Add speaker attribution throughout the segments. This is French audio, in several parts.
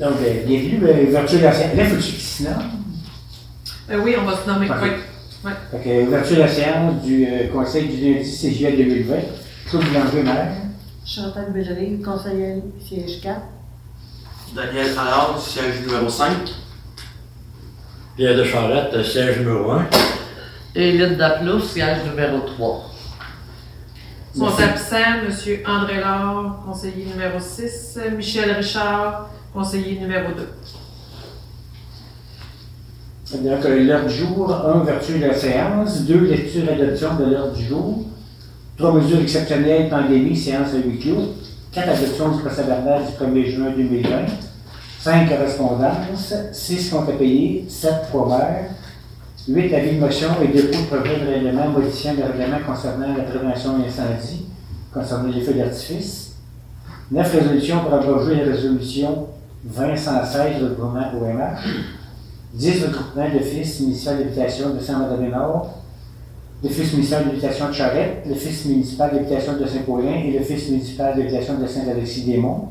Speaker 1: Donc, euh, bienvenue, euh, ouverture de la séance. Là, faut-tu qu'il se nomme?
Speaker 2: Ben oui, on va se nommer.
Speaker 1: Ok.
Speaker 2: Oui.
Speaker 1: Fait que, ouverture de la séance du euh, Conseil du lundi 6 juillet 2020. Claude Boulanger, maire.
Speaker 3: Chantal Bellerive, conseillère siège 4.
Speaker 4: Daniel Allard, siège numéro 5.
Speaker 5: Pierre de Charette, siège numéro 1.
Speaker 6: Élite Daplou, siège numéro 3.
Speaker 2: Sont
Speaker 1: Merci.
Speaker 2: absents M. André Laure, conseiller numéro 6, Michel Richard, conseiller numéro 2.
Speaker 1: Donc, euh, l'heure du jour, 1, ouverture de la séance, 2, lecture et adoption de l'heure du jour, 3, mesures exceptionnelles, pandémie, séance à huis clos, 4, adoption du procès-verbal du 1er juin 2020, 5, correspondance, 6, comptes à payer, 7, proverbe, 8, avis de motion et dépôt de projet de règlement modifiant le règlement concernant la prévention des incendies, concernant les feux d'artifice, 9, résolution pour abroger la résolution 2016 du gouvernement OMH, 10 regroupements d'office municipal d'habitation de Saint-Madame-Nord, l'office municipal d'habitation de Charette, l'office municipal d'habitation de Saint-Paulin et l'office municipal d'habitation de Saint-Alexis-des-Monts,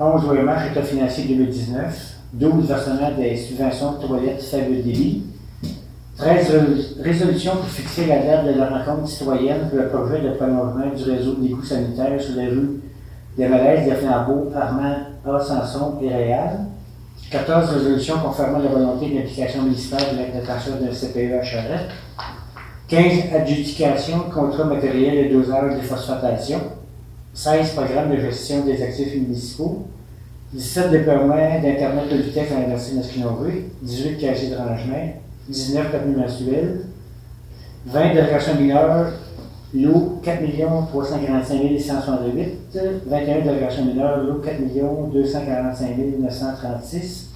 Speaker 1: 11 OMH État financier 2019, 12 versement des subventions de toilettes faible débit, 13 résol- résolutions pour fixer la date de la rencontre citoyenne pour le projet de prolongement du réseau d'égouts sanitaires sur les rues des Malaises, des Flambeaux, Armand, A. Sanson et Réal, 14 résolutions confirmant la volonté de l'application municipale de l'intervention d'un CPE à Charette. 15 adjudications, contrats matériels et dosages de phosphatation. 16 programmes de gestion des actifs municipaux. 17 déploiements d'Internet de vitesse à l'Université Nationale 18 casiers de rangement. 19 revenus mensuels. 20 dérogations mineures, l'eau 4 345 168, 21 dérogations mineures, l'eau 4 245 936,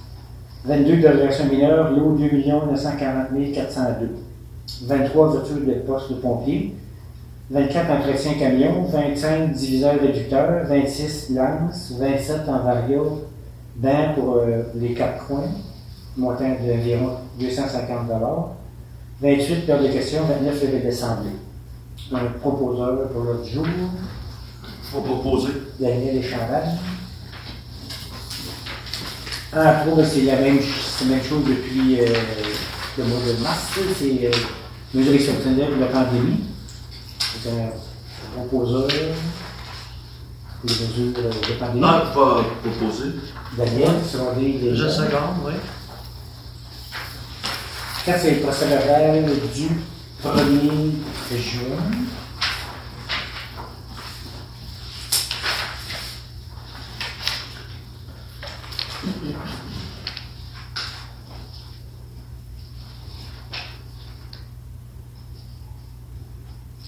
Speaker 1: 22 dérogations mineures, l'eau 2 940 402, 23 voitures de poste de pompiers, 24 entretiens camions, 25 diviseurs réducteurs, 26 lances, 27 en vario, bains pour euh, les quatre coins, montant d'environ 250 28 paires de questions, 29 levées d'assemblée. Un proposeur pour l'autre jour,
Speaker 4: Faut proposer.
Speaker 1: Daniel Échandal. Ah, pour moi, c'est la même, ch- c'est la même chose depuis euh, le mois de mars, là, c'est euh, mesures exceptionnelles de la pandémie. C'est un proposeur des mesures euh, de pandémie.
Speaker 4: Non, pas proposer.
Speaker 1: Daniel, sur des...
Speaker 6: Je seconde, oui.
Speaker 1: Quand c'est le procès verbal du 1er juin.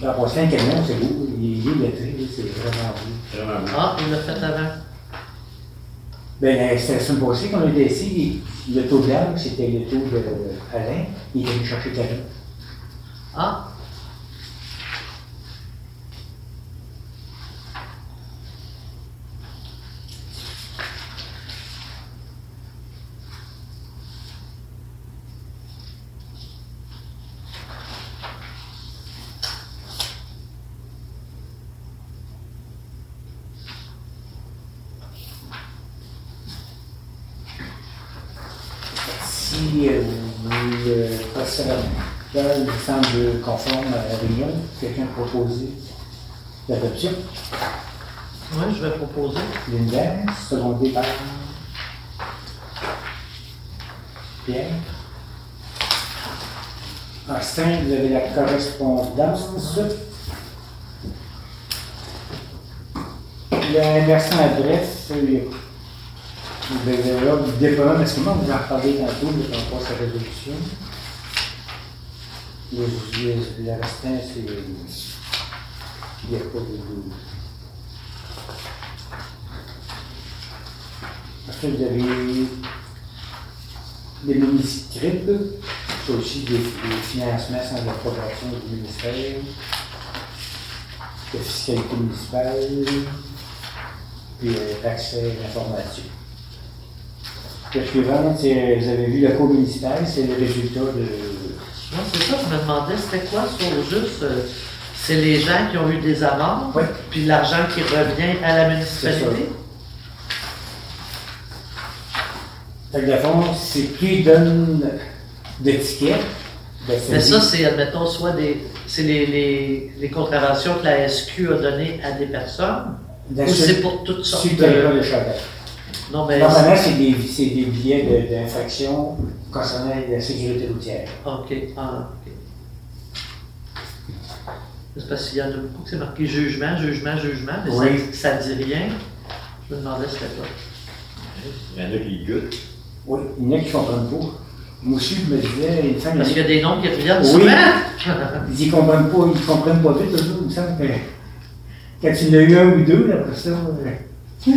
Speaker 1: La prochaine camion, c'est beau, il est bien lettré, là, c'est vraiment beau.
Speaker 5: Vraiment.
Speaker 6: Ah, il l'a fait avant.
Speaker 1: Ben, c'était la semaine passée qu'on était ici, le taux de l'âme, c'était le taux de Alain, il est venu chercher camion.
Speaker 6: Ah,
Speaker 1: Si euh, vous euh, passez la là, il vous semble conforme à la réunion, quelqu'un propose l'adoption
Speaker 6: moi je vais proposer.
Speaker 1: d'une lance, secondée par Pierre. Austin, vous avez la correspondance. La version adresse, euh, vous avez là du déploiement, parce que moi, vous en reparlez tantôt, mais on passe à la résolution. Le, le, le restant, c'est. Il n'y a pas de. Après, vous avez les mini-scripts, c'est aussi des, des financements sans approbation du ministère, de fiscalité municipale, puis euh, l'accès à l'information. La suivante, c'est, vous avez vu le cours municipal, c'est le résultat de.
Speaker 6: Moi, c'est ça, je me demandais, c'était quoi sur juste. euh, c'est les gens qui ont eu des amendes,
Speaker 1: Oui.
Speaker 6: puis l'argent qui revient à la municipalité.
Speaker 1: Fait que dans le fond, c'est qui donne des tickets. ben, c'est
Speaker 6: Mais ça,
Speaker 1: lui.
Speaker 6: c'est, admettons, soit des, c'est les, les, les contraventions que la SQ a données à des personnes,
Speaker 1: Dans
Speaker 6: ou
Speaker 1: ce-
Speaker 6: c'est pour toutes
Speaker 1: si
Speaker 6: sortes
Speaker 1: t'as pas
Speaker 6: de...
Speaker 1: le chandail.
Speaker 6: Non, mais...
Speaker 1: Normalement, c'est des, c'est des billets de- d'infraction concernant la sécurité routière.
Speaker 6: OK, ah, OK. C'est parce qu'il y en a beaucoup que c'est marqué jugement, jugement, jugement, mais
Speaker 1: Oui.
Speaker 6: ça, ça dit rien. Je me demandais c'était quoi.
Speaker 5: Il y en a qui goûtent.
Speaker 1: Oui, il y en a qui comprennent pas. Moi aussi, je me disais, une femme,
Speaker 6: Parce qu'il y a des noms qui reviennent
Speaker 1: Oui.
Speaker 6: souvent.
Speaker 1: ils y comprennent pas, ils comprennent pas vite, eux autres, il me semble que quand il y en a eu un ou deux, là, après ça, euh,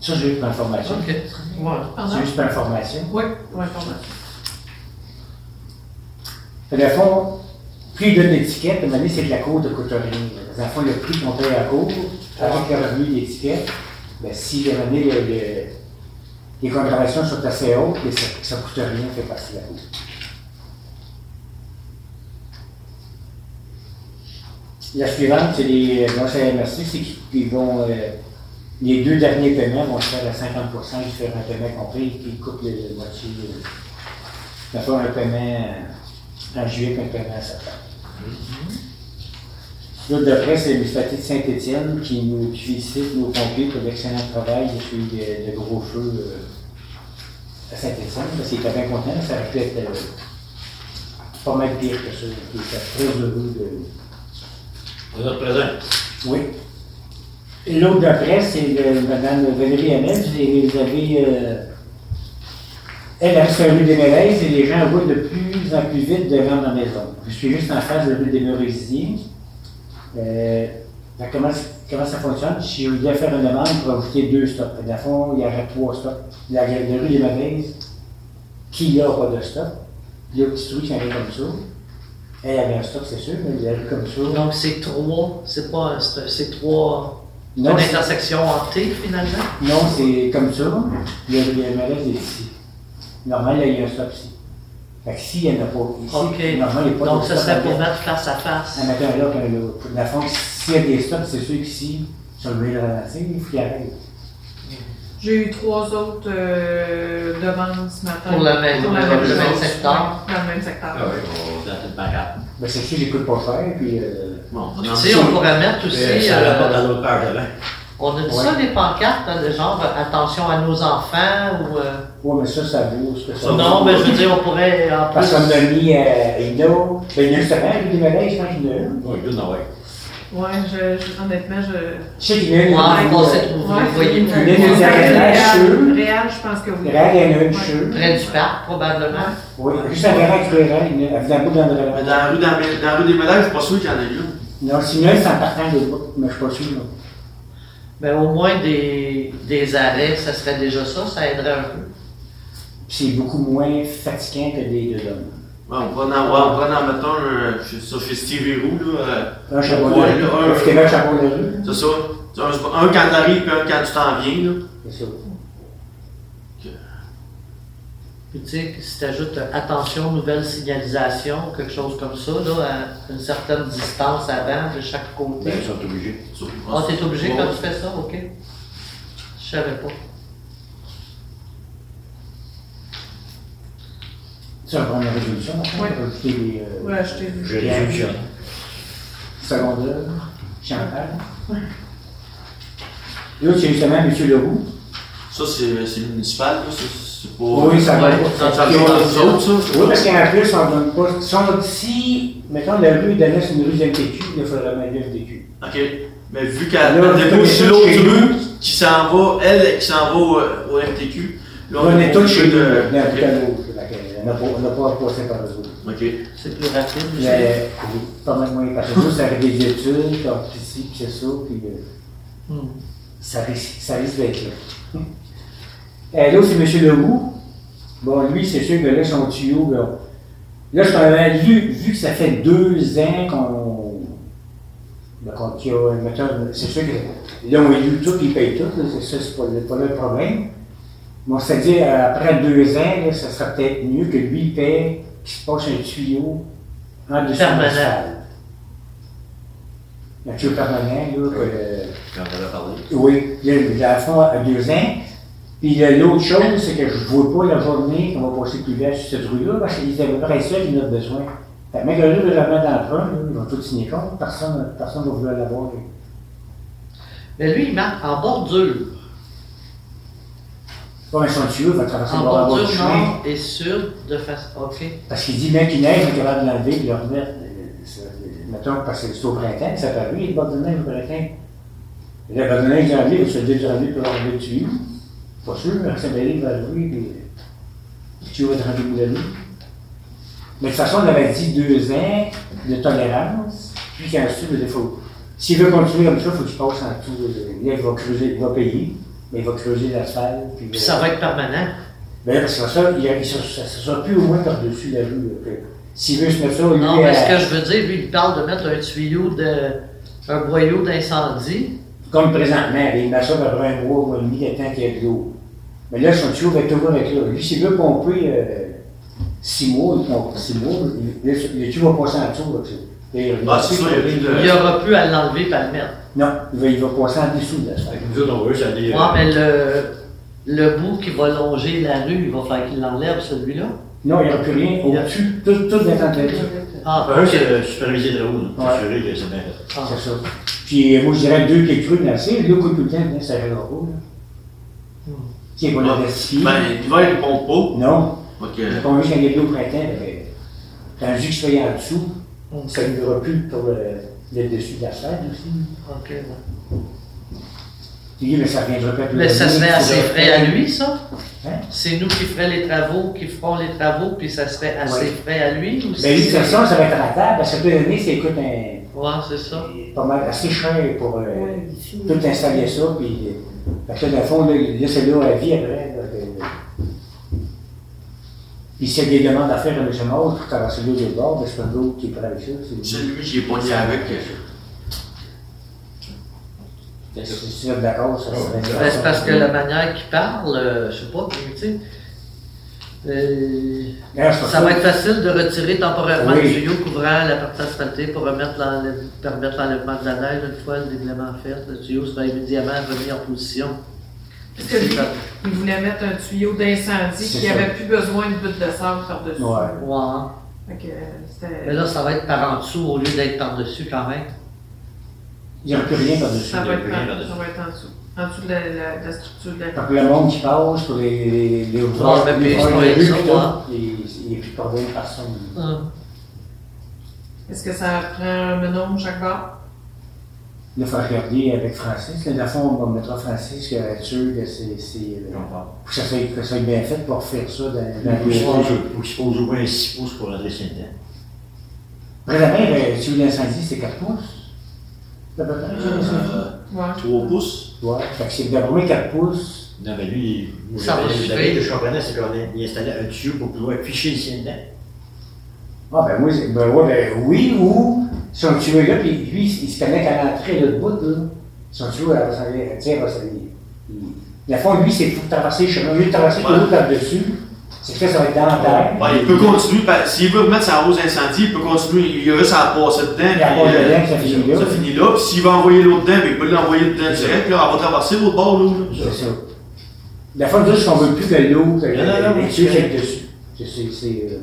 Speaker 1: ça, j'ai eu pour information.
Speaker 6: OK. Ouais.
Speaker 2: Pardon?
Speaker 1: C'est juste pour information.
Speaker 2: Oui, pour l'information.
Speaker 1: Fait que Dans le fond, prix de l'étiquette, à un moment donné, c'est de la cour de coterie. Dans le fond, le prix qu'on paye à la cour, avec le revenu d'étiquette, ben, si à un moment donné, le- le- les contraventions sont assez hautes, ben, ça ne coûte rien, fait partie de la cour. La suivante, c'est les grâce à la MRC, c'est qu'ils qu'ils vont. euh, les deux derniers paiements vont se faire à 50 du différent paiement qu'on paye, puis ils coupent les moitié. euh, Dans le fond, un paiement en juillet qu'un paiement en septembre. L'autre de près, c'est le statut de Saint-Étienne qui nous qui félicite nos pompiers pour l'excellent travail depuis le, le gros feu euh, à Saint-Étienne, parce qu'ils étaient bien contents, ça reflète euh, pas mal pire que ça. Ils étaient très heureux de.
Speaker 5: On est présent.
Speaker 1: Oui. Et L'autre d'après, c'est le- Mme Valérie Hamel. Vous avez- vous avez, euh, elle habite sur la rue des Mélèzes et les gens roulent de plus en plus vite devant ma maison. Je suis juste en face de la rue des Merisiers. Euh, ben, comment, comment ça fonctionne? Si je voulais faire une demande pour ajouter deux stops, dans le fond, il y aurait trois stops. La, la rue des Mélèzes, qui n'a pas de stop. Il y a un petit truc qui arrive comme ça. Elle avait un stop, c'est sûr, mais il arrive comme ça.
Speaker 6: Donc c'est trois, c'est pas un- c'est un- c'est trois,
Speaker 1: Non,
Speaker 6: une
Speaker 1: c'est-
Speaker 6: intersection hantée finalement.
Speaker 1: Non, c'est comme ça. Le, le malaise est ici. Normal, là, il y a un stop ici. Fait que s'il n'y en a pas ici,
Speaker 6: OK.
Speaker 1: normal, il n'y a pas
Speaker 6: Donc
Speaker 1: de
Speaker 6: ce
Speaker 1: stop.
Speaker 6: serait pour
Speaker 1: à
Speaker 6: mettre face à face.
Speaker 1: un matin, là, qu'un là. Pour la fond, s'il y a des stops, c'est sûr qu'ici, sur le milieu de la nature, il faut qu'il arrête.
Speaker 2: J'ai eu trois autres euh, demandes ce matin.
Speaker 6: Pour la même-
Speaker 2: Pour la
Speaker 6: le même
Speaker 2: chose.
Speaker 6: secteur.
Speaker 2: Dans le même secteur.
Speaker 5: Ah oui, on est dans une baraque.
Speaker 1: Ben, c'est sûr, j'écoute pas faire, puis. Euh,
Speaker 5: Bon, on
Speaker 6: Tu sais, on pourrait mettre
Speaker 5: Mais
Speaker 6: aussi,
Speaker 5: Ça
Speaker 6: euh,
Speaker 5: rapporte à l'autre page de vin.
Speaker 6: on a dit
Speaker 1: Ouais.
Speaker 6: ça des pancartes, hein, de genre attention à nos enfants ou... euh,
Speaker 1: ouais, mais ça, ça vaut ce que ça vaut.
Speaker 6: Non, mais je veux dire, on pourrait en plus...
Speaker 1: Parce qu'on a mis euh, une autre. Ben, il y a justement, il y a des malaises, je pense qu'il y en a une.
Speaker 5: Oui, good, non, oui.
Speaker 2: Ouais, je, je- honnêtement, je.
Speaker 1: Je sais qu'il y en a une.
Speaker 6: Ouais, on sait
Speaker 1: euh,
Speaker 6: que vous ne voyez
Speaker 2: ouais,
Speaker 1: Une
Speaker 6: plus.
Speaker 1: des dernières
Speaker 2: Réal,
Speaker 1: cheveux.
Speaker 2: Réal, je pense que oui.
Speaker 1: Réal, il y en a une
Speaker 2: Ouais.
Speaker 1: cheveux.
Speaker 6: Près du parc, probablement.
Speaker 1: Oui, euh, juste à l'arrêt, tu verras, il y en a- elle vient pas dans le
Speaker 4: Mais dans la rue, d'Amé- dans la rue des Médailles, je suis pas sûr qu'il y en ait une.
Speaker 1: Non, sinon, c'est en partant de l'autre, mais je suis pas sûr. là.
Speaker 6: Mais Ben, au moins des, des arrêts, ça serait déjà ça, ça aiderait un peu.
Speaker 1: Puis c'est beaucoup moins fatigant que des deux hommes.
Speaker 4: Ouais, on pourrait en avoir, on pourrait en mettre un, euh, chez, ça, chez Stevie Roux, là. euh,
Speaker 1: Un chapeau de
Speaker 4: Ouais,
Speaker 1: rue.
Speaker 4: là, un-
Speaker 1: Parce que là, chapeau de rue, là,
Speaker 4: c'est ça. Tu sais, Un, un quand t'arrives puis un quand tu t'en viens, là.
Speaker 1: c'est ça.
Speaker 6: Puis tu sais, si tu ajoutes attention, nouvelle signalisation, quelque chose comme ça, là, à une certaine distance avant de chaque côté.
Speaker 5: Ben, Ils sont obligés.
Speaker 4: Ça, je
Speaker 6: Ah,
Speaker 4: pense-
Speaker 6: t'es obligé
Speaker 4: Ouais.
Speaker 6: quand tu fais ça, ok. Je savais pas.
Speaker 1: Ça, on prend une résolution, maintenant,
Speaker 2: Ouais.
Speaker 1: on va ajouter les euh,
Speaker 2: Ouais, je t'ai vu.
Speaker 5: Je résume
Speaker 1: secondaires, Chantal. L'autre, c'est justement M. Leroux.
Speaker 4: Ça, c'est c'est municipal, là. C'est- C'est pas.
Speaker 1: Oui, ça va.
Speaker 6: ouais,
Speaker 4: Ça, ça vient dans les autres, ça.
Speaker 1: Oui, parce qu'en plus, on donne pas. Si, on, si mettons, la rue donnait sur une rue de MTQ, il faudrait mettre une MTQ.
Speaker 4: OK. Mais vu qu'à
Speaker 1: Là,
Speaker 4: la
Speaker 1: tout
Speaker 4: aussi
Speaker 1: est
Speaker 4: l'autre
Speaker 1: chez
Speaker 4: rue
Speaker 1: nous.
Speaker 4: qui s'en va, elle qui s'en va au, euh, au MTQ, là
Speaker 1: On est tous chez nous,
Speaker 4: de-
Speaker 1: d'un bout à l'autre. Fait que, On n'a pas- on n'a pas passé par eux autres.
Speaker 4: OK.
Speaker 6: C'est plus rapide. je sais.
Speaker 1: Mais oui, pas mal moins parce que nous, ça arrive des études, puis on- puis ci, puis c'est ça, puis euh,
Speaker 6: Hmm.
Speaker 1: ça risque, ça risque d'être là. Euh, L'autre, c'est M. Leroux. Bon, lui, c'est sûr que là, son tuyau, là, là je t'avais lu, vu que ça fait deux ans qu'on. ben, qu'on- qu'il y a, mettons, c'est sûr que là, on élu tout, ils payent tout, là, c'est ça, c'est pas, le- pas le problème. Bon, c'est-à-dire, euh, après deux ans, là, ça serait peut-être mieux que lui paie, qu'il se passe un tuyau en dessous de la
Speaker 6: Permanent.
Speaker 1: salle. Mathieu Permanent, là, que, euh,
Speaker 4: Quand on en a parlé.
Speaker 1: oui, là, j'ai la fois à deux ans. Puis là, l'autre chose, c'est que je ne vois pas la journée qu'on va passer l'hiver sur cette rue-là, parce qu'ils avaient près ça qu'ils ont besoin. Fait que même la rue de la main dans le front, là, ils vont tout signer contre, personne ne personne va vouloir l'avoir.
Speaker 6: Mais lui, il marque en bordure.
Speaker 1: C'est pas un somptueux, il va traverser
Speaker 6: En
Speaker 1: le bord à bord du
Speaker 6: bordure
Speaker 1: chemin.
Speaker 6: nord et sud de façon. OK.
Speaker 1: Parce qu'il dit, même qu'il neige, il est capable de l'enlever, de le remettre. euh, ça, euh, Mettons, parce que c'est au printemps, ça fait oui, le bord de neige au printemps. Et Le bord de neige janvier, parce que le 2 janvier, peut l'enlever dessus. Pas sûr, mais ça va aller vers lui, puis puis tu vas être en début de lui. Mais de toute façon, on avait dit deux ans de tolérance, puis qu'ensuite, il faut. S'il veut continuer comme ça, il faut qu'il passe en tout. Là, il va creuser, il va payer, mais il va creuser l'asphalte. Puis,
Speaker 6: Puis
Speaker 1: euh,
Speaker 6: ça va être permanent.
Speaker 1: ben, parce que ça, il y a- ça, ça, ça sera plus ou moins par-dessus la rue. là, que S'il veut se mettre ça, lui,
Speaker 6: Non, mais ce
Speaker 1: euh,
Speaker 6: que je veux dire, lui, il parle de mettre un tuyau de. un boyau d'incendie.
Speaker 1: comme présentement, il met ça après un mois ou un demi, le temps qu'il y a de l'eau. Mais là, son tuyau va toujours être là. Lui, s'il veut pomper euh, six mois, il pompe six mois, il- le, le tuyau va passer en dessous. Là, tu sais. Et il-
Speaker 4: Ah, c'est ça, il y a plus
Speaker 6: Il
Speaker 4: de.
Speaker 6: n'y aura plus à l'enlever par le mettre.
Speaker 1: Non, il va, il va passer en dessous de la salle.
Speaker 5: Nous autres, on veut, ça dit.
Speaker 6: Ouais, mais le, le bout qui va longer la rue, il va falloir qu'il l'enlève, celui-là.
Speaker 1: Non, il n'y aura plus rien au-dessus. Tout, tout va être en dessous.
Speaker 6: Ah,
Speaker 5: Un,
Speaker 6: ok.
Speaker 5: c'est euh, superviser de roue,
Speaker 1: Ouais.
Speaker 5: assurer que c'est bien fait.
Speaker 6: Ah.
Speaker 1: C'est ça. Puis, euh, moi, je dirais deux qui est cru, mais c'est l'eau coule tout le temps, hein, ça règle pas. là.
Speaker 6: Hmm.
Speaker 1: Qui est qu'on a
Speaker 4: Ouais.
Speaker 1: gaspillé.
Speaker 4: Ben, l'hiver, il pompe
Speaker 1: Non.
Speaker 4: pas. Fait
Speaker 1: J'ai
Speaker 4: que.
Speaker 1: pas envie qu'il y ait de l'eau au printemps, mais tandis que je sois en dessous, ça ne durera plus pour le, le dessus de la fête aussi.
Speaker 6: Ok, ouais.
Speaker 1: Tu dis, mais ça reviendra pas plus
Speaker 6: Mais ça serait à ses frais à lui, ça?
Speaker 1: Hein?
Speaker 6: C'est nous qui ferait les travaux, qui ferons les travaux, puis ça serait à ses
Speaker 1: Ouais.
Speaker 6: frais à lui? Ou
Speaker 1: Ben,
Speaker 6: c'est-
Speaker 1: lui, de toute façon, ça va être rentable, parce que peut donner, ça coûte un,
Speaker 6: Ouais, c'est ça.
Speaker 1: pas mal assez cher pour euh,
Speaker 3: Oui, ici.
Speaker 1: tout installer ça, puis euh, parce que dans le fond, là, là, c'est là à vie après. là, que- puis s'il y a des demandes à faire à M. Maud pour traverser l'eau de bord, ben, c'est pas l'autre qui prend avec ça. c'est-
Speaker 4: Celui, j'ai pogné avec. euh,
Speaker 1: Ben, Si tu es d'accord, ça serait...
Speaker 6: Ben, c'est parce que la manière qu'il parle, euh, je sais pas, mais tu sais, euh,
Speaker 1: Non, c'est pour
Speaker 6: ça va être facile de retirer temporairement
Speaker 1: Oui.
Speaker 6: le tuyau couvrant la partie asphaltée pour remettre l'enlè- permettre l'enlèvement de la neige une fois le déglement fait. Le tuyau sera immédiatement remis en position.
Speaker 2: Parce que lui, il voulait mettre un tuyau d'incendie
Speaker 1: C'est
Speaker 2: qui
Speaker 1: ça.
Speaker 2: n'avait plus besoin de butte de sable par-dessus.
Speaker 1: Ouais.
Speaker 6: Ouais.
Speaker 2: Fait que, euh,
Speaker 6: Mais
Speaker 2: c'était-
Speaker 6: là, ça va être par en dessous au lieu d'être par-dessus quand même.
Speaker 1: Il n'y a plus rien par-dessus.
Speaker 2: ça, va être,
Speaker 5: il y a rien là-dessus.
Speaker 2: en- ça va être en dessous. En dessous de la, la- la structure de la
Speaker 1: Pour le monde qui passe, pour les, les
Speaker 6: Ouais, mais puis,
Speaker 1: les-
Speaker 6: c'est pas
Speaker 1: les-
Speaker 6: ça,
Speaker 1: les-
Speaker 6: ouais.
Speaker 1: il n'y a plus de problème personne.
Speaker 6: Hum.
Speaker 2: Est-ce que ça prend le nom Jacques Barre?
Speaker 1: Là, il faut regarder avec Francis. Là, dans le fond, on mettra Francis qui est sûr que c'est. c'est- euh, que ça soit, que ça soit bien fait pour faire ça dans, dans
Speaker 5: Faut qu'il se pose
Speaker 1: le
Speaker 5: au- faut qu'il se pose au moins 6 pouces pour adresser une dent.
Speaker 1: Présentement, ben, si vous l'incendie, c'est 4 pouces. C'est à peu près, ça, l'incendie?
Speaker 4: Euh,
Speaker 2: Ouais.
Speaker 4: 3 pouces.
Speaker 1: Ouais. Fait que c'est de moins 4 pouces.
Speaker 5: Non, mais lui, il-
Speaker 6: Ça va
Speaker 5: j'avais-
Speaker 6: suffire.
Speaker 5: j'avais- je comprenais, c'est qu'on a- il installait un tuyau pour pouvoir afficher le sien dedans.
Speaker 1: Ah, ben, moi, c'est- ben, ouais, ben, oui, ou son tuyau est là, puis lui, il se connecte à l'entrée de hein. l'autre bout, là. Son tuyau, elle va s'en aller, tu sais, elle va s'en aller. Il- La fond, lui, c'est pour traverser le chemin. Au lieu de traverser tout
Speaker 4: Ouais.
Speaker 1: le monde par-dessus, c'est que ça, ça va être dans la terre.
Speaker 4: Ben, il peut continuer, par- s'il veut remettre sa rose incendie, il peut continuer, il y a juste à passer dedans.
Speaker 1: Il y a
Speaker 4: puis,
Speaker 1: pas de
Speaker 4: euh,
Speaker 1: lien, ça finit là.
Speaker 4: Ça finit là, puis s'il va envoyer l'autre dedans, ben, il peut l'envoyer dedans direct, là, elle va traverser l'autre bord, là. Ben, là.
Speaker 1: C'est ça. La fond, juste qu'on veut plus que l'eau, que
Speaker 5: Non, non, non,
Speaker 1: les
Speaker 5: oui,
Speaker 1: tuyaux
Speaker 5: c'est-
Speaker 1: aillent dessus. C'est c'est- c'est, euh,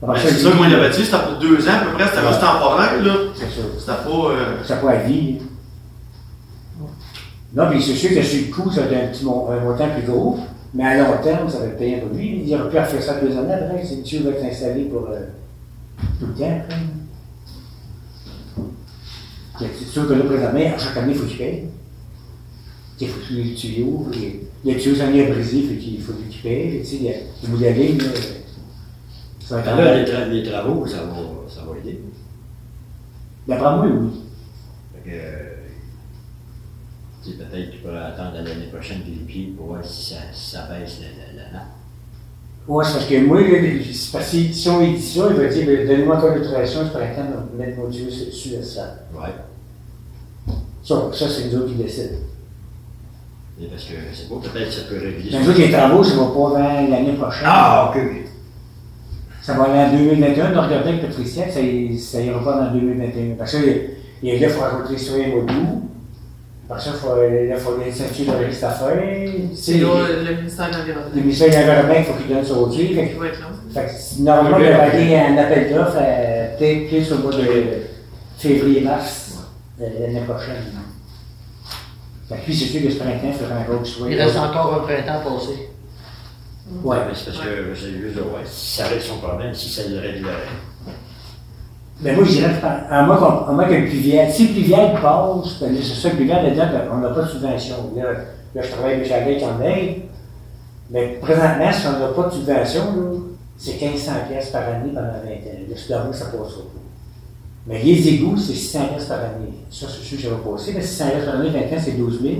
Speaker 4: Ben,
Speaker 1: après
Speaker 4: c'est ça
Speaker 1: lui,
Speaker 4: qu'on avait dit, c'était pour deux ans à peu près, c'était
Speaker 1: Ouais.
Speaker 4: resté temporaire, là.
Speaker 1: C'est ça.
Speaker 4: C'était pas. euh,
Speaker 1: Ça pas la vie. Non, puis c'est sûr que sur le coup, ça va être un petit mon- un montant plus gros, mais à long terme, ça va être payant pour lui. Il aurait pu refaire ça deux années après, c'est sûr va être installé pour euh, tout le temps. après. Fait que C'est sûr que là, présentement, à chaque année, il faut qu'il paye. Il faut qu'il y ait le tuyau, puis le tuyau s'en est brisé, fait qu'il faut qu'il paye. Tu sais, il y a- au bout de la ligne, là, ça va être en
Speaker 5: Ben Là, les, tra- les travaux, ça va, ça va aider.
Speaker 1: D'après moi, oui.
Speaker 5: Fait que, euh, tu sais, peut-être qu'il pourrait attendre à l'année prochaine vérifier pour voir si ça, si ça baisse la, la, la nappe.
Speaker 1: Oui, c'est parce que moi, là, c'est parce que si on lui dit ça, il va dire ben, Donnez-moi encore une traduction, je prétends mettre mon Dieu sur sur la salle.
Speaker 5: Ouais.
Speaker 1: Ça, ça c'est nous autres qui décident.
Speaker 5: Et parce que, je sais pas, peut-être ça peut régler.
Speaker 1: Mais nous autres, les travaux, ça va pas vers l'année prochaine.
Speaker 5: Ah, ok.
Speaker 1: Ça va aller en 2021. De regarder avec Patricia, ça, ça ira pas dans 2021. Parce que Et là, il faut rajouter sur les modules. Parce que faut, là, il faut aller chercher le reste à faire.
Speaker 2: C'est là, le ministère de l'Environnement.
Speaker 1: Le ministère de l'Environnement, il faut qu'il donne son OK. Fait que-
Speaker 2: Il va être long.
Speaker 1: fait que normalement, il va aller à un appel d'offres euh, peut-être plus au mois de février-mars de l'année prochaine. Fait que lui, c'est sûr que ce printemps, il fera un gros souhait.
Speaker 6: Il reste encore un printemps passé.
Speaker 1: Ouais.
Speaker 5: mais c'est parce que c'est juste, ouais, si ça règle son problème, si ça le règle, euh,
Speaker 1: Ben moi, je dirais, que par- à moins, qu'on- à moins que le pluvial, si le pluvial passe, ben là, c'est ça, le pluvial, là-dedans, ben, on n'a pas de subvention. Là, là, je travaille avec Jacques en aide, mais présentement, si on n'a pas de subvention, là, c'est 1500 pièces par année pendant 20 ans. Là, sur la route, ça passe pas. Mais les égouts, c'est 600 pièces par année. Ça, c'est sûr que ça va passer, mais 600 pièces par année, 20 ans, c'est 12 000.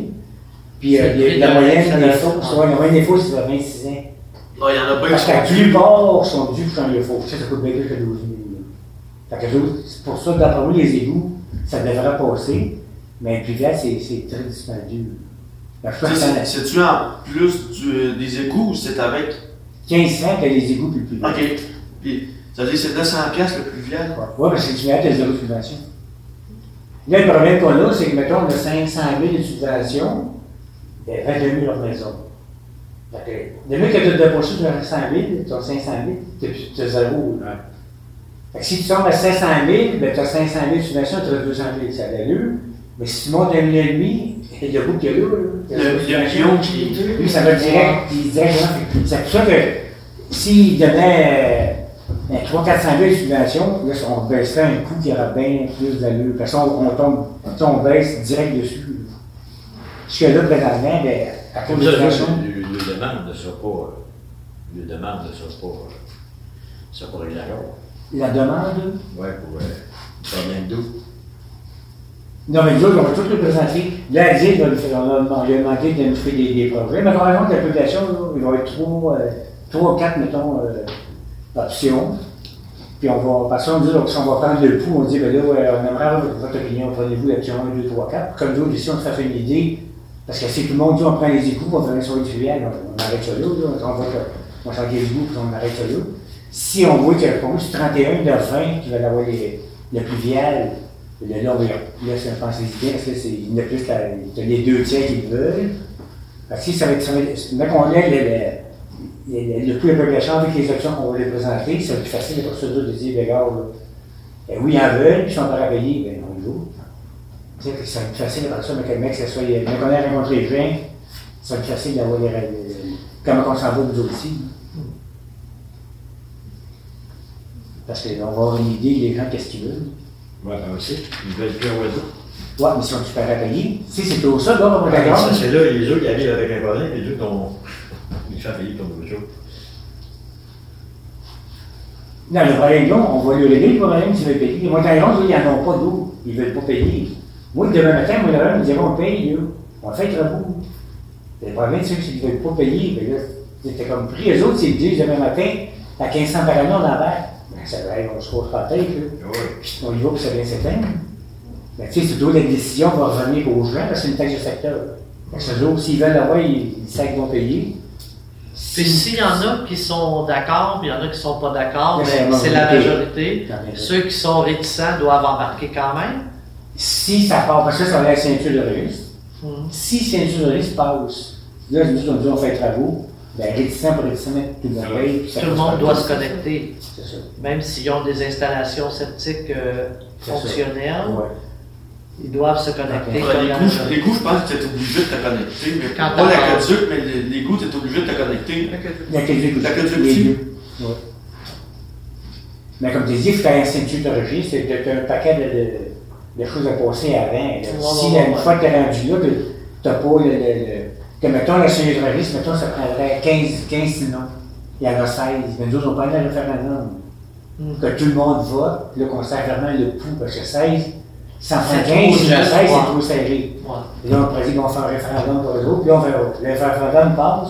Speaker 1: Puis
Speaker 6: C'est
Speaker 1: euh,
Speaker 6: le
Speaker 1: les-
Speaker 6: prix
Speaker 1: la
Speaker 6: de- ça
Speaker 1: moyenne des
Speaker 6: doit-
Speaker 1: fausses, ouais, la moyenne des fausses, c'est de 26 ans.
Speaker 4: Non, Ah, il y en a pas qui
Speaker 1: Parce que
Speaker 4: sont
Speaker 1: la
Speaker 4: dus.
Speaker 1: plupart sont dus pour changer les faux. Ça, ça coûte bien plus que 12 000. là. Fait que les autres, c'est pour ça, d'après moi, les égouts, ça devrait passer, mais le pluvial, c'est, c'est très dispendieux. Fait que je
Speaker 4: Tu sais,
Speaker 1: pense
Speaker 4: c'est-
Speaker 1: que
Speaker 4: C'est-tu en plus du- euh, des égouts ou c'est avec?
Speaker 1: c'est 1500 que les égouts plus le pluvial.
Speaker 4: Ok. Puis, ça veut dire que c'est 900 piastres le plus vieux.
Speaker 1: Oui, parce que tu mets à zéro subvention. Là, le problème qu'on a, c'est que, mettons, on a 500 000 de subvention, ben, 22 000 leur maison. Fait que, le mieux que tu as débauché de 500 000, tu as 500 000, tu as zéro. là. Fait que si tu tombes à 500 000, ben, tu as 500 000 de subvention, tu as 200 000, ça a de l'allure. Mais si tu montes à 1,5 million, et demi, il y a beaucoup qui a là. là.
Speaker 4: Le- il y a un million qui-
Speaker 1: Lui, ça va direct, puis directement. C'est pour ça que s'il donnait euh, 300-400 000 de subvention, là, on baisserait un coût qui aurait bien plus d'allure. Parce qu'on on tombe, tu sais, on baisse direct dessus. là. Parce que là, présentement, ben, à cause
Speaker 5: Comme
Speaker 1: des
Speaker 5: ça,
Speaker 1: subventions,
Speaker 5: le, le, le demande ne sera pas. euh, Le demande ne sera pas. euh, sera pas exagérée.
Speaker 1: la demande.
Speaker 5: Ouais, pour. Euh, problème d'eau.
Speaker 1: Non, mais nous autres, on va tout le présenter. Là, à dire, on a- on lui a demandé de nous faire des, des projets. Mais par exemple, l'application, là, il va être trois, euh, trois ou quatre, mettons, euh, options. Puis on va, parce qu'on dit, donc, si on va prendre le pouls, on dit, ben là, ouais, on aimerait avoir votre opinion, prenez-vous l'option 1, 2, 3, 4. Comme nous, autres, ici, on se fait une idée, parce que si tout le monde dit, on prend les écouts, on va sur les filiales, on, on arrête ça là, là. on va, on change les écouts, puis on arrête ça là. Si on voit que, pour nous, c'est 31 de 20 qui va avoir les, le pluvial, le long, là, c'est un pensée bien, parce que c'est, il y en a plus, la- t'as les deux tiers qui le veulent. Parce que si ça va être, ça va être- dès qu'on lève le, le, le, le prix un peu méchant avec les options qu'on va les présenter, c'est plus facile pour ceux de dire, ben, regarde, là, ben oui, ils en veulent, puis ils sont prêts à payer, ben, on y va. Tu sais, que c'est plus facile après ça, mais que le mec, ça soit, mais qu'on ait rencontré les gens, c'est plus facile d'avoir les, les- comment on s'en va nous aussi. Parce qu'on va avoir une idée, les gens, qu'est-ce qu'ils veulent.
Speaker 5: Ouais, ben aussi. Ils veulent plus avoir d'eau.
Speaker 1: Ouais, mais ils sont super accueillis. Si c'est au sol, là, on va
Speaker 5: Ouais, ça,
Speaker 1: d'accord.
Speaker 5: c'est là, les autres, ils arrivent avec un problème, les autres, on. Ils font payer comme les autres.
Speaker 1: Non, le problème, non, on va lui régler le problème s'il veut payer. Moi, quand ils rentrent, ils n'en ont pas d'eau. Ils ne veulent pas payer. Moi, demain matin, moi, le problème, ils diront, on paye, là. On fait le bout. Le problème, c'est qu'ils ne veulent pas payer. Ben là, c'était comme pris. Les autres, s'ils disent demain matin, à 1500 par année, on embarque. Ben, ça va, on se pose pas la tête, là.
Speaker 5: Ouais.
Speaker 1: Puis on y va, puis ça vient s'éteindre. Ben, tu sais, c'est toujours la décision va revenir aux gens, parce que c'est une taxe de secteur. Parce que les autres, s'ils veulent l'avoir, ils, ils savent qu'ils vont payer.
Speaker 6: Puis s'il y en a qui sont d'accord, puis il y en a qui sont pas d'accord,
Speaker 1: Mais c'est
Speaker 6: ben,
Speaker 1: la
Speaker 6: c'est la
Speaker 1: majorité.
Speaker 6: majorité. Ceux qui sont réticents doivent embarquer quand même.
Speaker 1: Si ça part, parce que ça, c'est la ceinture de risque.
Speaker 6: Mhm.
Speaker 1: Si ceinture de risque passe, là, nous, on dit on fait les travaux, ben réticent pour réticent, mettre tout le monde paye, puis ça
Speaker 6: Tout le
Speaker 1: passe
Speaker 6: monde
Speaker 1: pas.
Speaker 6: doit se connecter,
Speaker 1: C'est ça.
Speaker 6: même s'ils ont des installations sceptiques euh,
Speaker 1: C'est ça.
Speaker 6: fonctionnelles,
Speaker 1: Ouais.
Speaker 6: ils doivent se connecter.
Speaker 4: Ouais,
Speaker 6: comme
Speaker 4: les,
Speaker 6: la
Speaker 4: coups, je-
Speaker 6: majorité.
Speaker 4: les coups, je pense que tu es obligé de te connecter. Mais
Speaker 6: Quand
Speaker 4: pas
Speaker 6: t'as-
Speaker 4: l'aqueduc, mais les, les coups, tu es obligé de te connecter.
Speaker 2: Fait que-
Speaker 1: Il y a quelques
Speaker 4: La culture
Speaker 1: les
Speaker 4: aussi.
Speaker 1: deux. Ouais. Mais comme tu dis, il faut faire une ceinture de registre, c'est t'as- t'as un paquet de, de- de choses à passer avant. là. si
Speaker 6: ouais,
Speaker 1: une
Speaker 6: ouais.
Speaker 1: fois que tu es rendu là, que t'as pas le. le- le- que mettons la ceinture de registre, mettons ça prendrait 15, 15 sinon. Il y en a 16. Mais nous autres, on parle d'un référendum.
Speaker 6: Mm.
Speaker 1: Que tout le monde vote, puis là qu'on sert vraiment le pouls, parce que 16, ça en
Speaker 6: C'est
Speaker 1: prend
Speaker 6: trop
Speaker 1: 15, si
Speaker 6: juste,
Speaker 1: 16,
Speaker 6: ouais.
Speaker 1: c'est trop serré.
Speaker 6: Ouais.
Speaker 1: Puis Là, on prédit qu'on va faire un référendum pour eux autres, puis on verra. Le référendum passe,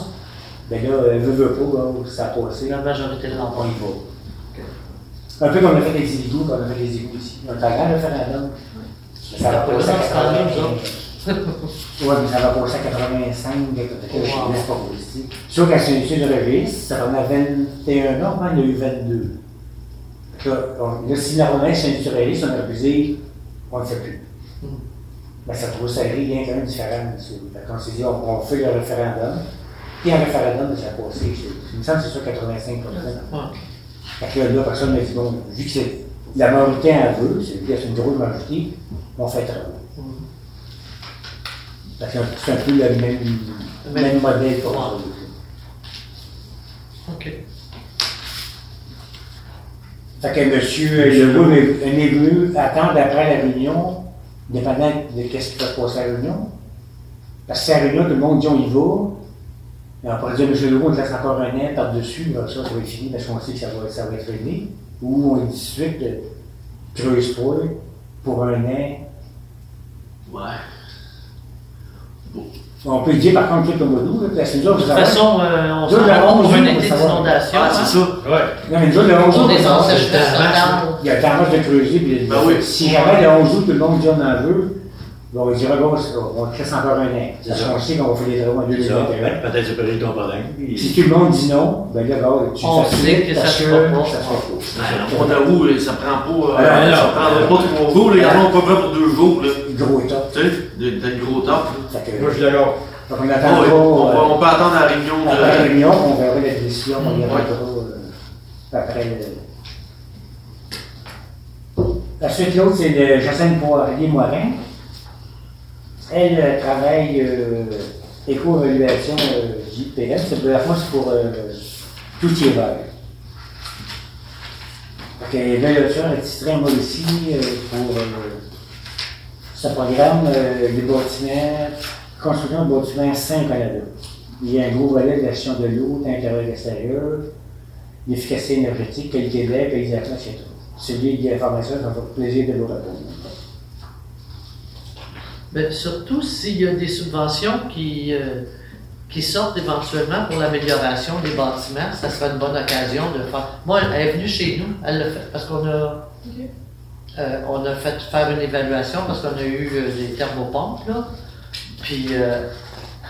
Speaker 1: ben là, euh, veut, veut pas, là, ça a passé,
Speaker 6: C'est la majorité de
Speaker 1: on
Speaker 6: l'emploi.
Speaker 1: y va. Un peu comme on a fait les égouts, quand on a fait les égouts ici. On a fait un référendum. mais Ça va
Speaker 6: Ouais,
Speaker 1: passer à
Speaker 6: c'est quand même,
Speaker 1: 80. Ouais, mais ça va passer à 85, quelque chose
Speaker 6: Wow.
Speaker 1: comme ça, c'est pas possible. Sauf qu'à celui-ci de registre, ça en a 21 ans, hein, mais il y en a eu 22. Fait que Là, on- là, si la Romaine, c'est un surréaliste, on a refusé on ne le fait plus.
Speaker 6: Mm.
Speaker 1: Ben, ça trouve ça rien quand même différent. parce que- Fait qu'on s'est dit, on, on fait le référendum. Puis un référendum, ça a passé. c'est- Il me semble que c'est sur 85
Speaker 6: Ouais.
Speaker 1: Fait que là, personne m'a dit, bon, vu que c'est la majorité en veut, c'est c'est une grosse majorité, on fait très bien. Fait que c'est un peu le même,
Speaker 6: Mais-
Speaker 1: même modèle qu'on
Speaker 6: Ouais.
Speaker 1: fait.
Speaker 6: OK.
Speaker 1: Fait que monsieur Legault est est venu attendre après la réunion, dépendant de qu'est-ce qui va se passer à la réunion. Parce que c'est la réunion, tout le monde dit on y va. Et on pourrait dire, monsieur Legault, on te laisse encore un an par-dessus, là, ça, ça va être fini parce qu'on sait que ça va, ça va être fini. Ou on dit tout de suite, euh, creuse pas pour un an,
Speaker 4: Ouais.
Speaker 1: On peut dire par contre quelques modos, là, parce que nous
Speaker 6: De
Speaker 1: autres,
Speaker 6: toute
Speaker 1: vous avez-
Speaker 6: façon, euh, on
Speaker 1: Deux
Speaker 6: s'en
Speaker 1: de
Speaker 6: va
Speaker 1: onze,
Speaker 6: pour
Speaker 1: oui,
Speaker 6: un
Speaker 1: on
Speaker 6: été
Speaker 1: s'en va.
Speaker 6: d'inondation.
Speaker 4: Ah,
Speaker 6: hein.
Speaker 4: c'est ça.
Speaker 1: Non, mais nous autres, le 11
Speaker 3: On
Speaker 1: août,
Speaker 3: est
Speaker 1: on
Speaker 3: censé
Speaker 1: va-
Speaker 3: acheter ça dans
Speaker 1: il y a tendance de creuser, puis
Speaker 4: Ben oui.
Speaker 1: si jamais le 11 août, tout le monde dit on en veut, ben, on va dire, bon, c'est- on te laisse encore un an.
Speaker 5: C'est
Speaker 1: Parce
Speaker 5: ça.
Speaker 1: qu'on sait qu'on va faire des travaux en
Speaker 5: C'est ça.
Speaker 1: 2021.
Speaker 5: Peut-être c'est prévu ton problème.
Speaker 1: Si
Speaker 5: puis-
Speaker 1: tout le monde dit non, ben là, ben, tu
Speaker 6: On
Speaker 1: fais
Speaker 6: sait
Speaker 1: vite
Speaker 6: que
Speaker 1: parce
Speaker 6: ça se fera pas.
Speaker 1: ça se fera pas.
Speaker 4: Ben, le mois d'août, ça prend pas.
Speaker 1: Ah,
Speaker 4: euh,
Speaker 5: non,
Speaker 4: ça
Speaker 5: non.
Speaker 4: prendra pas trois jours, les gens pas prêts pour deux jours, là.
Speaker 1: Gros état.
Speaker 4: Tu sais, de- d'être gros top. là.
Speaker 1: Fait que-
Speaker 5: Moi, je Oh, suis d'accord.
Speaker 1: donc, on
Speaker 4: Ah ouais, on, va-
Speaker 1: attendra,
Speaker 4: on peut attendre la réunion
Speaker 1: euh, après la
Speaker 4: de.
Speaker 1: réunion, on verra la décision, on y
Speaker 4: Ouais.
Speaker 1: reviendra, euh, après le- La suite, l'autre, c'est de Jacinthe Poirier-Morin. Elle euh, travaille euh, éco-évaluation euh, du PM. C'est de la fois, c'est pour euh, tout hiver. Fait que l'évaluation est titrée moi aussi euh, pour euh, ce programme, euh, les bâtiments, construction de bâtiments sains au Canada. Il y a un gros volet de la gestion de l'eau, d'intérieur et extérieur, l'efficacité énergétique, qualité de l'air, paysagement, etc. Celui de l'information, ça me fait plaisir de vous répondre.
Speaker 6: Mais surtout s'il y a des subventions qui, euh, qui sortent éventuellement pour l'amélioration des bâtiments, ça serait une bonne occasion de faire. Moi, elle est venue chez nous, elle l'a fait parce qu'on a,
Speaker 2: Ok.
Speaker 6: euh, on a fait faire une évaluation parce qu'on a eu euh, des thermopompes, là. Puis euh,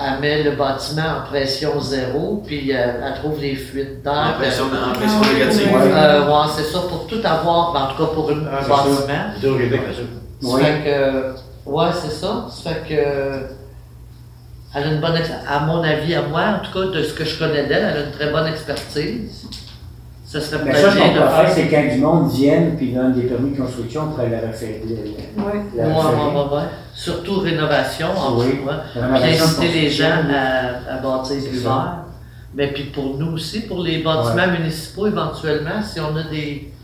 Speaker 6: elle met le bâtiment en pression zéro, puis euh, elle trouve les fuites
Speaker 4: En
Speaker 6: d'air. puis
Speaker 4: pression, en pression
Speaker 2: Ah ouais,
Speaker 4: négative.
Speaker 1: ouais.
Speaker 6: Euh, ouais, c'est ça, pour tout avoir, en tout cas pour une- un
Speaker 1: C'est ça.
Speaker 6: bâtiment.
Speaker 5: Hydro-Québec, c'est ça.
Speaker 6: Ça
Speaker 1: Oui.
Speaker 6: fait que, ouais, c'est ça. Ça fait que, elle a une bonne, ex- à mon avis, à moi, en tout cas, de ce que je connais d'elle, elle a une très bonne expertise. Ça serait
Speaker 1: Mais
Speaker 6: peut-être
Speaker 1: ça, ce
Speaker 6: bien
Speaker 1: qu'on
Speaker 6: de
Speaker 1: peut faire,
Speaker 6: faire.
Speaker 1: c'est quand du monde vienne puis donne des permis de construction pour la refaire.
Speaker 3: Oui.
Speaker 1: La,
Speaker 6: Ouais,
Speaker 1: la
Speaker 6: ouais, ouais, ouais. Surtout rénovation, en
Speaker 1: Oui.
Speaker 6: tout cas.
Speaker 1: la
Speaker 6: Puis
Speaker 1: rénovation
Speaker 6: inciter les
Speaker 1: construction.
Speaker 6: gens à, à bâtir
Speaker 1: C'est
Speaker 6: l'hiver. Mais puis pour nous aussi, pour les bâtiments municipaux, éventuellement, si on a des,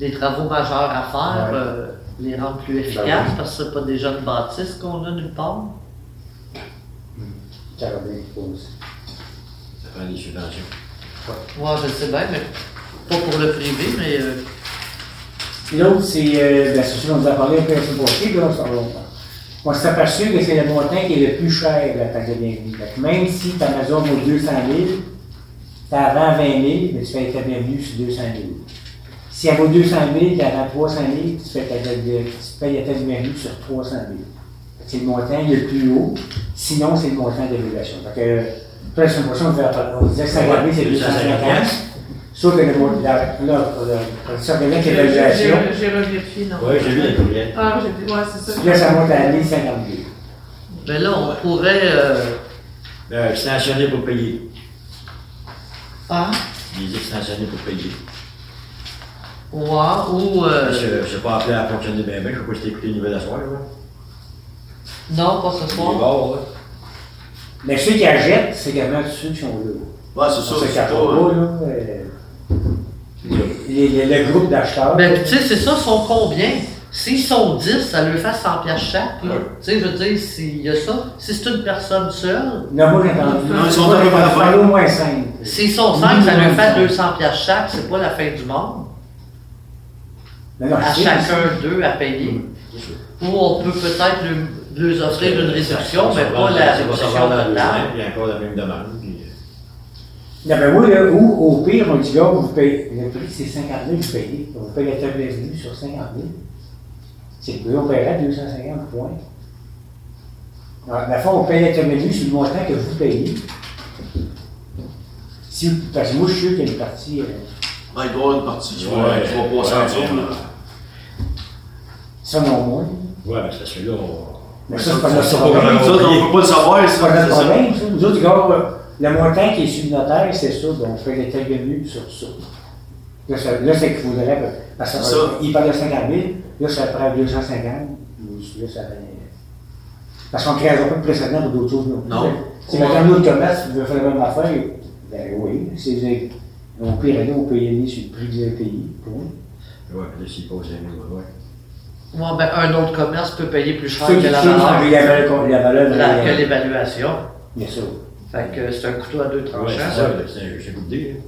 Speaker 6: des travaux majeurs à faire,
Speaker 1: Ouais. Ben
Speaker 6: euh, les rendre plus efficaces, parce que ce pas des jeunes bâtisses qu'on a nulle part.
Speaker 1: Ça va bien, je pense.
Speaker 5: Ça prend des subventions.
Speaker 6: Moi, je sais bien, mais pas pour le privé, mais euh,
Speaker 1: L'autre, c'est euh, la société dont vous avez parlé un peu la semaine passée, là, ça va. On s'est aperçu que c'est le montant qui est le plus cher, la taxe de bienvenue. Fait que même si ta maison vaut 200 000, t'as avant 20 000, mais tu fais ta bienvenue sur 200 000. Si elle vaut 200 000, t'as avant 300 000, tu fais ta taxe de- tu payes la taxe de bienvenue sur 300 000. Fait que C'est le montant le plus haut, sinon c'est le montant d'évaluation. Fait que, après, la semaine prochaine, on va faire- on disait que 50 000, c'est 250 Sauf que le mot, la, la, la, ça devient
Speaker 2: J'ai
Speaker 1: l'évaluation,
Speaker 2: j'ai- j'ai revérifié, non.
Speaker 5: Oui, j'ai vu les courriels.
Speaker 2: Ah, j'ai dit, ouais, c'est ça.
Speaker 1: là, ça monte à 1052.
Speaker 6: mais ben là, on pourrait. euh,
Speaker 5: Euh, extensionné pour payer.
Speaker 6: ah,
Speaker 5: Des extensionnés pour payer.
Speaker 6: ouais, ou. euh,
Speaker 5: Je ne suis pas appelé à fonctionner bien bien, je sais pas si t'as écouté les nouvelles à soir, là.
Speaker 6: non, pas ce
Speaker 5: Les
Speaker 6: soir.
Speaker 5: bars, là.
Speaker 1: Mais ceux qui achètent, c'est également tous ceux qui sont là.
Speaker 4: Ouais, c'est ça.
Speaker 1: Ceux qui
Speaker 4: c'est pas, hein.
Speaker 1: achètent pas,
Speaker 4: euh,
Speaker 1: là, euh, les- les- le groupe d'acheteurs.
Speaker 6: Mais Ben, tu sais, c'est ça, sont combien? S'ils sont 10, ça lui fait 100 pièces chaque. là. Tu sais, je veux dire, s'il y a ça, si c'est une personne seule,
Speaker 1: Non, moi, j'ai entendu.
Speaker 4: Non, ils sont
Speaker 1: Moi,
Speaker 4: un peu
Speaker 1: j'entends
Speaker 4: par
Speaker 1: parler au moins 5.
Speaker 6: s'ils sont 5, ça lui fait 200 pièces chaque, c'est pas la fin du monde.
Speaker 1: Non, non,
Speaker 6: À
Speaker 1: c'est-
Speaker 6: chacun d'eux à payer.
Speaker 1: Mm.
Speaker 6: Ou on peut peut-être lui, lui offrir une réduction, mais pas la
Speaker 5: Ça va
Speaker 6: réduction
Speaker 5: savoir dans deux ans,
Speaker 6: totale.
Speaker 5: puis encore la même demande. puis, euh,
Speaker 1: Non, mais moi, là, ou au pire, on dit là, vous payez. Le prix, c'est 50 000, vous payez. Vous payez la table bienvenue sur 50 000. C'est que là, on paierait 250 points. Alors, la fois, on paye la table bienvenue sur le montant que vous payez. Si, parce que moi, je suis sûr qu'il y a une partie. euh,
Speaker 4: Ben, il doit y avoir une partie, je
Speaker 5: Ouais.
Speaker 4: vois, je vois pas
Speaker 5: Ouais.
Speaker 4: sentir, là.
Speaker 1: Si selon moi.
Speaker 5: Ouais, mais c'est parce que là, on.
Speaker 1: Mais
Speaker 4: Mais
Speaker 1: ça,
Speaker 4: ça,
Speaker 1: c'est pas notre
Speaker 4: ça,
Speaker 1: problème.
Speaker 4: Ça, on peut pas le savoir,
Speaker 1: C'est pas
Speaker 4: ça.
Speaker 1: notre
Speaker 4: c'est ça.
Speaker 1: problème, ça. Nous autres, gars, euh, le montant qui est sur le notaire, c'est ça, donc on fait l'intervenu sur ça. Là, ça- là, c'est qu'il faudrait, parce que
Speaker 4: Ça.
Speaker 1: il parlait de 50 000, là, ça prend 250, puis là, ça fait- Parce qu'on ne créera pas de précédent pour d'autres choses non plus.
Speaker 4: Non.
Speaker 1: Si maintenant un autre commerce veut faire la même affaire, ben oui, c'est, on peut y aller, on peut y aller sur le prix du pays, point.
Speaker 5: Ouais, puis là, s'il pose un nouveau, ouais.
Speaker 6: Ouais, ben, un autre commerce peut payer plus cher
Speaker 1: Ceux
Speaker 6: que
Speaker 1: qui
Speaker 6: la
Speaker 1: suivent,
Speaker 6: valeur,
Speaker 1: la valeur, la
Speaker 6: la-
Speaker 1: valeur,
Speaker 6: que
Speaker 1: euh,
Speaker 6: l'évaluation.
Speaker 1: bien sûr.
Speaker 6: Fait que c'est un couteau à
Speaker 1: Ah
Speaker 6: deux tranchants.
Speaker 5: Ouais, c'est ça,
Speaker 6: ça.
Speaker 5: là, c'est un c'est un coup de dé, là.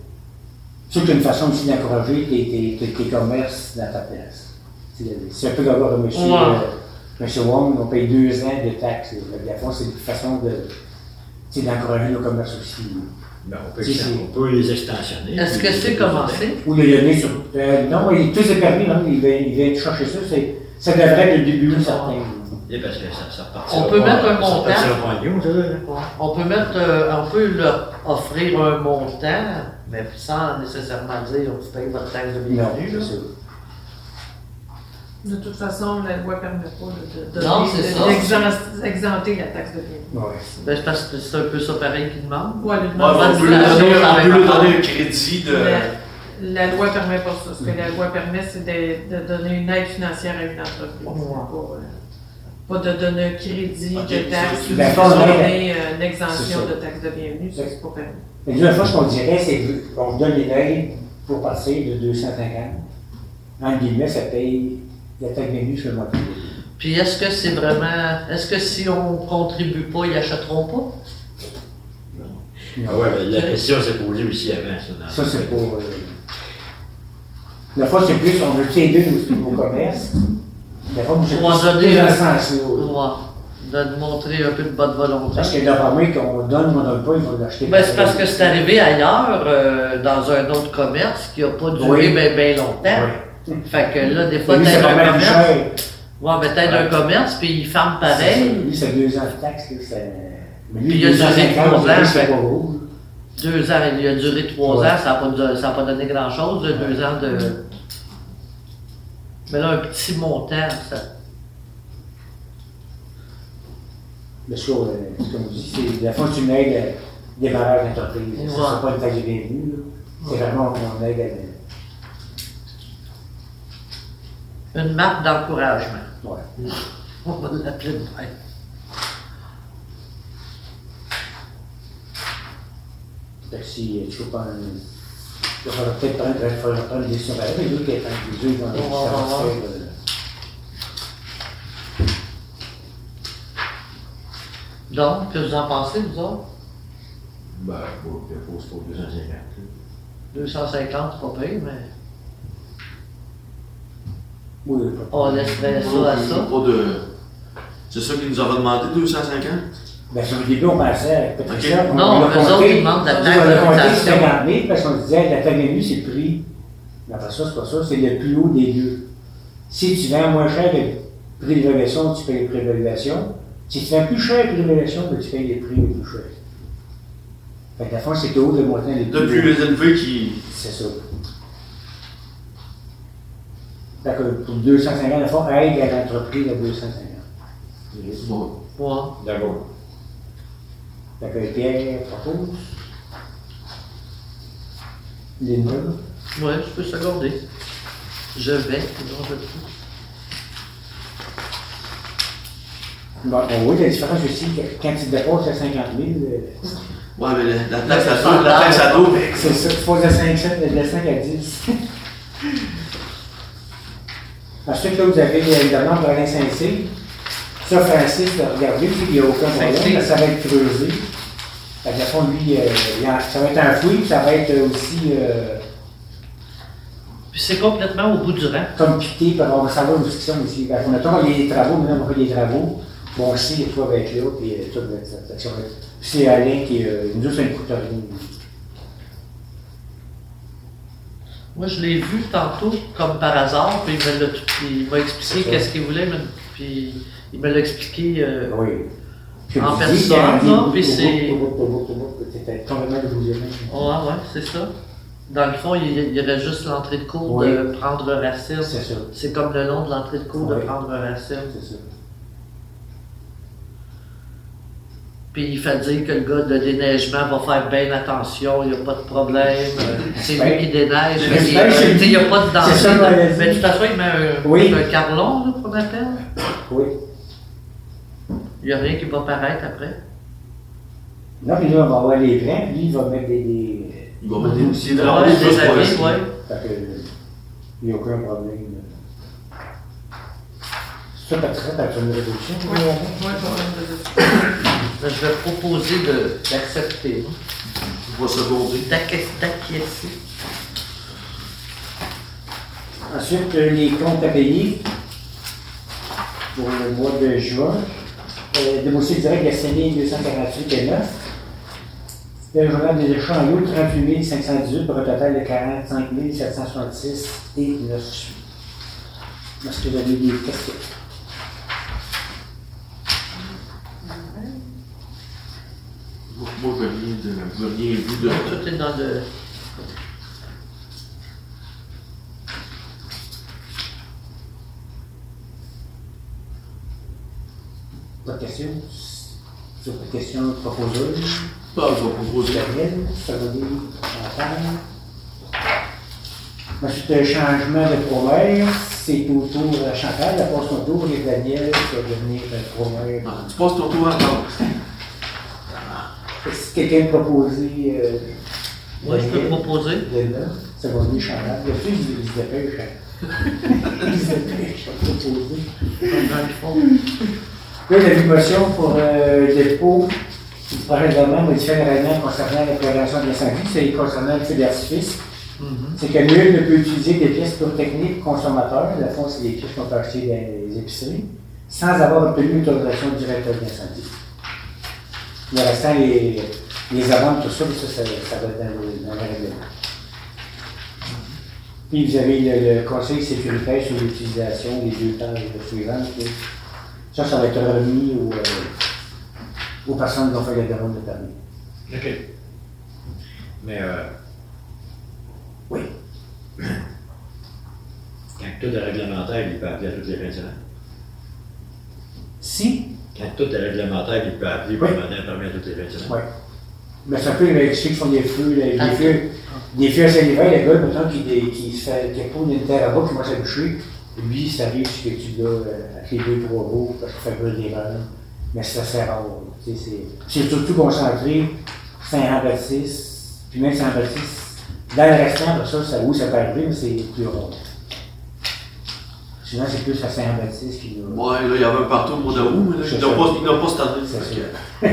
Speaker 1: C'est une façon aussi d'encourager tes, tes, tes, tes commerces dans ta place. C'est- C'est un peu d'avoir un monsieur,
Speaker 6: Ouais.
Speaker 1: euh, monsieur Wong, on paye deux ans de taxes. Fait que, à fond, c'est une façon de, tu sais, d'encourager nos commerces aussi.
Speaker 5: Ben, on peut,
Speaker 1: Si, si.
Speaker 5: on peut les extensionner.
Speaker 6: Est-ce que
Speaker 5: puis-
Speaker 6: c'est commencé?
Speaker 1: Ou le donner sur. euh, non, il, tout est permis, non, il, vient, il vient te chercher ça. c'est- Ça devrait être le début, certain.
Speaker 5: Et parce que Eh ben, ça, ça repartira
Speaker 6: On peut
Speaker 5: pas-
Speaker 6: mettre un
Speaker 5: Ça
Speaker 6: montant.
Speaker 5: repartira pas en Lyon, ça, là.
Speaker 6: Ouais. On peut mettre, euh, on peut leur offrir un montant, mais sans nécessairement dire on vous paye votre taxe de
Speaker 1: Non,
Speaker 6: bienvenue.
Speaker 1: c'est
Speaker 6: là.
Speaker 1: ça.
Speaker 2: De toute façon, la loi ne permet pas de, de,
Speaker 6: Non,
Speaker 2: de-
Speaker 6: c'est
Speaker 2: de-
Speaker 6: ça.
Speaker 2: d'exen- d'exenter la taxe de bienvenue.
Speaker 1: Ouais.
Speaker 6: Ben, c'est parce que c'est un peu ça pareil qu'ils demandent.
Speaker 2: Ouais, le-
Speaker 4: Ouais, On peut lui donner- on peut lui donner un crédit de.
Speaker 2: la, la loi permet pas ça. Ce que la loi permet, c'est de, de donner une aide financière à une entreprise. Pas, euh, pas de donner un crédit
Speaker 4: Ok,
Speaker 2: de
Speaker 4: ça,
Speaker 2: taxe
Speaker 4: c'est-
Speaker 2: ou de
Speaker 1: Ben, pas vrai.
Speaker 2: donner euh, une exemption
Speaker 1: C'est ça.
Speaker 2: de taxe de bienvenue. Ça, c'est pas permis.
Speaker 1: Mais la fois, ce qu'on dirait, c'est qu'on vous donne une aide pour passer de 250. En guillemets, ça paye la taxe de bienvenue sur le mois de février.
Speaker 6: Puis est-ce que c'est vraiment, est-ce que si on contribue pas, ils achèteront pas?
Speaker 5: Ah ouais, mais la question s'est posée aussi avant, ça. dans-
Speaker 1: Ça, c'est pour. euh, La fois, c'est plus, on veut t'aider nos, nos commerces. La fois, moi, c'est
Speaker 6: Pour en
Speaker 1: plus
Speaker 6: donner,
Speaker 1: dans
Speaker 6: euh,
Speaker 1: le sens, là.
Speaker 6: Ouais. De montrer un peu de bonne volonté.
Speaker 1: Parce que d'après moi, qu'on donne, on donne pas, ils vont l'acheter.
Speaker 6: Ben, c'est parce que c'est arrivé ailleurs, euh, dans un autre commerce qui a pas duré
Speaker 1: Oui.
Speaker 6: bien ben longtemps. Fait que là, des fois,
Speaker 1: Lui, c'est
Speaker 6: t'as
Speaker 1: pas
Speaker 6: un
Speaker 1: mal plus
Speaker 6: commerce.
Speaker 1: cher.
Speaker 6: Ouais, mais t'as un commerce, puis ils ferment pareil.
Speaker 1: Lui, c'est deux ans de taxe, là, ça- Mais lui,
Speaker 6: Puis il y a
Speaker 1: deux ans,
Speaker 6: duré
Speaker 1: cinq ans,
Speaker 6: trois ans,
Speaker 1: c'est
Speaker 6: fait-
Speaker 1: pas gros.
Speaker 6: Deux ans, il a duré trois
Speaker 1: Ouais.
Speaker 6: ans, ça n'a pas, du- ça a pas donné grand-chose, là, deux ans de... Mais là, un petit montant, ça...
Speaker 1: Mais ça, euh, comme je dis, c'est la fois, tu une aide à démarrage d'entreprise. Ça,
Speaker 6: Ouais.
Speaker 1: c'est pas une taxe de bienvenue, là. C'est vraiment, on aide à.
Speaker 6: Une marque d'encouragement,
Speaker 1: Ouais.
Speaker 6: on va l'appeler de même.
Speaker 1: Fait que si euh, tu veux prendre. Il va falloir peut-être prendre, il va falloir prendre des décisions pareilles, mais l'autre qui est en des yeux, ils vont
Speaker 6: Ouais,
Speaker 1: ça va se
Speaker 6: ouais,
Speaker 1: faire, euh,
Speaker 6: Donc, que vous en pensez, vous autres?
Speaker 5: Ben, faut- faut- faut- faut 250.
Speaker 6: 250, c'est pas pire, mais
Speaker 1: Oui, il y a pas de
Speaker 6: on
Speaker 1: problème.
Speaker 6: laisserait ça à ça.
Speaker 4: Pas de... C'est ça qu'ils nous avaient demandé, 250?
Speaker 1: Ben, sur le début, on pensait avec Patricia.
Speaker 4: Ok.
Speaker 1: on-
Speaker 6: Non,
Speaker 1: on
Speaker 6: eux autres, ils demandent la
Speaker 1: On a compté
Speaker 6: taxe
Speaker 1: 50 000 parce qu'on disait, la taxe de venue, c'est le prix. Mais après ça, c'est pas ça, c'est le plus haut des deux. Si tu vends moins cher le prix d'évaluation, tu payes le prix d'évaluation. Si tu vends plus cher le prix d'évaluation, ben, tu payes les prix les plus chers. Fait que la France, c'était haut de montant les
Speaker 4: De plus
Speaker 1: hauts.
Speaker 4: les élevés qui...
Speaker 1: C'est ça. Fait que pour 250, la fois, aide à l'entreprise à 250.
Speaker 4: Bon.
Speaker 6: Ouais.
Speaker 5: D'accord.
Speaker 1: Fait que Pierre propose. Linda.
Speaker 6: Ouais, je peux seconder. Je vais, non, je peux.
Speaker 1: Bon, on voit la différence aussi que quand tu dépasses à 50 000, euh,
Speaker 4: Ouais, mais la- la taxe à dos, la taxe à dos, mais...
Speaker 1: c'est ça, tu passes de 5, de 5 à 10. Ensuite, là, vous avez une demande de Alain Saint-Cyr. Ça, Francis, là, regardez, puis il n'y a aucun
Speaker 6: Saint-Cyr.
Speaker 1: problème, là, ça va être creusé. Fait que, dans le fond, lui, euh, il en- ça va être enfoui, puis ça va être aussi euh,
Speaker 6: Puis c'est complètement au bout du rang.
Speaker 1: comme pité, puis on va savoir où c'est aussi. Fait qu'on attend les travaux, maintenant on va faire les travaux. Bon, aussi, il faut être là, puis euh, tout va être ça. Fait que ça va être- Puis c'est Alain qui euh, nous autres, c'est une couturier.
Speaker 6: Moi, je l'ai vu tantôt, comme par hasard, puis il me l'a, il m'a expliqué
Speaker 1: C'est ça.
Speaker 6: qu'est-ce qu'il voulait, mais- puis il me l'a expliqué. euh,
Speaker 1: Oui. Puis
Speaker 6: En
Speaker 1: vous
Speaker 6: personne,
Speaker 1: dites qu'il y a un lit,
Speaker 6: non, puis
Speaker 1: au bout,
Speaker 6: c'est- Oh,
Speaker 1: au bout, au bout, au bout, au bout, C'était complètement déboussolé.
Speaker 6: Ouais, ouais, ah, c'est ça. Dans le fond, il il y avait juste l'entrée de cours
Speaker 1: Oui.
Speaker 6: de prendre un racine.
Speaker 1: C'est ça,
Speaker 6: C'est comme le nom de l'entrée de cours de
Speaker 1: Oui.
Speaker 6: prendre un racine.
Speaker 1: c'est ça.
Speaker 6: Puis il fait dire que le gars de déneigement va faire bien attention, il n'y a pas de problème, euh, c'est
Speaker 1: Ben,
Speaker 6: lui qui déneige,
Speaker 1: ben,
Speaker 6: mais il
Speaker 1: ben, c'est-
Speaker 6: n'y a pas de danger.
Speaker 1: c'est ça,
Speaker 6: là.
Speaker 1: ben,
Speaker 6: mais de toute façon, il met un,
Speaker 1: Oui.
Speaker 6: un carlon, là, qu'on appelle.
Speaker 1: Oui.
Speaker 6: Il n'y a rien qui va paraître après.
Speaker 1: Là, puis là, on va avoir les vrais, puis lui, il va mettre des. des...
Speaker 4: Il va mettre des petits
Speaker 6: Il
Speaker 4: draps
Speaker 6: va
Speaker 4: juste
Speaker 6: des
Speaker 4: pour
Speaker 6: amis,
Speaker 4: rester.
Speaker 6: ouais.
Speaker 1: Fait que, euh, il n'y a aucun problème. C'est ça, Patrick, t'as fait une résolution?
Speaker 2: Oui, oui, pour une de
Speaker 6: Mais je vais proposer de- d'accepter, hein. là.
Speaker 4: Il va se bonder.
Speaker 6: D'acqui- d'acquiescer.
Speaker 1: Ensuite, euh, les comptes à payer pour le mois de juin. Euh, Déboursé direct à 5 248,9. Le journal des échanges en eau, 38 518 pour un total de 45 766 et 9. Est-ce que vous avez des questions?
Speaker 4: Moi, moi, je viens de- je viens vu de.
Speaker 6: Tout est dans le.
Speaker 1: Pas de questions? Sur la question proposée,
Speaker 4: Bah, je vais proposer.
Speaker 1: Gabriel, ça va dire, Chantal. Ensuite, le changement de proverbe, c'est au tour de Chantal, elle passe son tour, et Daniel qui va devenir le proverbe.
Speaker 4: Ah, Tu passes ton tour à temps.
Speaker 1: Si quelqu'un proposait. Euh,
Speaker 6: Oui, je peux
Speaker 1: Daniel,
Speaker 6: proposer.
Speaker 1: Linda, ça va devenir Chantal. Il y a plus de se dépêche. Ils se dépêchent à proposer.
Speaker 6: Dans le fond.
Speaker 1: Là, il y a une motion pour euh, le dépôt du projet de gouvernement modifiant le règlement concernant la prévention de l'incendie, c'est concernant le feu d'artifice.
Speaker 6: Mhm.
Speaker 1: C'est que nul ne peut utiliser des pièces pyrotechniques consommateurs, la fond, c'est des pièces qu'on peut acheter dans les épiceries, sans avoir obtenu l'autorisation du directeur de l'incendie. Le restant, les, les amendes, tout ça, ça, ça, ça va être dans le, dans le règlement. Puis vous avez le, le conseil sécuritaire sur l'utilisation des deux tâches suivantes. là. Ça, ça va être remis aux, euh, aux personnes qui ont fait la demande de permis.
Speaker 5: OK. Mais, euh, oui. Quand tout est réglementaire, il peut appeler à toutes les fins de semaine.
Speaker 1: Si,
Speaker 5: Quand tout est réglementaire, il peut appeler pour
Speaker 1: Oui.
Speaker 5: demander un permis à toutes les fins de semaine.
Speaker 1: oui. Mais ça peut avec ceux qui font des feux, là,
Speaker 6: Ah.
Speaker 1: des feux, des feux à Saint-Hiver, le gars, mettons, qui, dé- qui se fait, qui pose une terre à bas, qui commence à boucher, lui, ça arrive sur que tu l'as euh, avec les deux, trois roues, parce qu'il fait brûler des vannes. Mais ça, c'est rare. là. Tu sais, C'est c'est surtout concentré Saint-Jean-Baptiste, puis même Saint-Baptiste. Dans le restant, ça, ça, oui, ça peut arriver, mais c'est plus rare. Souvent, c'est plus à Saint-Jean-Baptiste qu'il y a.
Speaker 4: Ouais, là, il y avait un partout au mois d'août, mais là,
Speaker 1: C'est
Speaker 4: il
Speaker 1: ça.
Speaker 4: n'a pas, il n'a pas cette année.
Speaker 1: C'est
Speaker 4: fait
Speaker 1: ça.
Speaker 4: que-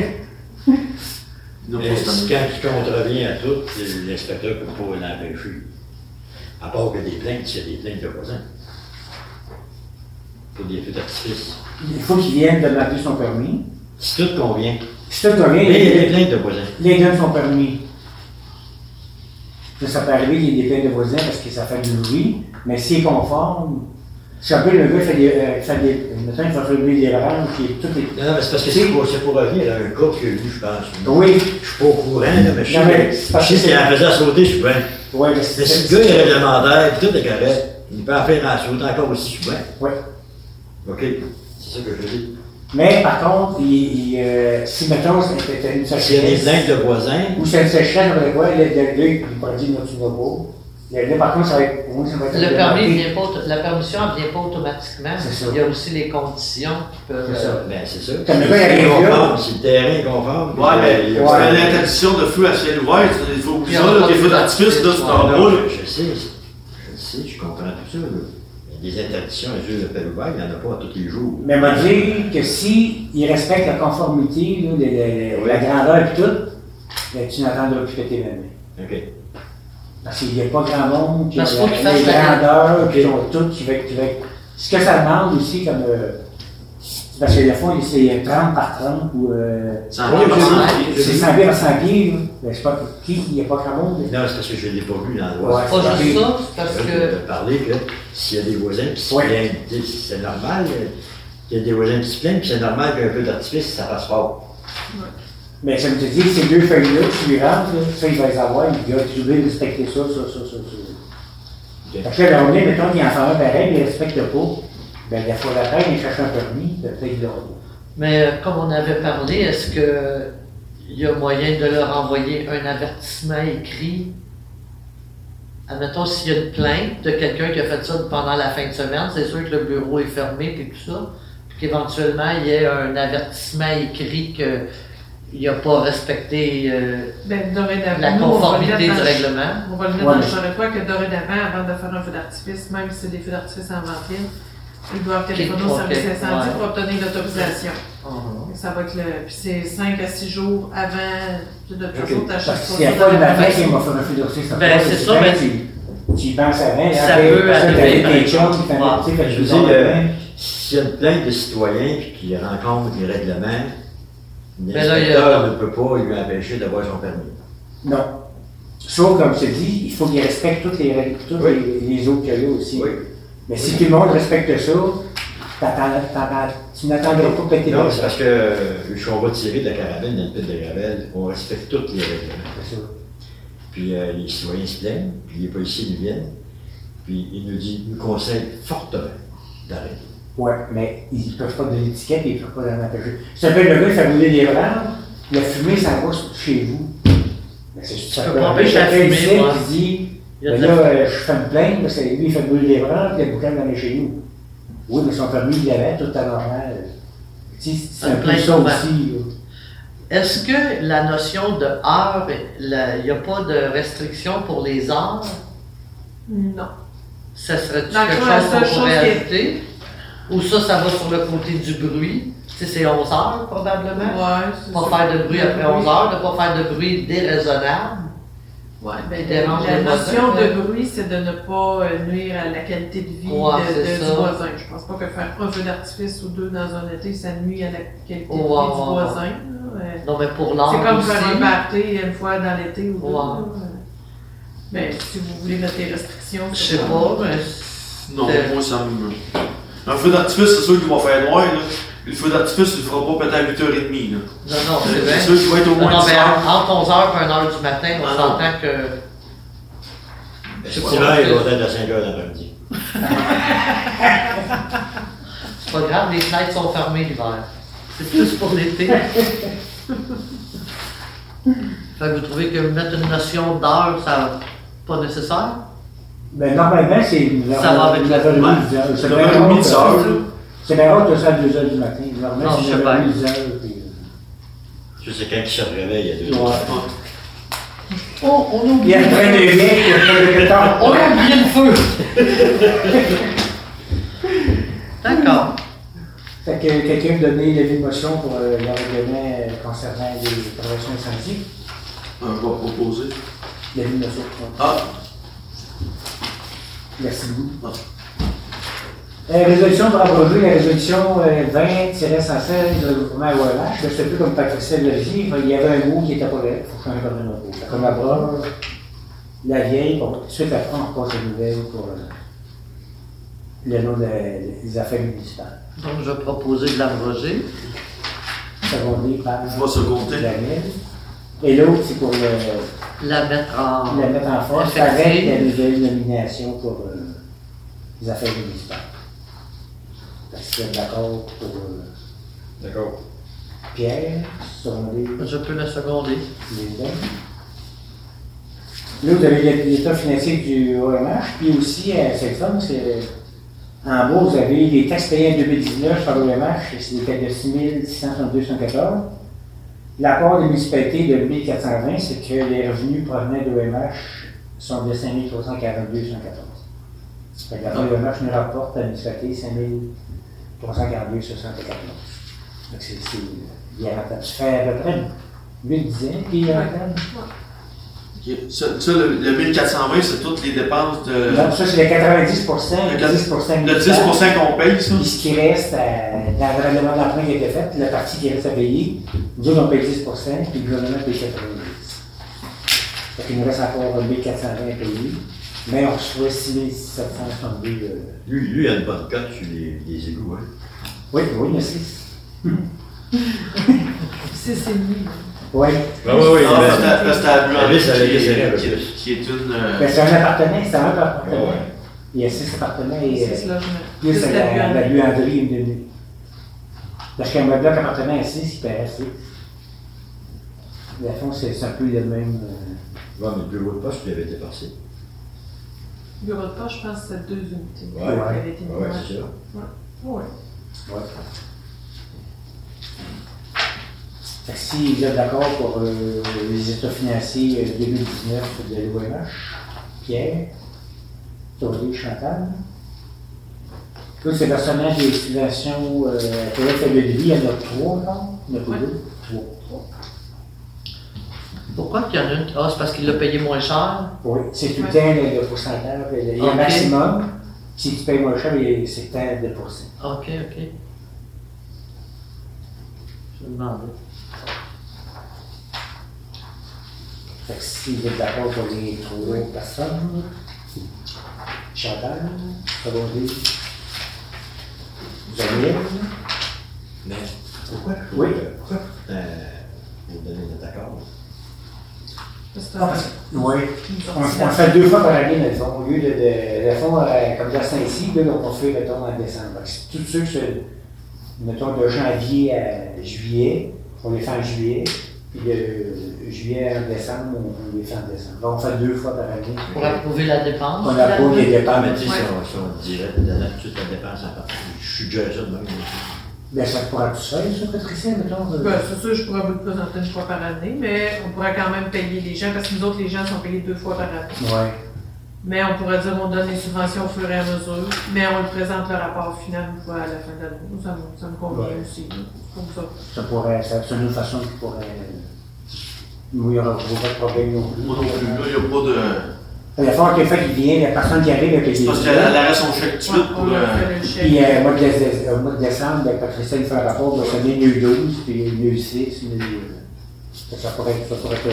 Speaker 4: Il n'a
Speaker 5: Mais
Speaker 4: pas cette
Speaker 5: Euh, si-
Speaker 4: année.
Speaker 5: quand tu contreviens à tout, l'inspecteur ne peut pas l'empêcher. À part que des plaintes, s'il y a des plaintes de voisins. Pour des feux d'artifice.
Speaker 1: Il faut qu'il vienne demander son permis.
Speaker 5: Si tout convient.
Speaker 1: Si tout convient,
Speaker 5: Mais il y a
Speaker 1: il-
Speaker 5: des plaintes de voisins.
Speaker 1: Les deux sont permis. Ça, ça peut arriver qu'il y ait des peines de voisins parce que ça fait du bruit, mais s'il est conforme, si un peu le gars fait des. euh, fait des mettons, il va faire brûler des rangs, puis tout est.
Speaker 5: Non, non, mais c'est parce que c'est pour, c'est pour revenir à un gars qui est venu, je pense.
Speaker 1: Oui,
Speaker 5: Je suis pas au courant, là, mais je
Speaker 1: Non, mais
Speaker 5: sais-
Speaker 1: c'est parce
Speaker 5: je sais
Speaker 1: que-
Speaker 5: ce qu'il a faisait à sauter souvent.
Speaker 1: ouais, mais
Speaker 5: Mais si
Speaker 1: c'est.
Speaker 5: le gars est réglementaire, puis tout est correct, il peut en faire en sautant encore aussi souvent.
Speaker 1: Ouais.
Speaker 5: OK? C'est ça que je dis.
Speaker 1: Mais par contre, il, il, euh, si mettons, c'était une
Speaker 5: S'il y a des
Speaker 1: sécheresse,
Speaker 5: plaintes de voisins,
Speaker 1: ou c'est une sécheresse, on va voir, le le gars, il va dire non, tu vas pas. Le gars, par contre, ça va être. oui, ça va être
Speaker 6: Le permis
Speaker 1: réglementé.
Speaker 6: vient pas, auto- la permission ne vient pas automatiquement.
Speaker 1: C'est ça.
Speaker 6: Il y a aussi les conditions qui peuvent.
Speaker 1: C'est ça.
Speaker 5: ben c'est ça.
Speaker 1: Comme le
Speaker 5: Si
Speaker 1: gars, il
Speaker 5: c'est
Speaker 1: arrive là.
Speaker 5: conforme, Si le terrain est conforme.
Speaker 4: Ouais, ben, mais
Speaker 5: il y
Speaker 4: tu
Speaker 5: a-
Speaker 1: Ouais.
Speaker 4: fais l'interdiction de feu à ciel ouvert, il faut oublier ça, là, les feux d'artifice, là, tu t'en
Speaker 5: Ah
Speaker 4: vas,
Speaker 5: non,
Speaker 4: là.
Speaker 5: je, je sais, je sais, je comprends tout ça. là. Il y a des interdictions à jeu de pelle ouvert, il n'y en a pas à tous les jours.
Speaker 1: Mais m'a dit que si il respecte la conformité, là, le- le- le- la grandeur et tout, ben, tu n'attendras plus que tes mains.
Speaker 5: OK.
Speaker 1: Parce qu'il n'y a pas grand monde qui a
Speaker 6: Parce qu'il faut qu'il fasse
Speaker 1: les
Speaker 6: la-
Speaker 1: grandeurs, qui
Speaker 5: Ok.
Speaker 1: ont tout, qui veulent- qui veulent- Ce que ça demande aussi, comme. euh, parce que des fois, c'est 30 par 30 ou. euh,
Speaker 4: Ça en va par
Speaker 1: c'est-
Speaker 4: cent
Speaker 5: pieds.
Speaker 1: C'est 100 pieds par 100 pieds, là. Ben, je sais pas pour qui, il n'y a pas grand monde.
Speaker 5: Non, c'est parce que je ne l'ai pas vu dans la loi.
Speaker 1: Ouais.
Speaker 6: Pas juste ça, c'est parce
Speaker 5: Je
Speaker 6: que.
Speaker 5: vais parler que s'il y a des voisins qui se
Speaker 1: Ouais.
Speaker 5: plaignent, tu sais, c'est normal. euh, qu'il y a des voisins qui se plaignent, puis c'est normal qu'un peu d'artifice, ça passe fort.
Speaker 1: Mais ça me dit, ces deux feuilles-là, si lui rentre, là, ça, il va les avoir, il va trouver de respecter ça, ça, ça, ça, ça. Parce que là, on est, mettons, il en fait un pareil, mais il ne respecte pas. Ben, la fois d'après, il cherche un permis, ben, peut-être qu'il l'aura.
Speaker 6: Mais euh, comme on avait parlé, est-ce que il y a moyen de leur envoyer un avertissement écrit? Admettons, s'il y a une plainte de quelqu'un qui a fait ça pendant la fin de semaine, c'est sûr que le bureau est fermé et tout ça, puis qu'éventuellement, il y ait un avertissement écrit qu'il n'a pas respecté euh,
Speaker 2: Ben,
Speaker 6: la
Speaker 2: dorénavant, nous, on va le
Speaker 6: conformité
Speaker 2: mettre
Speaker 6: du
Speaker 2: dans le-
Speaker 6: règlement.
Speaker 2: on va le mettre
Speaker 1: Ouais.
Speaker 2: dans le champ de quoi que dorénavant, avant de faire un feu d'artifice, même si c'est des feux d'artifice en ventile, ils doivent téléphoner au
Speaker 6: Ok,
Speaker 2: service
Speaker 6: ok,
Speaker 2: incendie
Speaker 6: ouais.
Speaker 2: pour obtenir l'autorisation.
Speaker 1: Uh-huh.
Speaker 2: Ça va être le, puis c'est 5 à 6 jours avant, de toute façon,
Speaker 1: Ok. Parce
Speaker 2: t'achètes pas
Speaker 1: que s'il n'y a
Speaker 2: ça
Speaker 1: pas
Speaker 2: dans
Speaker 1: une
Speaker 2: la
Speaker 1: affaire qui
Speaker 2: maison.
Speaker 1: m'a fait un feu d'artifice, ça
Speaker 6: Ben,
Speaker 1: fait
Speaker 6: c'est
Speaker 1: pas,
Speaker 6: ça, ben,
Speaker 1: tu- tu y penses avant,
Speaker 6: ça
Speaker 1: après,
Speaker 6: peut
Speaker 1: hein, parce que t'avais des
Speaker 6: arriver, ben,
Speaker 1: chums qui
Speaker 6: ouais.
Speaker 1: t'en- tu sais, fait que
Speaker 5: Je
Speaker 1: tu
Speaker 5: veux
Speaker 1: sors
Speaker 5: dire,
Speaker 1: le
Speaker 5: euh,
Speaker 1: matin.
Speaker 5: s'il y a une plainte de citoyens puis qu'ils rencontrent les règlements,
Speaker 6: Mais là, il y a-
Speaker 5: l'inspecteur ne peut pas lui empêcher d'avoir son permis.
Speaker 1: Non. Sauf, comme je te dis, il faut qu'il respecte toutes les règles, toutes
Speaker 5: Oui.
Speaker 1: les, les autres qu'il y a aussi.
Speaker 5: Oui.
Speaker 1: Mais si tout le monde respecte ça, t'attends- t'attends- tu n'attendras Ah, pas que t'aies
Speaker 5: Non,
Speaker 1: des
Speaker 5: c'est parce que euh, si on va tirer de la carabine dans le pit de Gravel, on respecte toutes les règlements.
Speaker 1: ça.
Speaker 5: Puis euh, les citoyens se plaignent, puis les policiers nous viennent, puis ils nous disent, nous conseillent fortement d'arrêter.
Speaker 1: Ouais, mais ils ne peuvent pas de l'étiquette et ils ne peuvent pas d'en empêcher. C'est un peu le gars qui fait brûler des branles, la fumée s'en va sur- chez vous. Mais c'est
Speaker 6: Tu peux pas empêcher la
Speaker 1: Quelqu'un
Speaker 6: fumée,
Speaker 1: ici
Speaker 6: moi.
Speaker 1: qui dit
Speaker 6: Il y a
Speaker 1: ben
Speaker 6: de
Speaker 1: là,
Speaker 6: la-
Speaker 1: euh, je fais une plainte parce que lui, il fait brûler des branles puis le boucan d'en est chez nous. Oui, mais son permis, il l'avait, tout à normal. Tu sais, C'est un
Speaker 6: Une
Speaker 1: peu
Speaker 6: plainte
Speaker 1: ça
Speaker 6: ouverte.
Speaker 1: aussi. là.
Speaker 6: Est-ce que la notion de heure, la- il n'y a pas de restriction pour les heures?
Speaker 2: Non.
Speaker 6: Ça serait-tu
Speaker 2: Dans le
Speaker 6: quelque
Speaker 2: fond, la
Speaker 6: chose
Speaker 2: seule
Speaker 6: qu'on pourrait
Speaker 2: chose qui est-
Speaker 6: ajouter? Ou ça, ça va sur le côté du bruit? Tu sais, c'est 11 heures probablement.
Speaker 2: Ouais, c'est
Speaker 6: Pas
Speaker 2: ça.
Speaker 6: faire de bruit après
Speaker 2: Le
Speaker 6: 11 heures, de pas faire de bruit déraisonnable.
Speaker 2: Ouais, ben,
Speaker 6: Qui
Speaker 2: la,
Speaker 6: dérange
Speaker 2: la
Speaker 6: le voisin,
Speaker 2: notion
Speaker 6: là.
Speaker 2: de bruit, c'est de ne pas euh, nuire à la qualité de vie
Speaker 6: Ouais,
Speaker 2: de- de-
Speaker 6: c'est ça.
Speaker 2: du voisin. Je pense pas que faire un feu d'artifice ou deux dans un été, ça nuit à la qualité
Speaker 6: Ouais,
Speaker 2: de vie du
Speaker 6: ouais, ouais.
Speaker 2: voisin. là. Euh,
Speaker 6: Non, mais pour
Speaker 2: C'est
Speaker 6: l'heure
Speaker 2: comme faire un
Speaker 6: aussi.
Speaker 2: party une fois dans l'été ou deux.
Speaker 6: Ouais.
Speaker 2: là. Mais si vous voulez mettre des restrictions,
Speaker 6: Je
Speaker 2: c'est
Speaker 6: sais
Speaker 2: bon.
Speaker 6: pas, mais...
Speaker 4: Non,
Speaker 6: c'est-
Speaker 4: moi ça me. Un feu d'artifice, c'est sûr qu'il va faire noir, là. Le feu d'artifice, tu le feras pas peut-être à 8h30, là.
Speaker 6: Non, non, c'est
Speaker 4: Ah, C'est Ah,
Speaker 6: vrai.
Speaker 4: sûr qu'il va être au
Speaker 6: Non,
Speaker 4: moins
Speaker 6: non,
Speaker 4: 10
Speaker 6: mais
Speaker 4: heures.
Speaker 6: entre 11 heures et 1 heure du matin, on
Speaker 4: Ah, non.
Speaker 6: s'entend que...
Speaker 5: Ben,
Speaker 6: Je
Speaker 5: c'est
Speaker 6: sais
Speaker 5: il
Speaker 6: pas.
Speaker 5: va être à 5 heures l'après-midi.
Speaker 6: C'est pas grave, les fenêtres sont fermées l'hiver. C'est plus pour l'été. fait que vous trouvez que mettre une notion d'heure, ça pas nécessaire?
Speaker 1: Ben, normalement, c'est une
Speaker 6: Ça va avec la
Speaker 1: heure et demie,
Speaker 4: Ouais.
Speaker 1: dix heures. C'est
Speaker 4: Ça
Speaker 1: bien
Speaker 4: va être
Speaker 1: rare
Speaker 4: au
Speaker 1: que-
Speaker 4: midi heures, là.
Speaker 1: C'est bien rare que ça à 2 heures du matin. Normalement,
Speaker 6: Non,
Speaker 1: c'est
Speaker 6: je sais
Speaker 1: 9 heures,
Speaker 6: pas.
Speaker 1: 10 heures. puis,
Speaker 5: Ça, c'est quand ils se réveillent, il y a deux
Speaker 1: euh,
Speaker 5: heures.
Speaker 1: ouais.
Speaker 6: Oh, on
Speaker 1: Il y a train de mec, il y a train de temps.
Speaker 6: On a oublié le feu! D'accord.
Speaker 1: Fait que quelqu'un me donnait l'avis de motion pour euh, le règlement euh, concernant les préventions incendies.
Speaker 4: Euh, Je vais proposer.
Speaker 1: L'avis de motion. ouais.
Speaker 4: Ah,
Speaker 1: Merci beaucoup.
Speaker 4: Ouais.
Speaker 1: Euh, résolution pour abroger la résolution euh, 20-116 du gouvernement OLH. Je ne sais plus comme Patricia l'a dit, il y avait un mot qui n'était pas correct. Il faut changer quand même un mot. Comme abroge, la vieille, bon, tout de suite après, on repasse la nouvelle pour euh, le nom de- des affaires municipales.
Speaker 6: Donc, je vais proposer de l'abroger.
Speaker 1: Secondé par.
Speaker 4: je vais seconder.
Speaker 1: Daniel. Et l'autre, c'est pour le.
Speaker 6: La mettre en.
Speaker 1: la mettre en force
Speaker 6: Effective.
Speaker 1: avec la nouvelle nomination pour euh, les affaires municipales. Parce que d'accord pour euh,
Speaker 5: D'accord.
Speaker 1: Pierre, sondé
Speaker 6: Je peux la seconder.
Speaker 1: les uns. Là, vous avez l'état financier du OMH, puis aussi à cette somme, c'est euh, en bas, vous avez les taxes payées en 2019 par l'OMH, c'était de 6 632,114. L'apport des municipalités de 1420, c'est que les revenus provenant de l'OMH sont de 5342,114. Fait que la fin de l'OMH nous rapporte à la municipalité 5342,74. Donc, c'est, c'est, il y a ça fait à peu près une dizaine qu'il y a encore.
Speaker 4: Ok. Ça, ça, le, le 1420, c'est toutes les dépenses de.
Speaker 1: Donc, ça, c'est le 90
Speaker 4: Le
Speaker 1: le 10
Speaker 4: Le 10% qu'on paye, ça.
Speaker 1: Puis ce qui reste, à, dans le règlement d'emprunt qui a été fait, la partie qui reste à payer, nous autres, on paye 10 puis le gouvernement paye 90 Fait qu'il nous reste encore 1420 à payer, mais on reçoit 6762. euh,
Speaker 5: Lui, lui, il a une bonne cote sur les, les égouts, hein.
Speaker 1: Oui, oui, merci.
Speaker 2: Puis c'est c'est nuit.
Speaker 1: Oui.
Speaker 7: Ah, oui, oui.
Speaker 4: Non,
Speaker 7: ben,
Speaker 4: parce que- parce que t'as vu en
Speaker 5: La liste,
Speaker 4: ligne
Speaker 5: elle est
Speaker 4: qui
Speaker 5: desserrée un
Speaker 4: est-
Speaker 5: peu
Speaker 4: qui est-
Speaker 5: plus.
Speaker 4: qui est une. euh,
Speaker 1: Ben, c'est un appartenant, c'est un par appartenant.
Speaker 5: Ouais, ouais.
Speaker 1: Il y a six appartenants et
Speaker 2: C'est
Speaker 1: euh,
Speaker 2: cela, je me.
Speaker 1: plus
Speaker 2: Juste la
Speaker 1: la, la
Speaker 2: buanderie.
Speaker 1: buanderie, une demi. Parce qu'un meuble appartenant à six, il perd six. Dans le fond, c'est c'est un peu le même. euh,
Speaker 5: Ouais, mais le bureau de poste, il avait été passé.
Speaker 2: Bureau de poche, je pense que c'est deux unités.
Speaker 5: Ouais,
Speaker 1: Ouais.
Speaker 2: Elle était
Speaker 5: Ouais, ouais, c'est ça.
Speaker 2: Ouais.
Speaker 1: ouais. Fait que si vous êtes d'accord pour euh, les états financiers euh, 2019 de l'OMH, Pierre, Tony, Chantal. Eux, c'est personnel des situations euh, pour être de vie, il y en a trois, non? Il y en a pas
Speaker 2: Ouais.
Speaker 1: deux? Trois.
Speaker 6: Pourquoi qu'il y en a une qui- Ah, c'est parce qu'il l'a payé moins cher.
Speaker 1: Oui, c'est tout le temps le, le pourcentage. Le, le
Speaker 6: Ok.
Speaker 1: maximum, si tu payes moins cher, il- c'est tant de pourcent.
Speaker 6: Ok, ok. Je me demandais.
Speaker 1: Fait que si vous êtes d'accord pour les trois personnes, Chantal, Corinne, Daniel,
Speaker 5: Mais pourquoi?
Speaker 1: Oui.
Speaker 5: Pourquoi? Euh, vous donnez notre accord.
Speaker 2: Parce que-
Speaker 1: oui, on, on le fait deux fois par année, mettons, au lieu de, de, le fond, euh, comme dans Saint-Cy, là, donc on le fait, mettons, en décembre. Fait que c'est tous ceux, que c'est, mettons, de janvier à juillet, on les fait en juillet, puis de juillet à décembre, on on les fait en décembre. Donc on fait deux fois par année.
Speaker 6: Pour approuver la dépense.
Speaker 1: On approuve les
Speaker 5: Ah,
Speaker 1: dépenses.
Speaker 5: mais tu sais, si
Speaker 2: Ouais.
Speaker 5: on- si on dirait de donner toute la dépense à partir, je suis déjà ça de même.
Speaker 1: Ben, ça pourra tout seul, ça, Patricia, mettons. euh,
Speaker 2: Ben, c'est sûr, je pourrais vous le présenter une fois par année, mais on pourrait quand même payer les gens, parce que nous autres, les gens sont payés deux fois par année.
Speaker 1: Ouais.
Speaker 2: Mais on pourrait dire, on donne les subventions au fur et à mesure, mais on le présente le rapport final une fois à la fin de l'année. Nous, Ça me, ça me convient
Speaker 1: Ouais.
Speaker 2: aussi, comme ça.
Speaker 1: Ça pourrait, ça- c'est une autre façon qui pourrait. Nous, il n'y aura pas de problème non plus.
Speaker 4: Moi non plus, là, il n'y a pas de.
Speaker 1: La fois qu'il fait qu'il vient, la personne qui arrive avec les.
Speaker 4: Parce qu'elle elle arrête son chèque tout de
Speaker 2: Ouais,
Speaker 4: suite pour.
Speaker 2: on a
Speaker 4: euh,
Speaker 2: fait le chèque.
Speaker 1: Puis, euh, au mois de, dé- au mois de décembre, ben, Patricia, il fait un rapport, ben, ça vient de 12, puis 6, euh, Ça pourrait, ça pourrait être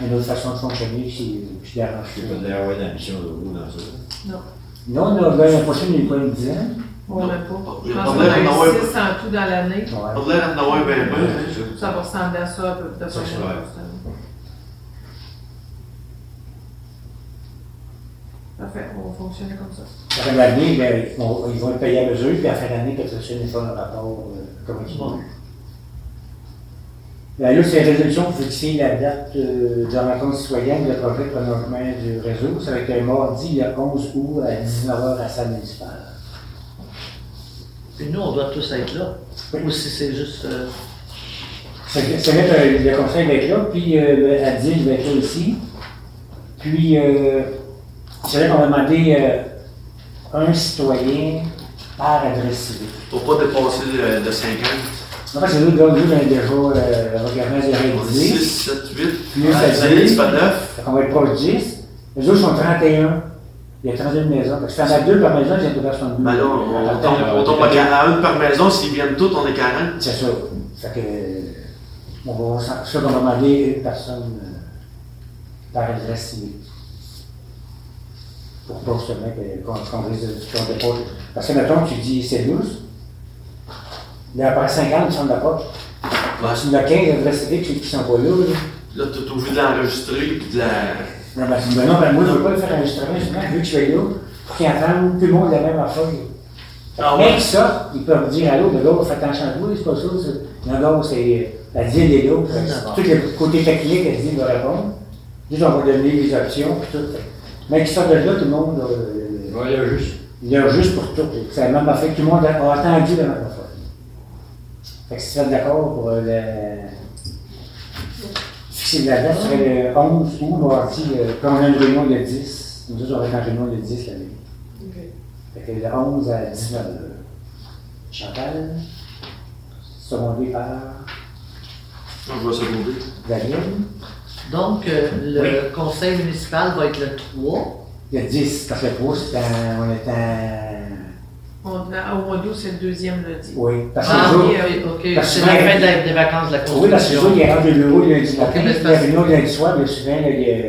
Speaker 1: une, une autre façon de fonctionner, puis, puis d'arranger.
Speaker 5: Je suis pas d'ailleurs ouais, d'ambition de vous dans ça.
Speaker 1: Non, non, ben, la prochaine, il y a pas une dizaine.
Speaker 2: On même pas. Je
Speaker 4: Il y a
Speaker 2: pense qu'on
Speaker 4: Ah, pas de
Speaker 2: a eu
Speaker 4: problème, on a eu-
Speaker 2: six en tout dans l'année.
Speaker 1: Ouais.
Speaker 4: On a l'air d'en avoir ben, ben. hein.
Speaker 2: Ça va ressembler à ça, à peu près.
Speaker 5: Ça, c'est vrai.
Speaker 2: Parfait, on va fonctionner comme ça.
Speaker 1: À la fin de l'année, ben, ils vont- ils vont le payer à mesure, puis à la fin de l'année, Patricia nous fait un rapport, euh, comment tu
Speaker 6: Bon.
Speaker 1: Ben là, c'est la résolution pour fixer la date euh, de rencontre citoyenne le projet preneur en commun du réseau. Ça va être le mardi le 11 août à 19h à la salle municipale.
Speaker 6: Puis nous, on doit tous être là. Ou si c'est juste. euh,
Speaker 1: C'est que- c'est vrai que euh, le conseil va être là, puis euh, Adil va être là aussi. Puis, euh, c'est vrai qu'on va demander euh, un citoyen par adresse civique.
Speaker 4: Pour pas dépasser euh, de 50.
Speaker 1: En fait, c'est nous, là, nous, on a déjà euh, regardé les réalisés.
Speaker 4: 6, 7, 8.
Speaker 1: Puis là, ça
Speaker 4: Ah,
Speaker 1: dit-
Speaker 4: c'est pas 9.
Speaker 1: Fait qu'on va être proche de 10. Les autres sont 31. Il y a 31 maisons. Fait que si t'en as deux par maison, j'ai ouvert son
Speaker 4: Ben là, on, on tombe, on tombe à 40 par maison. S'ils viennent tous, on est 40.
Speaker 1: C'est ça. Fait que. euh, On va, ça, ça, on va demander une personne euh, par adresse civique. Pour pas justement que- qu'on qu'on risque de- qu'on dépose. Parce que mettons, tu dis c'est 12. Là, après 50, ils sont de la poche.
Speaker 4: Ouais.
Speaker 1: Si tu as 15 adresses civiques qui- qui sont pas là, là.
Speaker 4: Là, t'es obligé de l'enregistrer puis de la.
Speaker 1: Non, ben, ben non, ben moi, je veux pas le faire enregistrer, justement, vu que je suis là, pour qu'ils entendent tout le monde la même affaire.
Speaker 4: Ah
Speaker 1: Même
Speaker 4: ouais.
Speaker 1: ça, ils peuvent dire à l'autre, de l'autre, faites attention à vous, c'est pas ça, c'est- Non, non, c'est, la deal est là,
Speaker 6: D'accord.
Speaker 1: tout le côté technique, la deal va répondre. Juste, on va donner les options, puis tout. Mais qu'ils sortent de là, tout le monde, euh,
Speaker 5: Ouais, il y a juste.
Speaker 1: il y a juste pour tout, c'est la même affaire, tout le monde a a entendu la même affaire. Fait que si vous êtes d'accord pour euh, le... fixer la date, ce serait le 11 août, mardi, euh, quand on a une réunion le 10, nous autres, on va être en réunion le 10 la nuit. Fait que le 11 à 19 h Chantal, secondé par
Speaker 4: Moi, je vais seconder.
Speaker 1: Daniel,
Speaker 6: Donc, euh, le
Speaker 1: Oui.
Speaker 6: conseil municipal va être le 3.
Speaker 1: le 10, parce que le 3, c'est en- on est en...
Speaker 2: On, au mois d'août, c'est le deuxième lundi.
Speaker 1: Oui, parce que
Speaker 6: Ah,
Speaker 1: le jour-
Speaker 6: oui, oui, ok.
Speaker 1: Parce
Speaker 6: C'est
Speaker 1: que-
Speaker 6: la fin de la- des vacances de la
Speaker 1: Euh, Oui, parce que
Speaker 6: construction.
Speaker 1: ça, il est rendu au bureau lundi matin,
Speaker 6: Ok,
Speaker 1: puis
Speaker 6: mais
Speaker 1: il
Speaker 6: c'est
Speaker 1: y a
Speaker 6: parce-
Speaker 1: réunion lundi soir, mais souvent, là, il y a-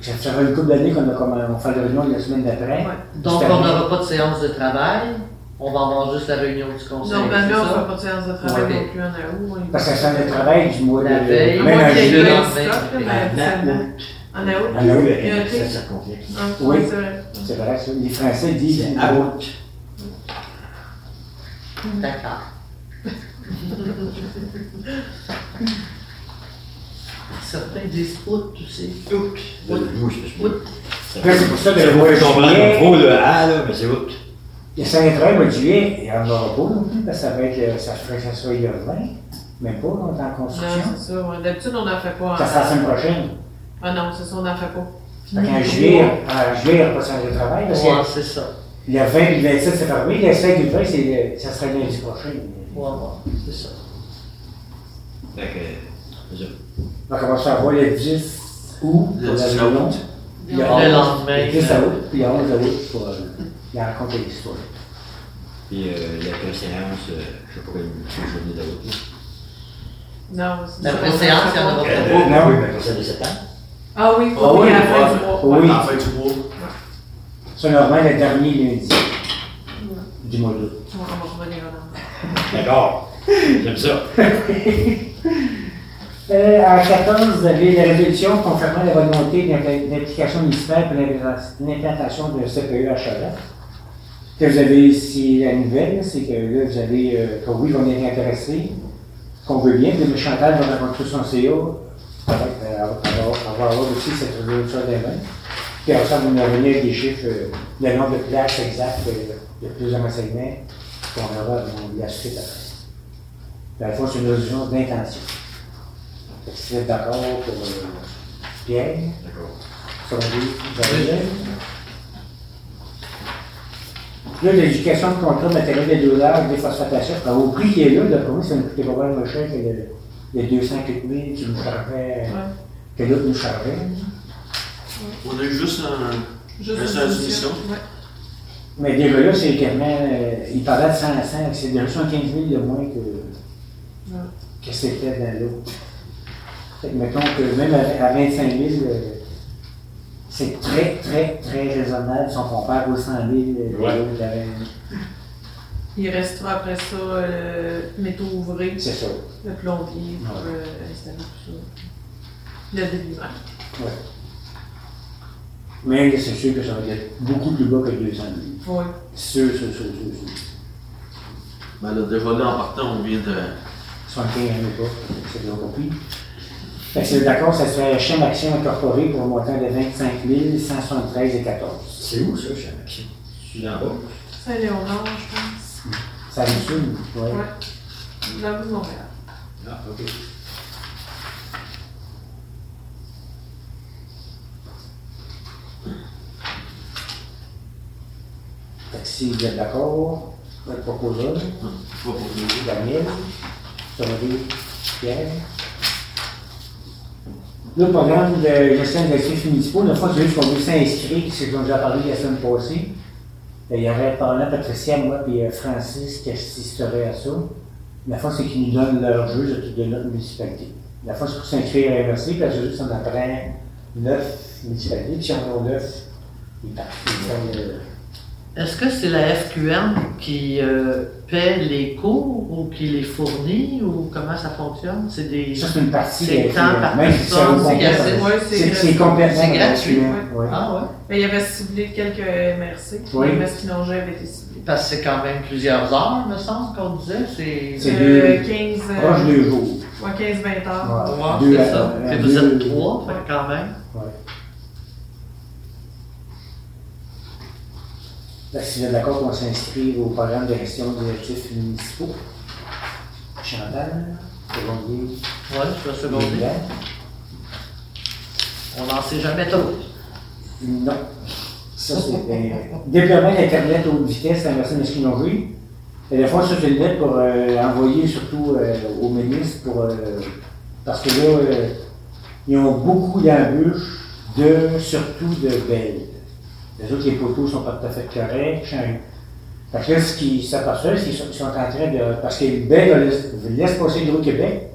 Speaker 1: ça ça fait une couple d'années qu'on a comme, on fait la réunion la semaine d'après.
Speaker 2: Ouais.
Speaker 1: Puis
Speaker 6: Donc,
Speaker 1: c'était-
Speaker 6: on n'aura pas de séance de travail. on va avoir juste la réunion du conseil. c'est
Speaker 2: Normalement, ben on
Speaker 6: ça?
Speaker 2: fait pas de séance de travail
Speaker 6: Ouais.
Speaker 2: non plus en août. on y
Speaker 1: Parce que
Speaker 2: va.
Speaker 1: ça sent le travail du mois de.
Speaker 6: La veille.
Speaker 2: Moi,
Speaker 1: Même en
Speaker 2: j'ai eu
Speaker 6: le
Speaker 1: juillet.
Speaker 2: un
Speaker 6: lendemain.
Speaker 2: stock, là, mais habituellement, En
Speaker 1: En
Speaker 2: août.
Speaker 1: août.
Speaker 2: Il y a un
Speaker 5: Ça,
Speaker 2: truc.
Speaker 5: ça complexe. Ah,
Speaker 2: Ah,
Speaker 1: Oui.
Speaker 2: c'est vrai.
Speaker 1: C'est vrai, ça. Les Français disent.
Speaker 5: C'est à route.
Speaker 6: D'accord. Certains disent août, tu sais. Août.
Speaker 5: Le loup, je sais
Speaker 6: Août.
Speaker 1: Là, c'est pour ça que le mois de
Speaker 5: Je comprends pas
Speaker 1: juillet.
Speaker 5: trop le A, Ah, là, mais c'est août.
Speaker 1: Le Saint-Travail, mois de juillet, il y en aura pas non plus, parce que ça va être. euh, Ça ferait que ça soit le 20, mais pas on est en
Speaker 2: Non,
Speaker 1: construction.
Speaker 2: c'est ça. ouais. D'habitude, on n'en fait pas. en-
Speaker 1: Ça sera la semaine prochaine.
Speaker 2: Ah non, c'est ça, on n'en fait pas.
Speaker 1: Fait qu'en juillet, en juillet, il n'y aura pas de séance de travail, parce que
Speaker 6: Ouais, c'est ça.
Speaker 1: le 20 et le 27, c'est fermé. Le 5 et le 20, c'est le- ça sera lundi prochain.
Speaker 6: Ouais, ouais, c'est ça.
Speaker 5: Fait que, je-
Speaker 1: On va commencer à voir le 10 août
Speaker 4: Le
Speaker 1: pour la
Speaker 4: 10
Speaker 1: réunion.
Speaker 4: août.
Speaker 1: Puis le
Speaker 6: Le
Speaker 1: 11,
Speaker 6: lendemain.
Speaker 1: Le 10 août, puis le 11 août pour euh, la rencontre et l'histoire.
Speaker 5: Puis euh, la préséance, euh, je sais pas, une une journée de route.
Speaker 2: Non, c'est
Speaker 6: La
Speaker 2: ça, on
Speaker 6: préséance,
Speaker 2: fait
Speaker 6: il y en
Speaker 2: pas.
Speaker 6: aura pas.
Speaker 5: Euh,
Speaker 1: Non.
Speaker 5: oui, mais pour ça, de septembre.
Speaker 2: Ah oui,
Speaker 4: Ah
Speaker 2: faut
Speaker 4: oui,
Speaker 2: à la
Speaker 4: ouais.
Speaker 2: fin du mois.
Speaker 1: Oui.
Speaker 4: En fin du mois.
Speaker 1: C'est normal le dernier lundi du mois d'août.
Speaker 2: On va revenir en
Speaker 5: D'accord. J'aime ça.
Speaker 1: Euh, en 14, vous avez la résolution confirmant la volonté d'im- d'implication municipale pour l'implantation- l'implantation de E CPE à Charlotte. Que vous avez ici la nouvelle, c'est que là, vous avez, euh, que oui, on est intéressé, qu'on veut bien, puis Chantal va rencontrer son CEO, elle va, elle va- elle va- elle va euh, avoir aussi cette résolution demain. Puis ensemble, on va revenir avec des chiffres, euh, le nombre de places exactes, euh, de plusieurs enseignements, qu'on aura dans la suite après. Dans le fond, c'est une résolution d'intention. Fait que Si vous êtes d'accord pour euh, Pierre,
Speaker 5: D'accord.
Speaker 1: sur Daniel. Là, l'éducation de contrat matériel des douleurs, des phosphatations, alors, au prix qui est là, d'après moi, ça nous coûtait pas mal moins cher que le, les 204 000 qui nous chargeait, que l'autre nous chargeait.
Speaker 4: On a eu juste un.
Speaker 2: Juste
Speaker 4: Mais
Speaker 2: une
Speaker 4: c'est une
Speaker 2: solution.
Speaker 4: solution.
Speaker 2: Ouais.
Speaker 1: Mais déjà là, c'est quasiment, euh, il parlait de 100 à 100, c'est déjà 75 000 de moins que,
Speaker 2: Ouais.
Speaker 1: que c'était dans l'autre. Fait que mettons que même à, à 25 000, euh, c'est très, très, très raisonnable si on compare aux 100 000 euh, de
Speaker 5: Ouais.
Speaker 1: l'autre de la même-
Speaker 2: Il restera après ça euh, le métaux ouvré,
Speaker 1: C'est ça.
Speaker 2: le plombier, pour
Speaker 1: Ah Ouais.
Speaker 2: euh, installer tout ça. Le délivrant.
Speaker 1: Mais c'est sûr que ça va être beaucoup plus bas que 200 000.
Speaker 2: Oui.
Speaker 1: Sûr, sûr, sûr, sûr, sûr.
Speaker 4: Ben là, déjà là, en partant, on vient de.
Speaker 1: 75 000 pas, c'est de la copie. Fait que c'est d'accord, ça serait chaîne action incorporée pour un montant de 25 173 et 14.
Speaker 5: C'est où ça, chez Maxime? Je suis dans bas.
Speaker 2: Saint-Léonard, je pense.
Speaker 1: Ça nous suit, oui.
Speaker 2: Ouais. La rue de Montréal.
Speaker 5: Ah, ok.
Speaker 1: Fait que si vous êtes d'accord, on va le proposer.
Speaker 4: Je vais pas vous dire.
Speaker 1: Daniel, Sauvé, Pierre. Le programme de gestion des actifs municipaux, le fond, c'est juste qu'on veut s'inscrire, c'est ce qu'on a déjà parlé la semaine passée. Euh, Il y aurait par là Patricia, moi, puis euh, Francis qui assisterait à ça. La fois, c'est qu'ils nous donnent leur jeu de toute de notre municipalité. La fois, c'est pour s'inscrire à MRC, parce que juste, on apprend neuf municipalités, puis si on en a neuf, ils partent. Ils font, euh,
Speaker 6: Est-ce que c'est la FQM qui euh, paie les cours ou qui les fournit ou comment ça fonctionne? C'est des.
Speaker 1: Ça, c'est une partie.
Speaker 6: C'est
Speaker 1: euh,
Speaker 6: tant par
Speaker 1: même si ça
Speaker 6: personne,
Speaker 1: vous
Speaker 6: c'est
Speaker 1: complète,
Speaker 6: gratuit.
Speaker 1: ça-
Speaker 2: Ouais, c'est
Speaker 1: C'est c'est
Speaker 2: gratuit.
Speaker 1: complètement
Speaker 6: C'est gratuit,
Speaker 1: hein, ouais.
Speaker 6: Ah ouais?
Speaker 2: Mais Ben, il y avait ciblé quelques MRC.
Speaker 1: Oui.
Speaker 2: Les masquinongés avaient été ciblés.
Speaker 6: Parce que c'est quand même plusieurs heures, me semble, qu'on disait. C'est.
Speaker 1: C'est Ah,
Speaker 2: Euh, 15, euh,
Speaker 1: Proche de jours.
Speaker 2: ouais, 15-20 heures.
Speaker 1: Ouais.
Speaker 6: Ouais,
Speaker 1: Deux
Speaker 6: c'est
Speaker 1: à-
Speaker 6: ça.
Speaker 1: à
Speaker 6: Puis vous
Speaker 1: deux.
Speaker 6: êtes trois, fait que quand même.
Speaker 1: Là, si vous êtes d'accord qu'on s'inscrive au programme de gestion des actifs municipaux, Chantal, Colombier,
Speaker 6: Ouais, je vais seconder.
Speaker 1: Lillian,
Speaker 6: On n'en sait jamais trop.
Speaker 1: non. Ça, c'est euh, déploiement d'Internet haute vitesse à Merci de Longueuil. Et des fois, ça, je le mets pour euh, envoyer surtout euh, au ministre pour, euh, parce que là, euh, ils ont beaucoup d'embûches, de, surtout de belles. Les autres, les poteaux sont pas tout à fait corrects. chan- Parce que là, ce qu'ils s'aperçoivent, c'est qu'ils sont- sont en train de. Parce que Bell laisse, laisse passer le Québec.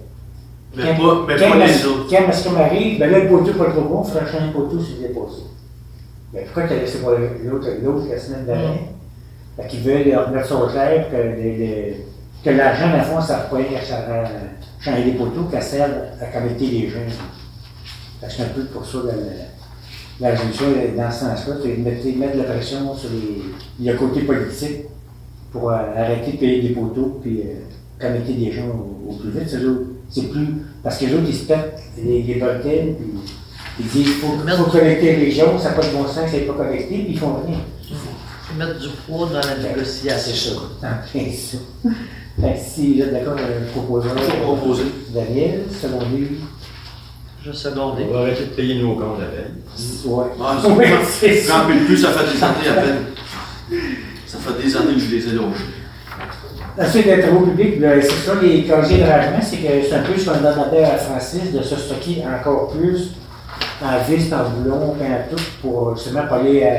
Speaker 4: Mais pas- mais pas les autres.
Speaker 1: Quand parce qu'on arrive, ben là, le poteau pas trop bon, il faudrait changer le poteau s'il est passé. Ben pourquoi tu as laissé pour l'autre l'autre la semaine d'avant? Fait qu'ils veulent remettre ça au clair, que, les- les- que l'argent, à fond, ça reprend, ça rend changer les poteaux, qu'elle serve à connecter les gens. Fait que c'est un peu pour ça la, la, la résolution est dans ce sens-là, c'est de mettre, mettre de la pression sur les, le côté politique pour euh, arrêter de payer des poteaux puis euh, connecter des gens au, au plus vite. C'est eux- C'est plus. Parce que les autres, ils se pètent les, les voltaires, puis ils disent faut,
Speaker 6: Merde.
Speaker 1: faut connecter les gens, ça n'a pas de bon sens, c'est pas connecté, puis ils font rien.
Speaker 6: Mettre du poids dans la négociation.
Speaker 1: En plein ça. Fait que si vous êtes d'accord, je proposer
Speaker 4: Faut proposer.
Speaker 1: Daniel, selon lui.
Speaker 6: Je secondais.
Speaker 5: On va arrêter de payer nos comptes la veille.
Speaker 1: Ouais.
Speaker 4: Ah, c'est-
Speaker 1: Ouais, c'est ça.
Speaker 4: J'en peux plus, ça fait des années à peine. Ça fait des années que je les ai logés.
Speaker 1: Ensuite, les travaux publics, là, c'est ça, les congés de rangement, c'est que c'est un peu ce qu'on demandait à Francis de se stocker encore plus en vis, en boulon, en tout, pour justement pas aller à,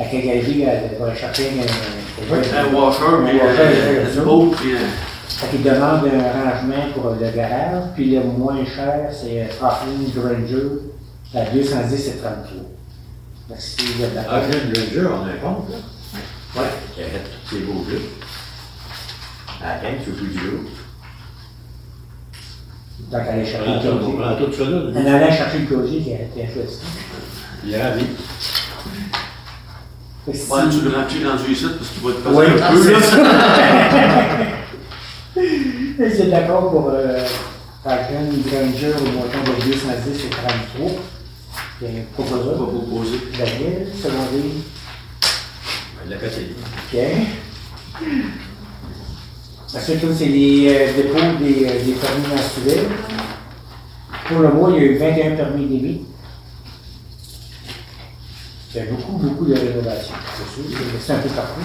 Speaker 1: à Kagari, à, à Chapin, euh,
Speaker 4: Un washer, mais
Speaker 1: Un washer,
Speaker 4: euh,
Speaker 1: c'est
Speaker 4: une
Speaker 1: ça.
Speaker 4: boat, puis euh,
Speaker 1: Fait qu'il demande un rangement pour le garage, puis le moins cher, c'est Offering Granger, à 210 et 33. Merci, vous êtes d'accord.
Speaker 5: Ah, j'ai le jeu, on a un compte, là.
Speaker 1: Ouais.
Speaker 5: Qui arrête tous ces beaux bleus. À la fin, c'est au bout du jour.
Speaker 1: Donc, aller chercher
Speaker 5: On
Speaker 4: ah,
Speaker 1: le
Speaker 5: prend tout- on
Speaker 1: closier.
Speaker 5: prend Ah, tout ça là. là.
Speaker 1: En allant chercher le closier, qui était un
Speaker 5: Il est ravi.
Speaker 4: ouais, tu le remplis dans du ici parce qu'il va te
Speaker 1: Ouais.
Speaker 6: Ah,
Speaker 4: passer un peu, là.
Speaker 1: C'est d'accord pour euh, Falcon Granger au montant de 210 et 33. Bien,
Speaker 4: On va
Speaker 1: proposeur,
Speaker 4: proposer.
Speaker 1: Daniel, secondé,
Speaker 5: Il l'a cassé.
Speaker 1: Pierre. Ensuite, là, c'est les euh, dépôts des, euh, des permis mensuels. Pour le mois, il y a eu 21 permis débit. C'est beaucoup, beaucoup de rénovations, c'est sûr. C'est un peu partout.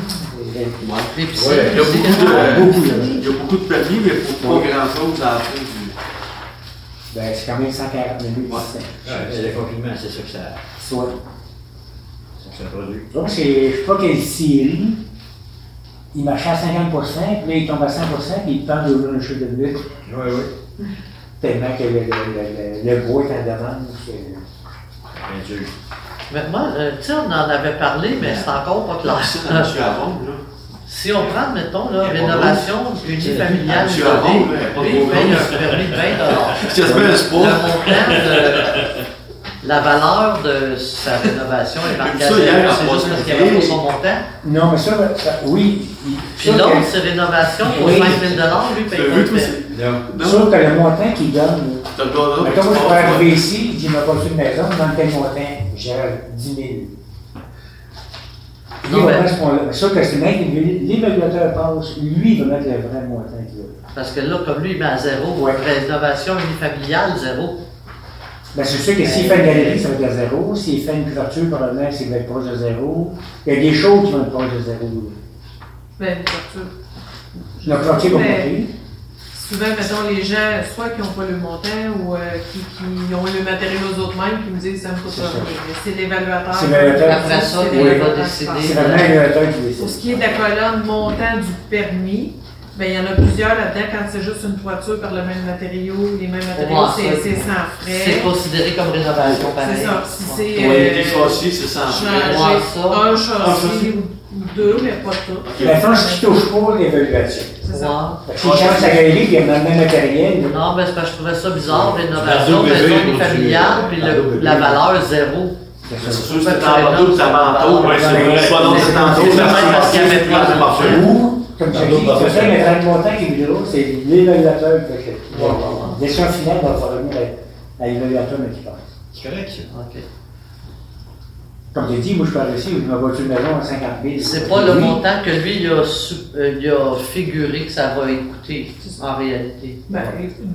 Speaker 1: Les- les-
Speaker 4: Ouais.
Speaker 6: Les piscines,
Speaker 5: Ouais,
Speaker 4: Il y a
Speaker 6: c'est-
Speaker 4: beaucoup de,
Speaker 1: Beaucoup, là.
Speaker 4: il y a beaucoup de permis, mais pour pas grand chose à la fin du.
Speaker 1: Ben, c'est quand même 140 minutes.
Speaker 4: Ouais.
Speaker 5: Ah, C'est le confinement, c'est ça que ça,
Speaker 1: Soit.
Speaker 5: ça, que ça produit.
Speaker 1: Donc, c'est, je sais pas quelle série, il marchait à 50%, puis là, il tombe à 100%, puis il tente d'ouvrir un chute de lutte,
Speaker 5: Oui, oui.
Speaker 1: tellement que le, le, le, le- le bois est en demande. c'est-
Speaker 5: Peinture.
Speaker 6: Mais moi, euh, tu sais, on en avait parlé, mais c'est encore pas
Speaker 4: La
Speaker 6: clair.
Speaker 4: piscine à M. Avon, là.
Speaker 6: Si on prend, mettons,
Speaker 4: Il y
Speaker 6: la
Speaker 4: a pas
Speaker 6: rénovation unifamiliale,
Speaker 4: Monsieur Aron, il y a pas de
Speaker 6: isolée, lui, il
Speaker 4: gros
Speaker 6: paye
Speaker 4: gros.
Speaker 6: un permis de 20
Speaker 4: C'est quasiment un
Speaker 6: Le
Speaker 4: sport.
Speaker 6: montant de la valeur de sa rénovation est marquée à
Speaker 4: Ça,
Speaker 6: zéro,
Speaker 4: hier, en
Speaker 6: c'est juste
Speaker 4: passant,
Speaker 6: parce qu'il n'y avait pas
Speaker 4: oui.
Speaker 6: son montant.
Speaker 1: Non, mais ça, ben, ça- oui. il-
Speaker 6: Puis
Speaker 1: ça,
Speaker 6: l'autre,
Speaker 1: que-
Speaker 6: c'est rénovation pour
Speaker 1: Oui.
Speaker 6: 5 000 lui
Speaker 4: Tu
Speaker 6: paye
Speaker 4: l'as vu, toi, c'est.
Speaker 5: Non.
Speaker 1: ça,
Speaker 4: Non,
Speaker 1: que le montant qu'il donne, là.
Speaker 4: t'as le
Speaker 6: Ah,
Speaker 4: gars là.
Speaker 1: Mettons, moi, je pourrais arriver ici, je dis, je vais construire une maison, il manque tel montant, j'ai 10 000. Lui,
Speaker 6: Non,
Speaker 1: il va
Speaker 6: mais-
Speaker 1: prendre ce montant-là. Mais ça, que c'est le mec, il- l'évaluateur passe, lui, il va mettre le vrai montant qu'il a.
Speaker 6: Parce que là, comme lui, il met à zéro,
Speaker 1: Ouais.
Speaker 6: rénovation unifamiliale, zéro.
Speaker 1: Ben, c'est sûr que s'il fait une galerie, ça va être à zéro. S'il fait une couverture, probablement, c'est va être proche de zéro. Il y a des choses qui vont être proches de zéro.
Speaker 2: Ben, une torture.
Speaker 1: La couverture va
Speaker 2: Mais-
Speaker 1: monter.
Speaker 2: Souvent, mettons, les gens, soit qui n'ont pas le montant ou euh, qui, qui ont le matériel aux autres mêmes, qui me disent ça me coûte
Speaker 1: C'est
Speaker 2: rien.
Speaker 1: ça.
Speaker 2: Mais C'est l'évaluateur.
Speaker 1: C'est l'évaluateur.
Speaker 6: Après ça,
Speaker 2: Oui.
Speaker 6: il va décider.
Speaker 1: C'est vraiment l'évaluateur qui
Speaker 2: Pour ce
Speaker 1: décide.
Speaker 2: qui est de la colonne montant du permis, ben, il y en a plusieurs là-dedans. Quand c'est juste une toiture par le même matériau, les mêmes matériaux,
Speaker 6: Ouais,
Speaker 2: c'est
Speaker 6: ça,
Speaker 2: c'est sans
Speaker 6: C'est
Speaker 2: frais.
Speaker 6: considéré comme rénovation
Speaker 2: C'est
Speaker 6: pareil.
Speaker 2: ça. Si c'est
Speaker 4: Ouais, des
Speaker 2: euh,
Speaker 4: châssis, c'est sans frais.
Speaker 2: changer
Speaker 6: Ouais, ça.
Speaker 2: un
Speaker 4: Ah, ça,
Speaker 2: châssis
Speaker 4: c'est-
Speaker 2: ou ou deux, mais pas tout.
Speaker 1: La France qui touche pas l'évaluation.
Speaker 2: C'est ça.
Speaker 6: Ouais.
Speaker 1: Fait que S'il change sa galerie, puis il y a le même matériel.
Speaker 2: Ah.
Speaker 1: là.
Speaker 6: Non, mais c'est parce que je trouvais ça bizarre, rénovation,
Speaker 5: Bardeau bébé,
Speaker 6: maison
Speaker 5: pour
Speaker 6: familiale,
Speaker 5: tu-
Speaker 6: puis
Speaker 5: Bardeau
Speaker 6: le-
Speaker 5: bébé.
Speaker 6: la valeur zéro.
Speaker 1: C'est
Speaker 4: C'est
Speaker 1: ça.
Speaker 4: sûr que c'est en manteau, c'est en manteau.
Speaker 5: Ouais, c'est vrai.
Speaker 4: Soit non, c'est en manteau,
Speaker 6: C'est
Speaker 4: c'est
Speaker 6: vrai, parce qu'il y avait pas de
Speaker 4: en manteau.
Speaker 1: Ou, comme je
Speaker 5: Dans
Speaker 1: dis,
Speaker 5: d'autres
Speaker 1: c'est ça,
Speaker 5: professions.
Speaker 1: mais dans le montant qui est vidéo, c'est l'évaluateur qui fait.
Speaker 6: Ouais, ouais, ouais.
Speaker 1: L'échange final va revenir à à l'évaluateur, mais qui parle.
Speaker 5: C'est correct, ça.
Speaker 6: Ok.
Speaker 1: Comme j'ai dit, moi je parle ici, je me vois une maison à 50 000.
Speaker 6: C'est pas le
Speaker 1: Oui.
Speaker 6: montant que lui, il a, sou- euh, il a figuré que ça va écouter, en réalité.
Speaker 2: Ben,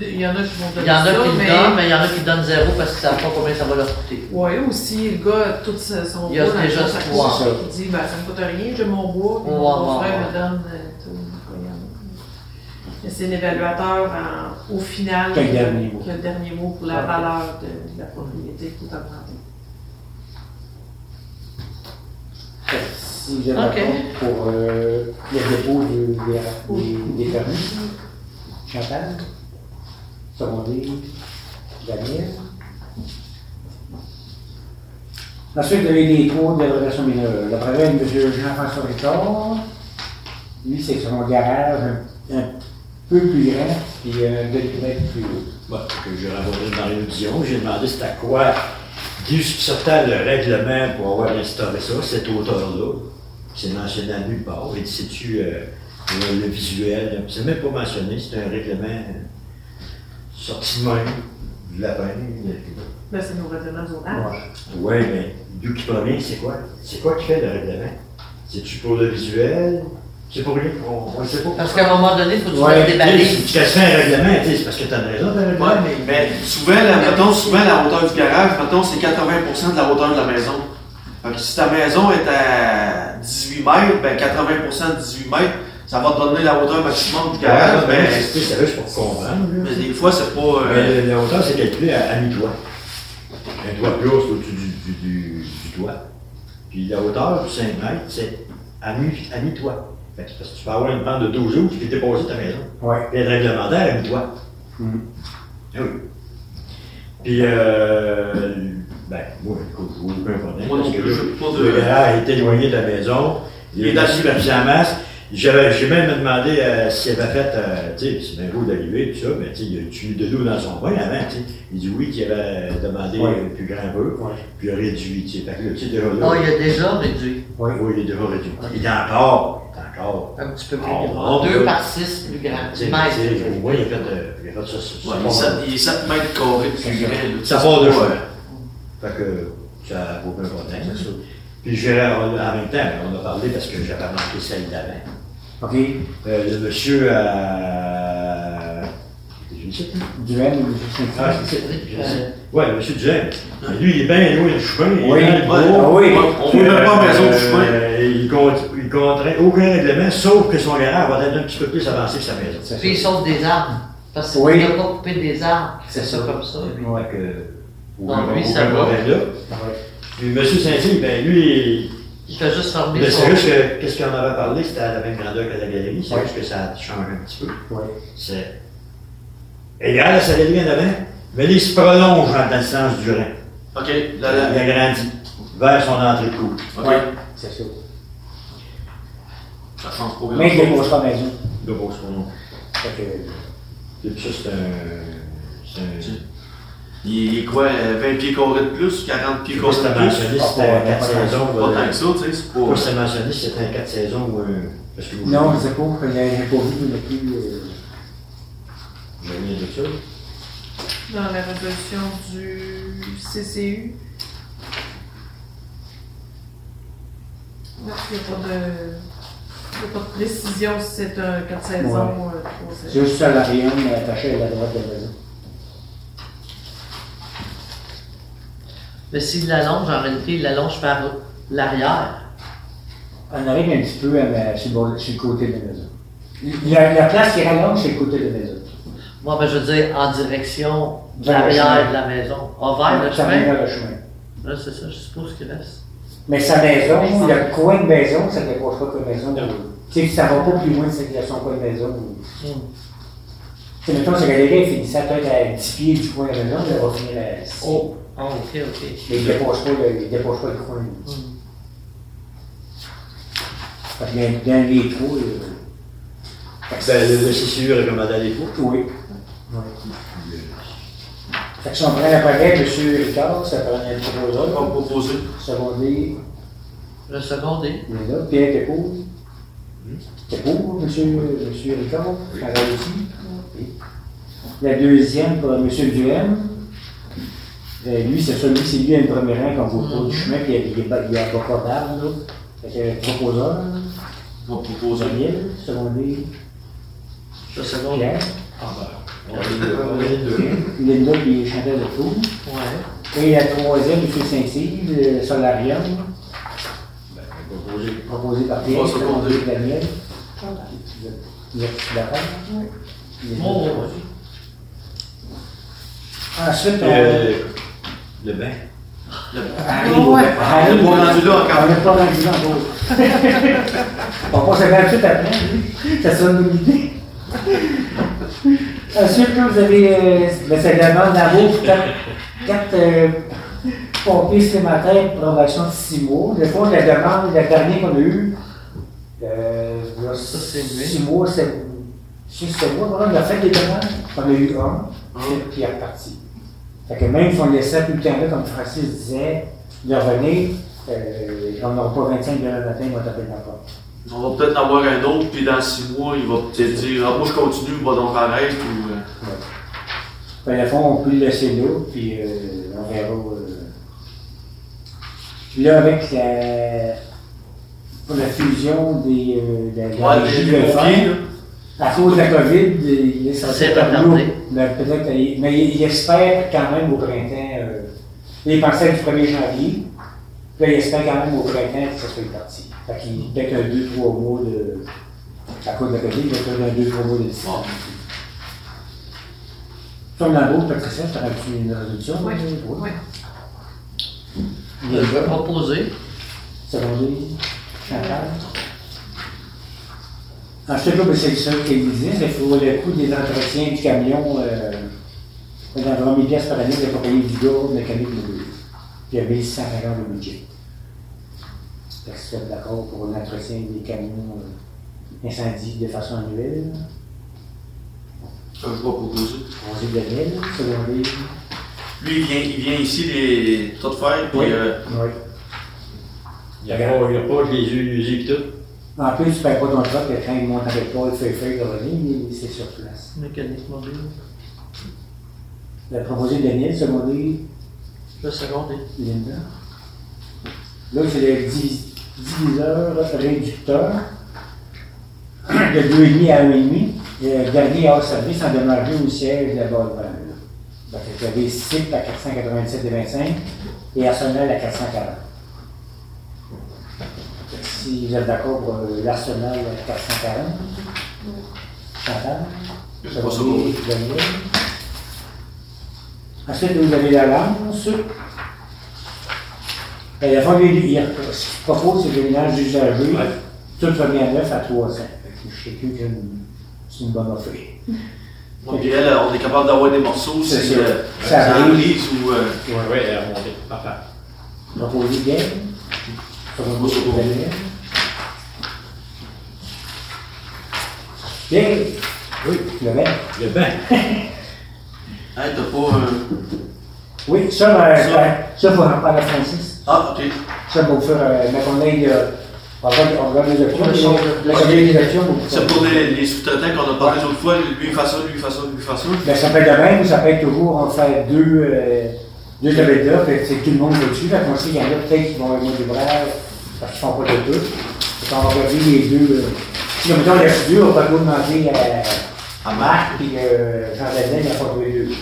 Speaker 2: il y en a qui vont
Speaker 6: Il
Speaker 2: donner
Speaker 6: y en a
Speaker 2: ça,
Speaker 6: qui le
Speaker 2: mais...
Speaker 6: donnent, mais il y en a qui donnent zéro parce qu'ils savent pas combien ça va leur coûter.
Speaker 2: Oui, aussi, le gars, a tout sa- son
Speaker 6: Il a
Speaker 2: dans
Speaker 6: déjà
Speaker 2: son
Speaker 6: ce
Speaker 2: sac.
Speaker 6: pouvoir.
Speaker 2: Il dit, ben, ça me coûte rien, j'ai mon bois, puis
Speaker 6: Ouais,
Speaker 2: mon
Speaker 6: ouais,
Speaker 2: frère
Speaker 6: ouais.
Speaker 2: me donne euh, tout. Voyons. Mais C'est l'évaluateur, en- au final, euh,
Speaker 1: Quel dernier mot.
Speaker 2: qui a le dernier mot pour la
Speaker 6: Ouais.
Speaker 2: valeur de, de la propriété qui est augmentée.
Speaker 1: Si je
Speaker 6: Ok.
Speaker 1: pour euh, le dépôt du- des, des, des permis. Chantal, secondé, Daniel. Ensuite, vous avez les trois dérogations mineures. Le brevet de M. Jean-François Ricard, lui, c'est son garage un, un peu plus grand, puis euh, de kilomètres plus haut.
Speaker 5: Bon, que j'ai rencontré Mario Dion, j'ai demandé c'était à quoi, d'où sortait le règlement pour avoir instauré ça, cette hauteur-là. C'est mentionné à nulle part. Il dit, sais-tu, euh, le, le visuel, c'est même pas mentionné, c'est un règlement euh, sorti de même, du lapin.
Speaker 2: Là, Ben, c'est nos règlements zonales.
Speaker 5: Oui, mais d'où qui provient, c'est quoi? C'est quoi qui fait le règlement? C'est-tu pour le visuel? C'est pour lui? On ne sait pas.
Speaker 6: Parce qu'à un moment donné, il faut que tu
Speaker 5: Ouais,
Speaker 6: fasses des
Speaker 5: tu sais, si
Speaker 6: balises.
Speaker 5: tu te fais un règlement, tu sais, c'est parce que tu as raison d'un règlement.
Speaker 4: Ouais, mais, mais souvent, la, mettons, souvent, la hauteur du garage, mettons, c'est 80 de la hauteur de la maison. Fait que si ta maison est à 18 mètres, ben 80 de 18 mètres, ça va te donner la hauteur maximum du garage,
Speaker 5: Ouais,
Speaker 4: mais,
Speaker 5: mais c'est c'est juste pour comprendre. là.
Speaker 4: mais des fois, c'est pas... euh,
Speaker 5: Mais la hauteur, c'est calculé à, à mi-toit. Un toit plus haut, c'est au-dessus du, du, du- du toit. Puis la hauteur, 5 mètres, c'est à mi- à mi-toit. Fait que c'est parce que tu peux avoir une pente de 12 jours, tu peux déposer ta maison.
Speaker 1: Oui.
Speaker 5: Puis être réglementaire à mi-toit.
Speaker 4: Hmm.
Speaker 1: Mhm.
Speaker 5: Ah Oui. Puis, euh, ben, moi, écoute, je vois aucun problème.
Speaker 4: Moi non
Speaker 5: parce que
Speaker 4: plus,
Speaker 5: le-
Speaker 4: je pas de-
Speaker 5: Le garage est éloigné de la maison. Il
Speaker 4: Et
Speaker 5: est
Speaker 4: dans-
Speaker 5: assis par la masse. J'avais- J'ai même demandé euh, s'il avait fait, euh, tu sais, c'est bien beau d'arriver, tout ça, mais tu sais, il a tué de l'eau dans son bain avant, tu sais. Il dit oui qu'il avait demandé
Speaker 1: Ouais.
Speaker 5: un plus grand peu,
Speaker 1: Ouais.
Speaker 5: puis il a réduit, tu sais. Fait que là, tu sais, déjà là,
Speaker 6: Non, il a déjà réduit
Speaker 1: Oui.
Speaker 5: oui, il est déjà réduit. Il est encore, il est encore.
Speaker 6: un petit peu plus
Speaker 5: Oh,
Speaker 6: grand.
Speaker 5: oh,
Speaker 6: 2
Speaker 5: oui.
Speaker 6: par 6 plus grand.
Speaker 5: Tu sais, tu sais,
Speaker 6: Mètres.
Speaker 5: au moins, il a fait, euh, il a fait ça. ça-
Speaker 4: ouais,
Speaker 5: ça-
Speaker 4: il est sept- il est 7 mètres carrés plus grand. là.
Speaker 5: Ça part de
Speaker 4: Ouais.
Speaker 5: choix. Fait que ça vaut bien problème, c'est ça. Puis j'ai, en même temps, on a parlé parce que j'avais manqué celle d'avant.
Speaker 1: OK.
Speaker 5: Euh, le monsieur à. Je sais plus.
Speaker 1: Duel ou Duel.
Speaker 5: Ah, je sais je sais. Ouais, le monsieur Duhem. Mais Lui, il est bien loin du chemin. il est
Speaker 1: Oui,
Speaker 5: dans le
Speaker 1: ouais,
Speaker 5: bois.
Speaker 1: ah oui.
Speaker 4: Ouais, on peut même pas la maison du chemin.
Speaker 5: Euh, Il compte- il compterait aucun règlement, sauf que son garage va être un petit peu plus avancé que sa maison.
Speaker 1: C'est
Speaker 6: Puis il
Speaker 1: ça.
Speaker 6: sauve des arbres. Parce qu'il
Speaker 1: Oui.
Speaker 6: n'a pas coupé des arbres.
Speaker 1: C'est
Speaker 6: C'est ça
Speaker 1: ça.
Speaker 6: comme ça. lui.
Speaker 1: Ouais.
Speaker 5: Fait que,
Speaker 6: Non, lui,
Speaker 5: aucun
Speaker 6: ça va.
Speaker 5: problème là.
Speaker 1: Ouais.
Speaker 5: Puis monsieur Saint-Cyr, ben lui,
Speaker 6: Il fait juste fermer
Speaker 5: Mais
Speaker 6: son...
Speaker 5: c'est juste que, qu'est-ce qu'on avait parlé, c'était à la même grandeur que la galerie, c'est
Speaker 1: Ouais.
Speaker 5: juste que ça change un petit peu.
Speaker 1: Ouais.
Speaker 5: C'est égal à sa galerie en avant, mais là, il se prolonge dans le sens du rang.
Speaker 4: OK,
Speaker 5: Il
Speaker 4: là, là,
Speaker 5: agrandit vers son entrée de cour.
Speaker 4: OK.
Speaker 1: Ouais. C'est ça.
Speaker 4: Ça change pas
Speaker 1: Mais je ne
Speaker 4: grand-chose.
Speaker 1: dépose pas la maison.
Speaker 5: De beau son nom.
Speaker 1: Fait que-
Speaker 5: Et puis ça, c'est un. C'est un.
Speaker 4: Il est quoi, euh, 20 pieds carrés de plus, 40 pieds carrés
Speaker 5: Puis quand c'était
Speaker 4: de plus?
Speaker 5: mentionné,
Speaker 1: Ah,
Speaker 5: c'était
Speaker 1: ouais, pas
Speaker 5: 4
Speaker 1: tant-
Speaker 5: saisons.
Speaker 4: Pas tant
Speaker 5: voilà.
Speaker 4: que ça, tu sais, c'est
Speaker 5: Quand
Speaker 4: pas...
Speaker 5: c'était mentionné, c'était un 4 saisons. euh, Parce que vous.
Speaker 1: Non, je ne sais pas. Je n'ai pas vu depuis. euh,
Speaker 5: Vous venez de ça.
Speaker 2: Dans la résolution du CCU. Non, il n'y a pas de, il y a pas de précision si c'est un 4 saisons ou un 3 saisons.
Speaker 1: C'est juste salarium attaché à la droite de la maison.
Speaker 6: Mais s'il l'allonge, en réalité, il l'allonge par l'arrière.
Speaker 1: On arrive un petit peu à la- sur, le, bord- sur le côté de la maison. La, la place qui rallonge, c'est le côté de la maison.
Speaker 6: Moi, ben, je veux dire, en direction
Speaker 5: Ben,
Speaker 6: de
Speaker 1: Vers le
Speaker 6: l'arrière
Speaker 1: chemin.
Speaker 6: de la maison. Envers Ah, le
Speaker 1: Ça mène
Speaker 6: chemin.
Speaker 1: vers le chemin.
Speaker 6: Là, c'est ça, je suppose qu'il reste.
Speaker 1: Mais sa maison, le coin de maison, ça ne dépose pas que la maison. Tu sais, ça va pas plus loin que son coin de maison.
Speaker 6: Hmm.
Speaker 1: Tu sais, mettons, sa galerie, elle finissait peut-être à 10 pieds du coin de la maison, mais elle va finir à 6.
Speaker 6: Oh, ah, ok, ok.
Speaker 1: Mais il ne dépose, pas le- il dépose pas le coin. Parce que dans- dans les trous, euh,
Speaker 5: Ben, le, le CCU recommandait les cours.
Speaker 1: Oui. Fait que si on prend la palette, M. Ricard, ça prend un trois
Speaker 4: On va
Speaker 1: autres,
Speaker 4: proposer.
Speaker 1: secondé,
Speaker 6: Le secondé.
Speaker 1: les autres, Pierre, t'es pour? T'es pour, M. monsieur Ricard, Carole aussi? La deuxième pour M. Duhem. Euh, lui, c'est celui, c'est lui un premier rang qu'on voit pas du chemin, puis il n'y a, il y a pas pas d'arbre, là. Fait que proposeur,
Speaker 4: On va proposer.
Speaker 1: Daniel, secondé,
Speaker 6: Le secondé.
Speaker 1: Pierre,
Speaker 5: Ah ben, on est deux. On est deux.
Speaker 1: Linda, puis Chantal de Tour.
Speaker 6: Ouais.
Speaker 1: Et la troisième, M. Saint-Cyr, le solarium,
Speaker 5: Ben, on va poser.
Speaker 1: proposé par Pierre,
Speaker 4: Oh, c'est bon,
Speaker 1: proposé par Daniel.
Speaker 3: Chantal.
Speaker 1: Vous êtes d'accord?
Speaker 3: Oui.
Speaker 1: Les
Speaker 6: Bon,
Speaker 1: deux. Ensuite, on...
Speaker 5: Euh, le bain.
Speaker 4: Ah,
Speaker 1: arrive
Speaker 3: ouais.
Speaker 1: au-
Speaker 3: On est
Speaker 1: arrive
Speaker 4: pas
Speaker 1: au-
Speaker 4: rendu là encore.
Speaker 1: Ah On n'est pas rendu là encore. On passe à 28 après, hein? ça sonne une idée. Ensuite, là, vous avez, euh, ben, c'est la bande d'amour, quatre, quatre, euh, pompier supplémentaire pour prolongation de six mois. Le fond de la demande, le dernier qu'on a eu, euh, il y a
Speaker 6: Ça, c'est
Speaker 1: six mois, c'est six sept mois, voilà, on a fait des demandes, on a eu un, puis puis il est reparti. Fait que même si on laissait plus le temps-là, comme Francis disait, de revenir, euh, on n'aura pas 25 demain matin, on va taper dans la porte.
Speaker 4: On va peut-être en avoir un autre, puis dans six mois, il va peut-être dire Ah, moi je continue, va donc arrêter. Ou, euh,
Speaker 1: Ben, le fond, on peut le laisser là, puis euh, on verra. euh. Puis Là, avec la, pour la fusion des, euh, de la, de la
Speaker 4: ouais,
Speaker 1: régie
Speaker 4: les-
Speaker 1: de
Speaker 4: les
Speaker 1: fer,
Speaker 4: pompiers, là.
Speaker 1: à cause de la COVID, il est sorti
Speaker 6: C'est
Speaker 1: par nous.
Speaker 6: retardé.
Speaker 1: Mais peut-être, il- mais il, il espère quand même au printemps. euh, il pensait du 1er janvier. Puis là, il espère quand même au printemps que ça soit parti. Fait qu'il peut-être un 2-3 mois de. À cause de la COVID, il peut un 2-3 mois de distance. Comme dans l'autre, Patricia, tu as une résolution?
Speaker 2: Oui,
Speaker 1: hein?
Speaker 2: oui.
Speaker 1: Il y a une
Speaker 6: Proposer.
Speaker 1: secondaire, Chantal. En tout cas, ben, c'est ça qu'il disait, il faut le coût des entretiens du camion, euh, c'est environ 1000 pièces par année de la compagnie du gars, mécanique mobile. Puis il y a 1150 le budget. Fait que c'est d'accord pour l'entretien des camions euh, incendies de façon annuelle,
Speaker 4: Ça, je vais proposer.
Speaker 1: 11 000 secondaire.
Speaker 4: Lui, il vient, il vient ici les, tout faire, puis
Speaker 1: Oui.
Speaker 4: euh,
Speaker 1: Oui.
Speaker 5: Il n'y a, pas- il y a pas les yeux usés et tout.
Speaker 1: En plus, tu ne perds pas ton truck, le train il monte avec toi, il fait feuille de revenir, mais c'est sur place.
Speaker 6: Mécanique mobile.
Speaker 1: Il a proposé Daniel, secondé
Speaker 6: Le secondé.
Speaker 1: Linda. Là, c'est le divi- diviseur réducteur de 2,5 à 1,5. Le dernier hors service en demeure deux au siège de la base Donc, vous avez CIP à 497,25 et Arsenal à 440. Si vous êtes d'accord pour euh, l'Arsenal à 440, Chantal?
Speaker 4: je vais pas ça pour lui.
Speaker 1: Daniel. Ensuite, vous avez la lance. Ben, la fois, il, il ce qu'il propose, c'est le ménage d'usagers.
Speaker 5: Ouais.
Speaker 1: Tout revient à 9 à 300. Fait que Je sais plus que c'est une bonne offre.
Speaker 4: moi, puis elle, on est capable d'avoir des morceaux,
Speaker 1: C'est
Speaker 4: c'est
Speaker 1: ça.
Speaker 4: euh,
Speaker 1: Ça
Speaker 4: ça
Speaker 1: arrive.
Speaker 4: brise ou. euh,
Speaker 5: Oui, oui, elle a monté. Papa.
Speaker 1: Proposé bien. Proposé bien. Bien,
Speaker 5: Oui,
Speaker 1: le vent.
Speaker 5: le bain.
Speaker 4: Hey, hein, t'as pas euh, un.
Speaker 1: Oui, ça, euh,
Speaker 4: Ça.
Speaker 1: euh, ça, il faut en parler à Francis.
Speaker 4: Ah, ok.
Speaker 1: Ça, pour faire, euh, mais qu'on aille, euh, on regarde on regarde les options.
Speaker 6: On
Speaker 1: puis
Speaker 6: change.
Speaker 1: on- Là, ça vient des options. vous-
Speaker 4: C'est pour les, les sous-traitants qu'on a parlé l'autre fois, lui il fait ça, lui il fait ça, lui il fait ça.
Speaker 1: Ben, ça peut être de même, ou ça peut être toujours, on fait deux, euh, deux levées là, puis c'est tout le monde va dessus. Fait qu'on sait qu'il y en a peut-être qui vont avoir des bras parce qu'ils font pas de deux. Fait qu'on va regarder les deux. euh. Si, comme mettons, le studio, on va pas trop demander à, à Marc, puis euh, Jean Daniel, il a pas trouvé deux.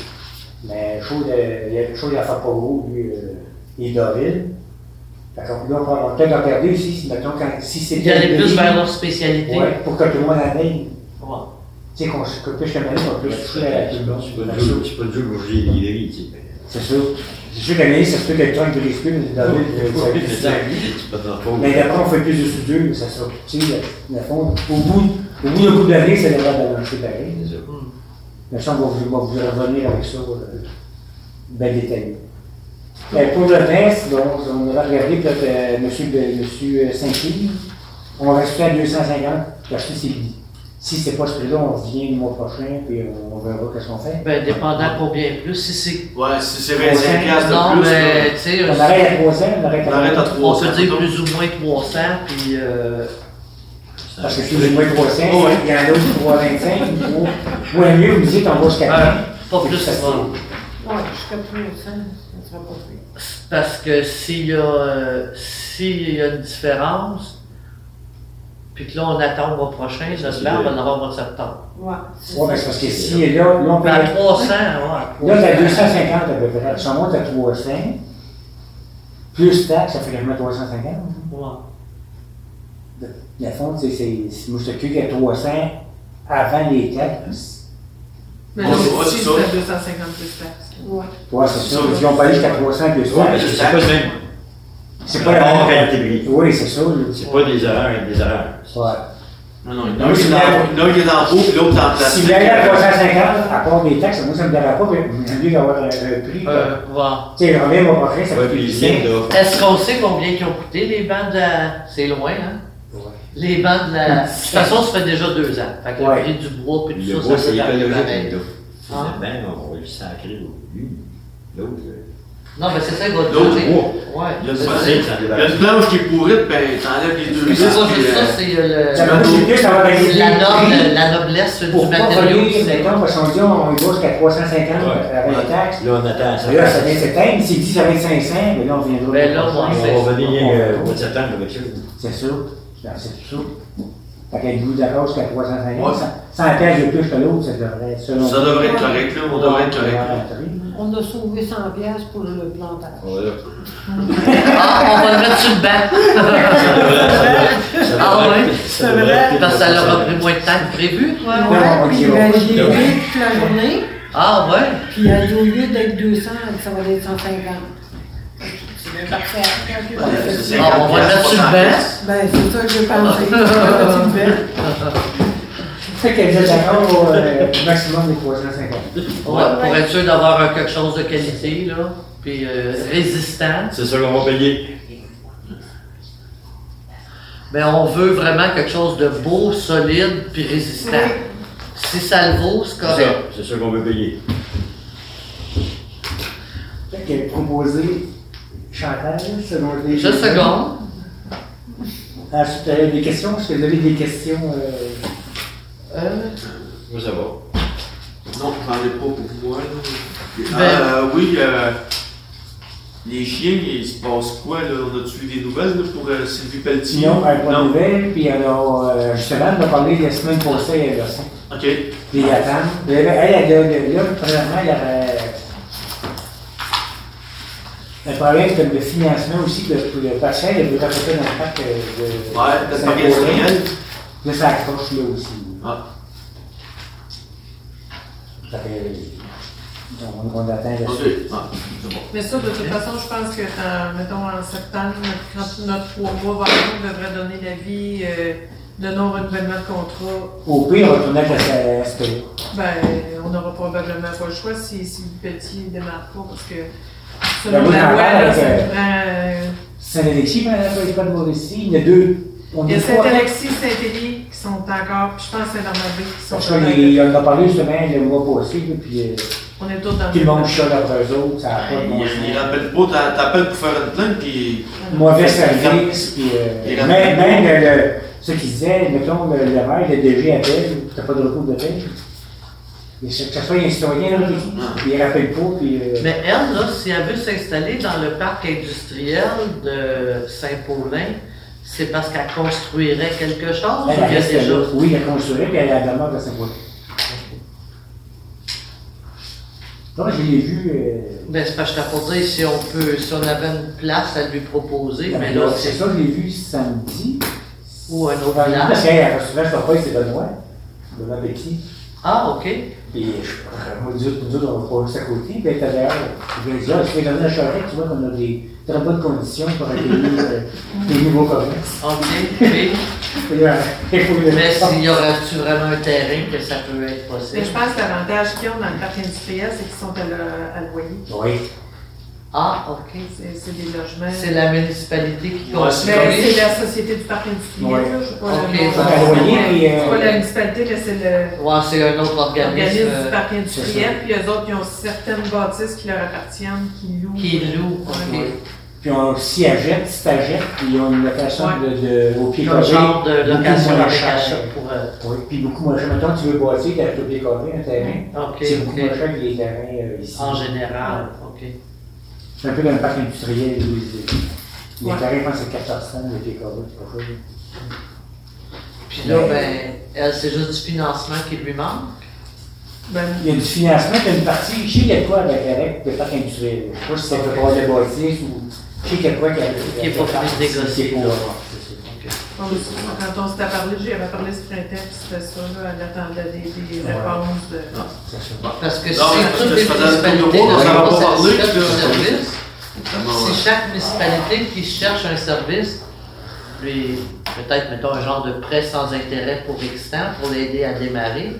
Speaker 1: Mais Chaud, euh, il a- Chaud, il a fait pas gros, lui, euh, et Dorville. Fait qu'on là, on va- on va peut-être regarder aussi, si, mettons, quand, si c'est
Speaker 6: Il y allait plus vers leur spécialité.
Speaker 1: Ouais, pour que tout le monde en aille.
Speaker 6: Ouais.
Speaker 1: Tu sais, qu'on se coupe, je te mets, on peut se toucher à tout le monde.
Speaker 5: C'est pas du jour- Ah, c'est pas du jour où j'ai livré, tu sais.
Speaker 1: C'est sûr. C'est sûr qu'Anaïs, ça se peut qu'elle traîne de risque, mais dans le
Speaker 5: Ah Oui, mais ça, c'est pas dans le fond.
Speaker 1: Mais d'après, on fait plus de soudure, mais ça sera plus petit, là, dans le fond. Au bout, au bout d'un coup d'année, ça devrait balancer pareil.
Speaker 5: C'est ça.
Speaker 1: Mais ça, on va vous, on va vous revenir avec ça, euh, bien détaillé. Mais pour le reste, bon, on va regarder peut-être euh, monsieur, de- monsieur euh, Saint-Pierre. On va rester à 250, parce que c'est lui. Si c'est pas ce prix-là, on revient le mois prochain, puis on verra qu'est-ce qu'on fait.
Speaker 6: Ben, dépendant combien plus. Si c'est.
Speaker 4: Ouais, si c'est 25
Speaker 1: Ouais.
Speaker 4: piastres
Speaker 6: Non,
Speaker 4: de plus,
Speaker 6: mais
Speaker 4: là,
Speaker 6: tu sais,
Speaker 1: On arrête à 300, on arrête
Speaker 4: on arrête à
Speaker 6: on
Speaker 4: 300.
Speaker 6: peut dire plus ou moins 300, puis. euh,
Speaker 5: Ah,
Speaker 1: Parce que si vous moins 300,
Speaker 4: Oh, ouais.
Speaker 1: il y en a d'autres qui 325, ou, ou à mieux, vous dites on va jusqu'à
Speaker 6: Ah,
Speaker 1: 400.
Speaker 6: pas plus,
Speaker 1: C'est
Speaker 6: c'est bon.
Speaker 3: Ouais, jusqu'à plus au sein, ça sera pas pire.
Speaker 6: Parce que s'il y, a, euh, s'il y a une différence, puis que là, on attend le mois prochain, j'espère, on va en avoir au mois de septembre.
Speaker 3: Ouais, c'est
Speaker 1: Ouais, mais ben, c'est parce que si là, là, on
Speaker 6: Ben, à
Speaker 1: paye.
Speaker 6: 300, ouais.
Speaker 1: Là, ben, t'as
Speaker 6: 300.
Speaker 1: 250 à peu près. Si on monte à 300, plus taxe, ça fait quasiment 350.
Speaker 6: Ouais.
Speaker 1: La fond, c'est, c'est, c'est- moi, je t'occupe à 300 avant les taxes.
Speaker 2: Mais
Speaker 4: Ouais,
Speaker 2: là,
Speaker 4: c'est-
Speaker 2: aussi, c'est
Speaker 4: c'est ça.
Speaker 2: à 250 plus taxes.
Speaker 3: Ouais.
Speaker 1: Ouais, c'est ça.
Speaker 4: Ça,
Speaker 1: Puis on paye jusqu'à 300 plus
Speaker 5: Ouais, parce que
Speaker 1: taxes.
Speaker 5: c'est pas le même.
Speaker 1: C'est pas la
Speaker 5: Bon,
Speaker 1: même.
Speaker 5: rentabilité.
Speaker 1: Oui, c'est ça. là.
Speaker 5: C'est pas des erreurs avec des erreurs.
Speaker 1: Ouais.
Speaker 4: Non, non, il y en a un qui est en- il y en a un qui est en haut, puis l'autre en
Speaker 1: Si
Speaker 4: plastique.
Speaker 1: vous allez à
Speaker 4: euh,
Speaker 1: 350, à part des taxes, moi ça me dérange pas, mais j'ai envie d'avoir un, un prix.
Speaker 6: Euh, ouais.
Speaker 1: Tu sais, Robin m'a offert, ça
Speaker 5: Ouais,
Speaker 1: coûte
Speaker 5: puis il
Speaker 1: 800.
Speaker 5: vient de-
Speaker 6: Est-ce qu'on sait combien ils ont coûté les bancs de la... C'est loin, hein? Les bancs de la... De toute façon, ça fait déjà deux ans. Fait que
Speaker 1: Ouais.
Speaker 6: le prix du bois puis
Speaker 5: Le
Speaker 6: tout
Speaker 5: bois,
Speaker 6: ça, ça
Speaker 5: c'est
Speaker 6: s'est arrivé
Speaker 5: écologique,
Speaker 6: pareil.
Speaker 5: là.
Speaker 6: Ah.
Speaker 5: Finalement, on va le sacrer au lui, l'autre. euh,
Speaker 6: Non, mais c'est ça qu'il va te
Speaker 4: L'autre
Speaker 6: dire.
Speaker 5: bois.
Speaker 6: Ouais.
Speaker 5: Il y a
Speaker 6: C'est
Speaker 5: du
Speaker 6: ça,
Speaker 5: passé, ça
Speaker 4: Il y a une planche qui est pourrite, ben t'enlèves les deux
Speaker 6: c'est ça,
Speaker 4: vis, puis,
Speaker 6: c'est ça,
Speaker 4: euh,
Speaker 6: c'est euh,
Speaker 1: Ça va
Speaker 4: Pour-
Speaker 1: coûter plus d'avoir un
Speaker 6: le... La
Speaker 1: prix.
Speaker 6: norme, la noblesse du
Speaker 1: Pour pas
Speaker 6: matériau.
Speaker 1: voler,
Speaker 6: c'est-
Speaker 1: mettons, parce qu'on dit on y va jusqu'à 350
Speaker 5: Ouais.
Speaker 1: avec les taxes.
Speaker 5: Là, on attend ça.
Speaker 1: Là, ça vient de septembre, s'il dit ça va être 500, mais là on viendra.
Speaker 6: Ben là,
Speaker 5: On
Speaker 6: moi,
Speaker 5: va revenir euh, au mois de septembre avec ça.
Speaker 1: C'est
Speaker 4: euh,
Speaker 1: sûr, Ben, c'est sûr. Fait qu'avec vous d'accord jusqu'à 350,
Speaker 4: Ouais.
Speaker 1: 100 100 pièces de plus que l'autre, ça devrait être selon
Speaker 4: ça devrait être correct, là, on devrait être correct. là.
Speaker 3: On a sauvé 100 piastres pour le plantage.
Speaker 5: Voilà.
Speaker 6: Ah, on va le mettre sur le banc.
Speaker 5: Ça devrait- ça devrait- ça
Speaker 6: Ah
Speaker 5: devrait-
Speaker 6: ouais?
Speaker 5: ça devrait être-
Speaker 6: Parce que ça leur a pris moins de temps que prévu.
Speaker 3: Ouais,
Speaker 1: Non, on
Speaker 3: ouais, puis
Speaker 1: dira
Speaker 3: ben,
Speaker 1: pas.
Speaker 3: j'ai aidé toute la journée,
Speaker 6: Ah ouais?
Speaker 3: puis elle au lieu d'être 200, ça va être 150. C'est bien parfait.
Speaker 4: Ouais, c'est
Speaker 6: Ah, on va le
Speaker 4: 50
Speaker 6: mettre sur le banc.
Speaker 3: Ben, c'est ça que j'ai pensé. Quand tu me fais.
Speaker 1: Fait qu'elle est d'accord au euh, maximum des 350.
Speaker 6: Ouais, pour être sûr d'avoir euh, quelque chose de qualité, là, puis euh, résistant.
Speaker 5: C'est ça qu'on va payer.
Speaker 6: Mais on veut vraiment quelque chose de beau, solide, puis résistant.
Speaker 3: Oui.
Speaker 6: Si ça le vaut, c'est
Speaker 5: C'est ça.
Speaker 6: correct.
Speaker 5: C'est ça qu'on veut payer.
Speaker 1: Fait qu'elle proposé chantage selon les.
Speaker 6: Juste une seconde.
Speaker 1: Ensuite, euh, des questions, est-ce que vous avez des questions? euh,
Speaker 6: Euh,
Speaker 5: Moi, ça va.
Speaker 4: Non, j'en ai pas pour moi. là.
Speaker 6: Ben-
Speaker 4: Euh, oui, euh, les chiens, il se passe quoi là? On a-tu eu des nouvelles là, pour euh, Sylvie Pelletier?
Speaker 1: Sinon, un point nouvelle, puis alors, euh, justement, on a parlé la semaine passée euh, à Gaston.
Speaker 4: Ok.
Speaker 1: Puis la femme, elle, elle, elle, elle, là, premièrement, elle avait euh, un problème comme de financement aussi, que le, le patient, elle veut rapporter dans le parc euh, de.
Speaker 4: Ouais, peut-être pas
Speaker 1: Saint-Paulin.
Speaker 4: qu'elle
Speaker 1: Là, ça accroche là aussi.
Speaker 4: Ah.
Speaker 1: Fait que, on, on attend
Speaker 4: Ok.
Speaker 1: là-dessus.
Speaker 4: Ah, c'est bon.
Speaker 2: Mais ça, de toute façon, je pense que, euh, mettons, en septembre, quand notre trois mois va arriver, on devrait donner l'avis euh, de non-renouvellement de contrat.
Speaker 1: Au pire, on va tourner à ce- à ce que.
Speaker 2: Ben, on n'aura probablement pas le choix si, si le petit ne démarre pas, parce que
Speaker 1: Ben,
Speaker 2: selon
Speaker 1: moi,
Speaker 2: la
Speaker 1: j'en
Speaker 2: loi,
Speaker 1: parle
Speaker 2: là,
Speaker 1: avec,
Speaker 2: ça
Speaker 1: euh,
Speaker 2: nous prend. euh,
Speaker 1: Saint-Alexis, mais elle n'a pas de Mauricie. Il y en a deux. On
Speaker 2: Il y
Speaker 1: est
Speaker 2: a
Speaker 1: trois.
Speaker 2: Saint-Alexis, Saint-Élie qui sont encore, puis je pense que c'est dans ma vie qui sont
Speaker 1: En tout
Speaker 2: dans
Speaker 1: cas,
Speaker 2: la-
Speaker 1: il- on en a parlé justement le mois passé, là, puis euh,
Speaker 2: On est tous dans
Speaker 1: tout le monde
Speaker 2: même.
Speaker 1: chiale après eux autres, ça n'a pas de bon
Speaker 4: Il, il
Speaker 1: sens.
Speaker 4: rappelle pas, t'a- t'appelles pour faire une plainte, puis
Speaker 1: Mauvais service, puis euh,
Speaker 4: Il est
Speaker 1: même, même euh, le, le- ceux qui disaient, mettons, le, le maire, le DG appelle, t'as pas de recours de paix. Et que ce soit un citoyen, là,
Speaker 4: Ah.
Speaker 1: qui- il rappelle pas, puis. euh,
Speaker 6: Mais elle, là, si elle veut s'installer dans le parc industriel de Saint-Paulin, c'est parce qu'elle construirait quelque chose ou
Speaker 1: elle
Speaker 6: il y a
Speaker 1: reste
Speaker 6: déjà.
Speaker 1: là. Oui, elle construirait, puis elle est à la demeure de saint paul Donc, je l'ai vu. euh,
Speaker 6: Ben, c'est parce que pour dire si on peut, si on avait une place à lui proposer,
Speaker 1: Ah, mais
Speaker 6: mais là,
Speaker 1: c'est
Speaker 6: c'est
Speaker 1: ça, je l'ai vu samedi.
Speaker 6: ou un autre
Speaker 1: Parce euh,
Speaker 6: village.
Speaker 1: qu'elle recevait sa feuille, c'est Benoît. Benoît Petit.
Speaker 6: Ah, ok.
Speaker 1: Puis je- moi, nous autres, nous autres, on va passer à côté. Puis elle était dehors. Je lui ai dit, ah, tu peux donner la charrette, tu vois qu'on a des très bonnes conditions pour accueillir euh, des nouveaux commerces.
Speaker 6: Ok, oui.
Speaker 1: Puis là, il faut le-
Speaker 6: Mais s'il y aurait-tu vraiment un terrain que ça peut être
Speaker 2: Mais
Speaker 6: possible?
Speaker 2: je pense que l'avantage qu'ils ont dans le parc industriel, c'est qu'ils sont à, le- à loyer.
Speaker 1: Oui.
Speaker 6: Ah, ok.
Speaker 2: C'est c'est des logements.
Speaker 6: C'est la municipalité qui
Speaker 4: Ouais,
Speaker 6: construit.
Speaker 2: Mais c'est la société du parc industriel,
Speaker 1: Ouais.
Speaker 2: là, je sais pas.
Speaker 6: Ok,
Speaker 2: le nom.
Speaker 6: ça
Speaker 1: va loyer, puis, euh,
Speaker 2: C'est pas la municipalité, mais c'est le-
Speaker 6: Ouais, c'est un autre organisme
Speaker 2: l'organisme du
Speaker 6: euh,
Speaker 2: parc industriel, puis eux autres, ils ont certaines bâtisses qui leur appartiennent, qui louent.
Speaker 6: qui loue.
Speaker 2: Ouais.
Speaker 6: ok.
Speaker 1: Puis on s'y agette, si t'agettes, puis ils ont une location
Speaker 2: Ouais.
Speaker 1: de, de, au pied
Speaker 6: Un
Speaker 1: carré.
Speaker 6: genre de
Speaker 1: beaucoup
Speaker 6: location
Speaker 1: moins
Speaker 6: avec
Speaker 1: cher.
Speaker 6: achat pour. euh,
Speaker 1: Oui, puis beaucoup moins cher. Mettons, tu veux bâtir, t'as tout décoré, un terrain.
Speaker 6: Ok,
Speaker 1: C'est beaucoup
Speaker 6: ok.
Speaker 1: moins cher que les terrains euh, ici.
Speaker 6: En général, ok.
Speaker 1: C'est un peu dans le parc industriel, les, les
Speaker 2: Ouais.
Speaker 1: terrains, je pense, que c'est 1400, le pied carré, c'est pas ça.
Speaker 6: Puis là, ben, elle, c'est juste du financement qui lui manque.
Speaker 2: Ben,
Speaker 1: Il y a du financement, il y a une partie, je sais qu'il y a de quoi avec, avec le parc industriel. Je sais pas si ça peut pas des bâtisses ou je sais qu'il y a de quoi qui
Speaker 6: Qui est pas fini de négocier,
Speaker 1: C'est pas-
Speaker 6: là.
Speaker 1: c'est
Speaker 6: Ok.
Speaker 2: Bon, mais c'est ça, Quand on s'était parlé, j'y avais parlé ce printemps, puis c'était ça, là, elle attendait des, des
Speaker 1: Ouais. Ah,
Speaker 2: réponses. de-
Speaker 1: ça, c'est ça.
Speaker 6: Parce que si
Speaker 4: Non, mais parce
Speaker 6: toutes
Speaker 4: que
Speaker 6: les
Speaker 4: ça faisait un tour de rôle, on
Speaker 6: municipalités ne
Speaker 4: s'en
Speaker 6: sont
Speaker 4: va
Speaker 6: pas
Speaker 4: pas parler,
Speaker 6: satisfaites du
Speaker 4: puis là,
Speaker 6: service,
Speaker 4: notamment,
Speaker 6: c'est chaque municipalité qui cherche un service, lui, peut-être, mettons, un genre de prêt sans intérêt pour X temps pour l'aider à démarrer.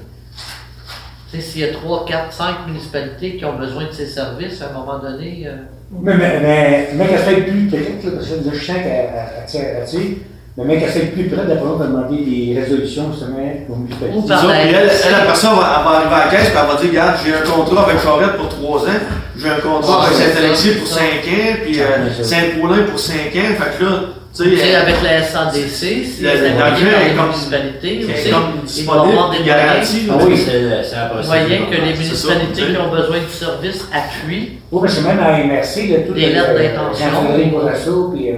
Speaker 6: Tu sais, s'il y a 3, 4, 5 municipalités qui ont besoin de ses services, à un moment donné, euh,
Speaker 1: Mais, mais, mais, mais qu'elle soit plus prête, là, parce que là, je sens qu'elle elle tire- elle tire, mais même qu'elle soit plus prête, d'après moi, on va demander des résolutions semaine pour
Speaker 6: Ou
Speaker 1: municipalité.
Speaker 6: par
Speaker 4: Nous autres,
Speaker 6: la-
Speaker 4: puis elle, elle, la personne elle va, elle va arriver à la caisse, puis elle va dire, regarde, j'ai un contrat avec Corette pour 3 ans, j'ai un contrat
Speaker 6: Ah, Ouais,
Speaker 4: avec
Speaker 6: c'est
Speaker 4: Saint-Alexis
Speaker 6: ça,
Speaker 4: pour
Speaker 6: c'est ça.
Speaker 4: 5 ans, puis
Speaker 1: Ah,
Speaker 4: euh,
Speaker 1: bien sûr.
Speaker 4: Saint-Paulin pour 5 ans, fait que là, tu
Speaker 6: tu sais,
Speaker 4: sais, elle-
Speaker 6: avec la SADC, si
Speaker 4: Le-
Speaker 6: elle
Speaker 4: le
Speaker 6: est
Speaker 4: danger
Speaker 6: par
Speaker 4: est
Speaker 6: les
Speaker 4: comme-
Speaker 6: municipalités,
Speaker 4: elle
Speaker 6: aussi,
Speaker 4: est comme
Speaker 6: ils vont
Speaker 4: disponible,
Speaker 6: avoir des
Speaker 4: puis
Speaker 6: moyens,
Speaker 4: garantie.
Speaker 5: Ah
Speaker 4: là.
Speaker 5: oui, c'est c'est la procédure.
Speaker 6: moyens que les
Speaker 4: C'est ça,
Speaker 6: municipalités
Speaker 4: tu sais.
Speaker 6: qui ont besoin du service appuient.
Speaker 1: Oui, parce que même à MRC, là, tout
Speaker 6: Les
Speaker 1: le-
Speaker 6: lettres d'intention.
Speaker 1: Jean-André Bourassa, puis euh,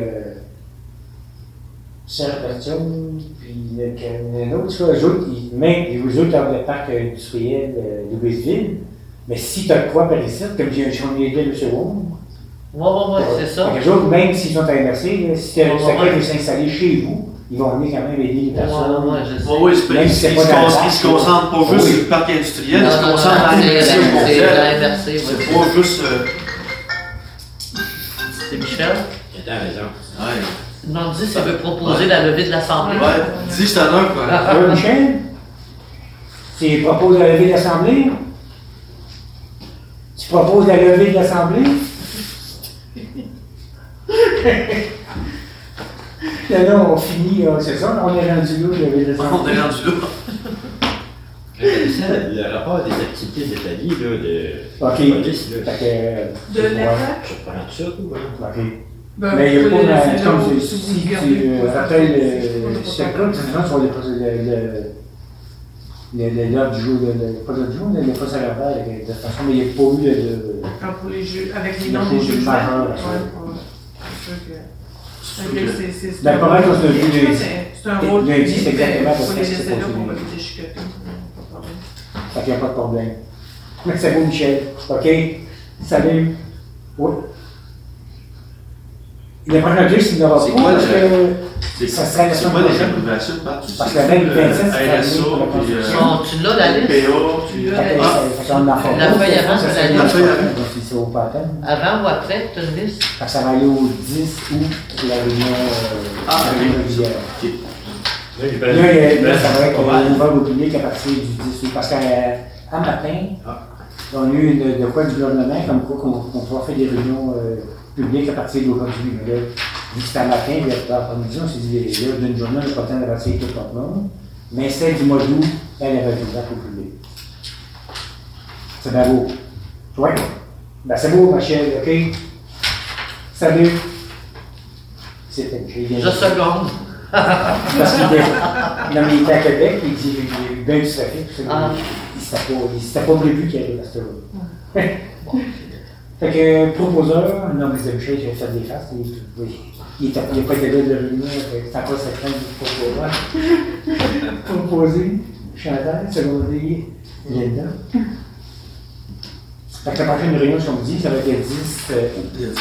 Speaker 1: Serge Bertium, puis le Canelo, tu vois, eux autres, ils, même, et eux autres, dans le parc industriel euh, de Louisville, mais si tu as quoi par ici, comme j'ai j'en ai aidé M. Wong,
Speaker 6: Ouais, ouais, ouais, c'est ça.
Speaker 1: euh, Fait que les autres, même s'ils sont à MRC, là, si tu
Speaker 6: Ouais,
Speaker 1: as
Speaker 6: ouais.
Speaker 1: quelqu'un de s'installer chez vous, ils vont venir quand même aider les
Speaker 6: Ouais,
Speaker 1: personnes.
Speaker 6: ouais, ouais, je sais.
Speaker 4: Oui, oui, c'est pas-
Speaker 1: Même
Speaker 4: ils
Speaker 1: si
Speaker 4: se
Speaker 1: c'est pas dans
Speaker 4: con-
Speaker 1: la
Speaker 4: ils se concentrent pas
Speaker 1: Oui.
Speaker 4: juste sur le parc industriel, ils
Speaker 6: Non,
Speaker 4: se
Speaker 6: non, non,
Speaker 4: concentrent dans
Speaker 6: c'est
Speaker 4: les
Speaker 6: la-
Speaker 4: métiers qu'on
Speaker 6: c'est la
Speaker 4: fait.
Speaker 6: MRC, ouais.
Speaker 4: C'est pas juste. euh,
Speaker 6: C'est Michel.
Speaker 5: T'as raison.
Speaker 4: Ouais,
Speaker 6: Nandi, ça veut proposer la levée de l'Assemblée.
Speaker 4: ouais, dis, je t'en ai un, quoi.
Speaker 6: Ah.
Speaker 1: Euh, Michel, tu proposes la levée de l'Assemblée? Tu proposes la levée de l'Assemblée? Là, là, on finit, euh, c'est ça, on est rendu là, la levée de
Speaker 4: On
Speaker 1: l'Assemblée.
Speaker 4: est rendu là.
Speaker 5: Ça, Le rapport des activités de l'Italie, là, de
Speaker 1: Ok.
Speaker 5: la police, là,
Speaker 1: Fait que, euh,
Speaker 2: De
Speaker 1: ouais,
Speaker 2: l'attaque?
Speaker 5: je prends ça, ou hein?
Speaker 1: ok.
Speaker 2: Ben,
Speaker 1: Mais il n'y a
Speaker 2: vous
Speaker 1: pas,
Speaker 2: pouvez
Speaker 1: la-
Speaker 2: laisser
Speaker 1: comme
Speaker 2: là-haut,
Speaker 1: tu-
Speaker 2: si vous
Speaker 1: si
Speaker 2: regardez.
Speaker 1: tu euh, rappelles, euh, c'est
Speaker 2: C'est pas
Speaker 1: quoi, c'est souvent sur les procé- le- le- le- le- l'heure du jour, le- le- pas l'heure du jour, mais le procès verbal, euh, de toute façon, mais il n'y a pas eu de.
Speaker 2: Ah, pour les jeux, avec les
Speaker 1: La
Speaker 2: noms des
Speaker 1: cause du
Speaker 2: jugements.
Speaker 1: parent,
Speaker 2: ouais,
Speaker 1: là,
Speaker 2: ouais. C'est sûr que-
Speaker 4: C'est
Speaker 2: Ok, c'est- c'est- c'est
Speaker 1: Ben,
Speaker 2: un-
Speaker 1: pas mal qu'on se le dit,
Speaker 2: c'est-
Speaker 1: lundi.
Speaker 2: c'est- C'est un rôle.
Speaker 1: Lundi, c'est
Speaker 2: mais
Speaker 1: exactement
Speaker 2: faut
Speaker 1: parce
Speaker 2: les
Speaker 1: que c'est
Speaker 2: laisser là pour
Speaker 1: continué.
Speaker 2: éviter chicoter. Pas de problème.
Speaker 1: Fait qu'il n'y a pas de problème. Mais c'est beau, Michel. OK? Salut. Oui. Le prochain truc, c'est de
Speaker 4: C'est
Speaker 1: pas
Speaker 4: quoi
Speaker 1: parce
Speaker 4: le-
Speaker 1: que.
Speaker 4: C'est
Speaker 1: Ça serait la
Speaker 4: c'est
Speaker 1: semaine
Speaker 4: quoi les
Speaker 1: prochaine.
Speaker 4: abréviations, Marc? Tu
Speaker 1: Parce
Speaker 4: sais,
Speaker 1: que même
Speaker 4: euh,
Speaker 1: 27, c'est la
Speaker 4: RSA,
Speaker 1: nuit pour la
Speaker 4: puis, euh,
Speaker 1: construction.
Speaker 6: Bon, tu l'as la liste
Speaker 4: PA, puis, euh,
Speaker 1: Fait que-
Speaker 4: ah,
Speaker 1: fait qu'on en a fait.
Speaker 6: La feuille
Speaker 1: Ça,
Speaker 6: avant, c'est
Speaker 1: c'est
Speaker 6: la
Speaker 1: la
Speaker 4: liste.
Speaker 1: feuille avant. Donc, c'est au patent.
Speaker 6: avant ou après, tu as une liste.
Speaker 1: Fait que ça va aller au 10 août, la réunion. euh,
Speaker 4: Ah,
Speaker 1: la
Speaker 4: ok.
Speaker 1: réunion régulière.
Speaker 5: Là, j'ai pas-
Speaker 1: Là, il y a- là, ça va être
Speaker 5: pas mal.
Speaker 1: ouvert au public à partir du 10 août. Parce qu'à à matin,
Speaker 5: Ah.
Speaker 1: on a eu une- de quoi du gouvernement, comme quoi qu'on qu'on pourra faire des réunions euh, publiques à partir d'aujourd'hui. Mais là, vu que c'était à matin, puis à l'après-midi, on s'est dit, là, d'une journée, on n'a pas le temps de partir tout le monde. Mais celle du mois d'août, elle est ouverte au public. C'est bien beau. Oui. Ben, c'est beau, ma chère, OK? Salut. C'était une
Speaker 6: Je seconde.
Speaker 1: parce qu'il était, non, mais il était à Québec, il dit il y a eu bien du trafic, puis ça,
Speaker 6: Ah.
Speaker 1: il s'était pas, il s'était pas prévu qu'il arrive à ce là Fait que proposeur, non mais c'est Michel, j'ai fait des faces, mais oui, il n'a pas été là de la réunion, fait que c'est encore cette fin du proposeur. Proposer, Chantal, secondé, Linda. Fait que la prochaine réunion, si on me dit, ça va être le 10 euh,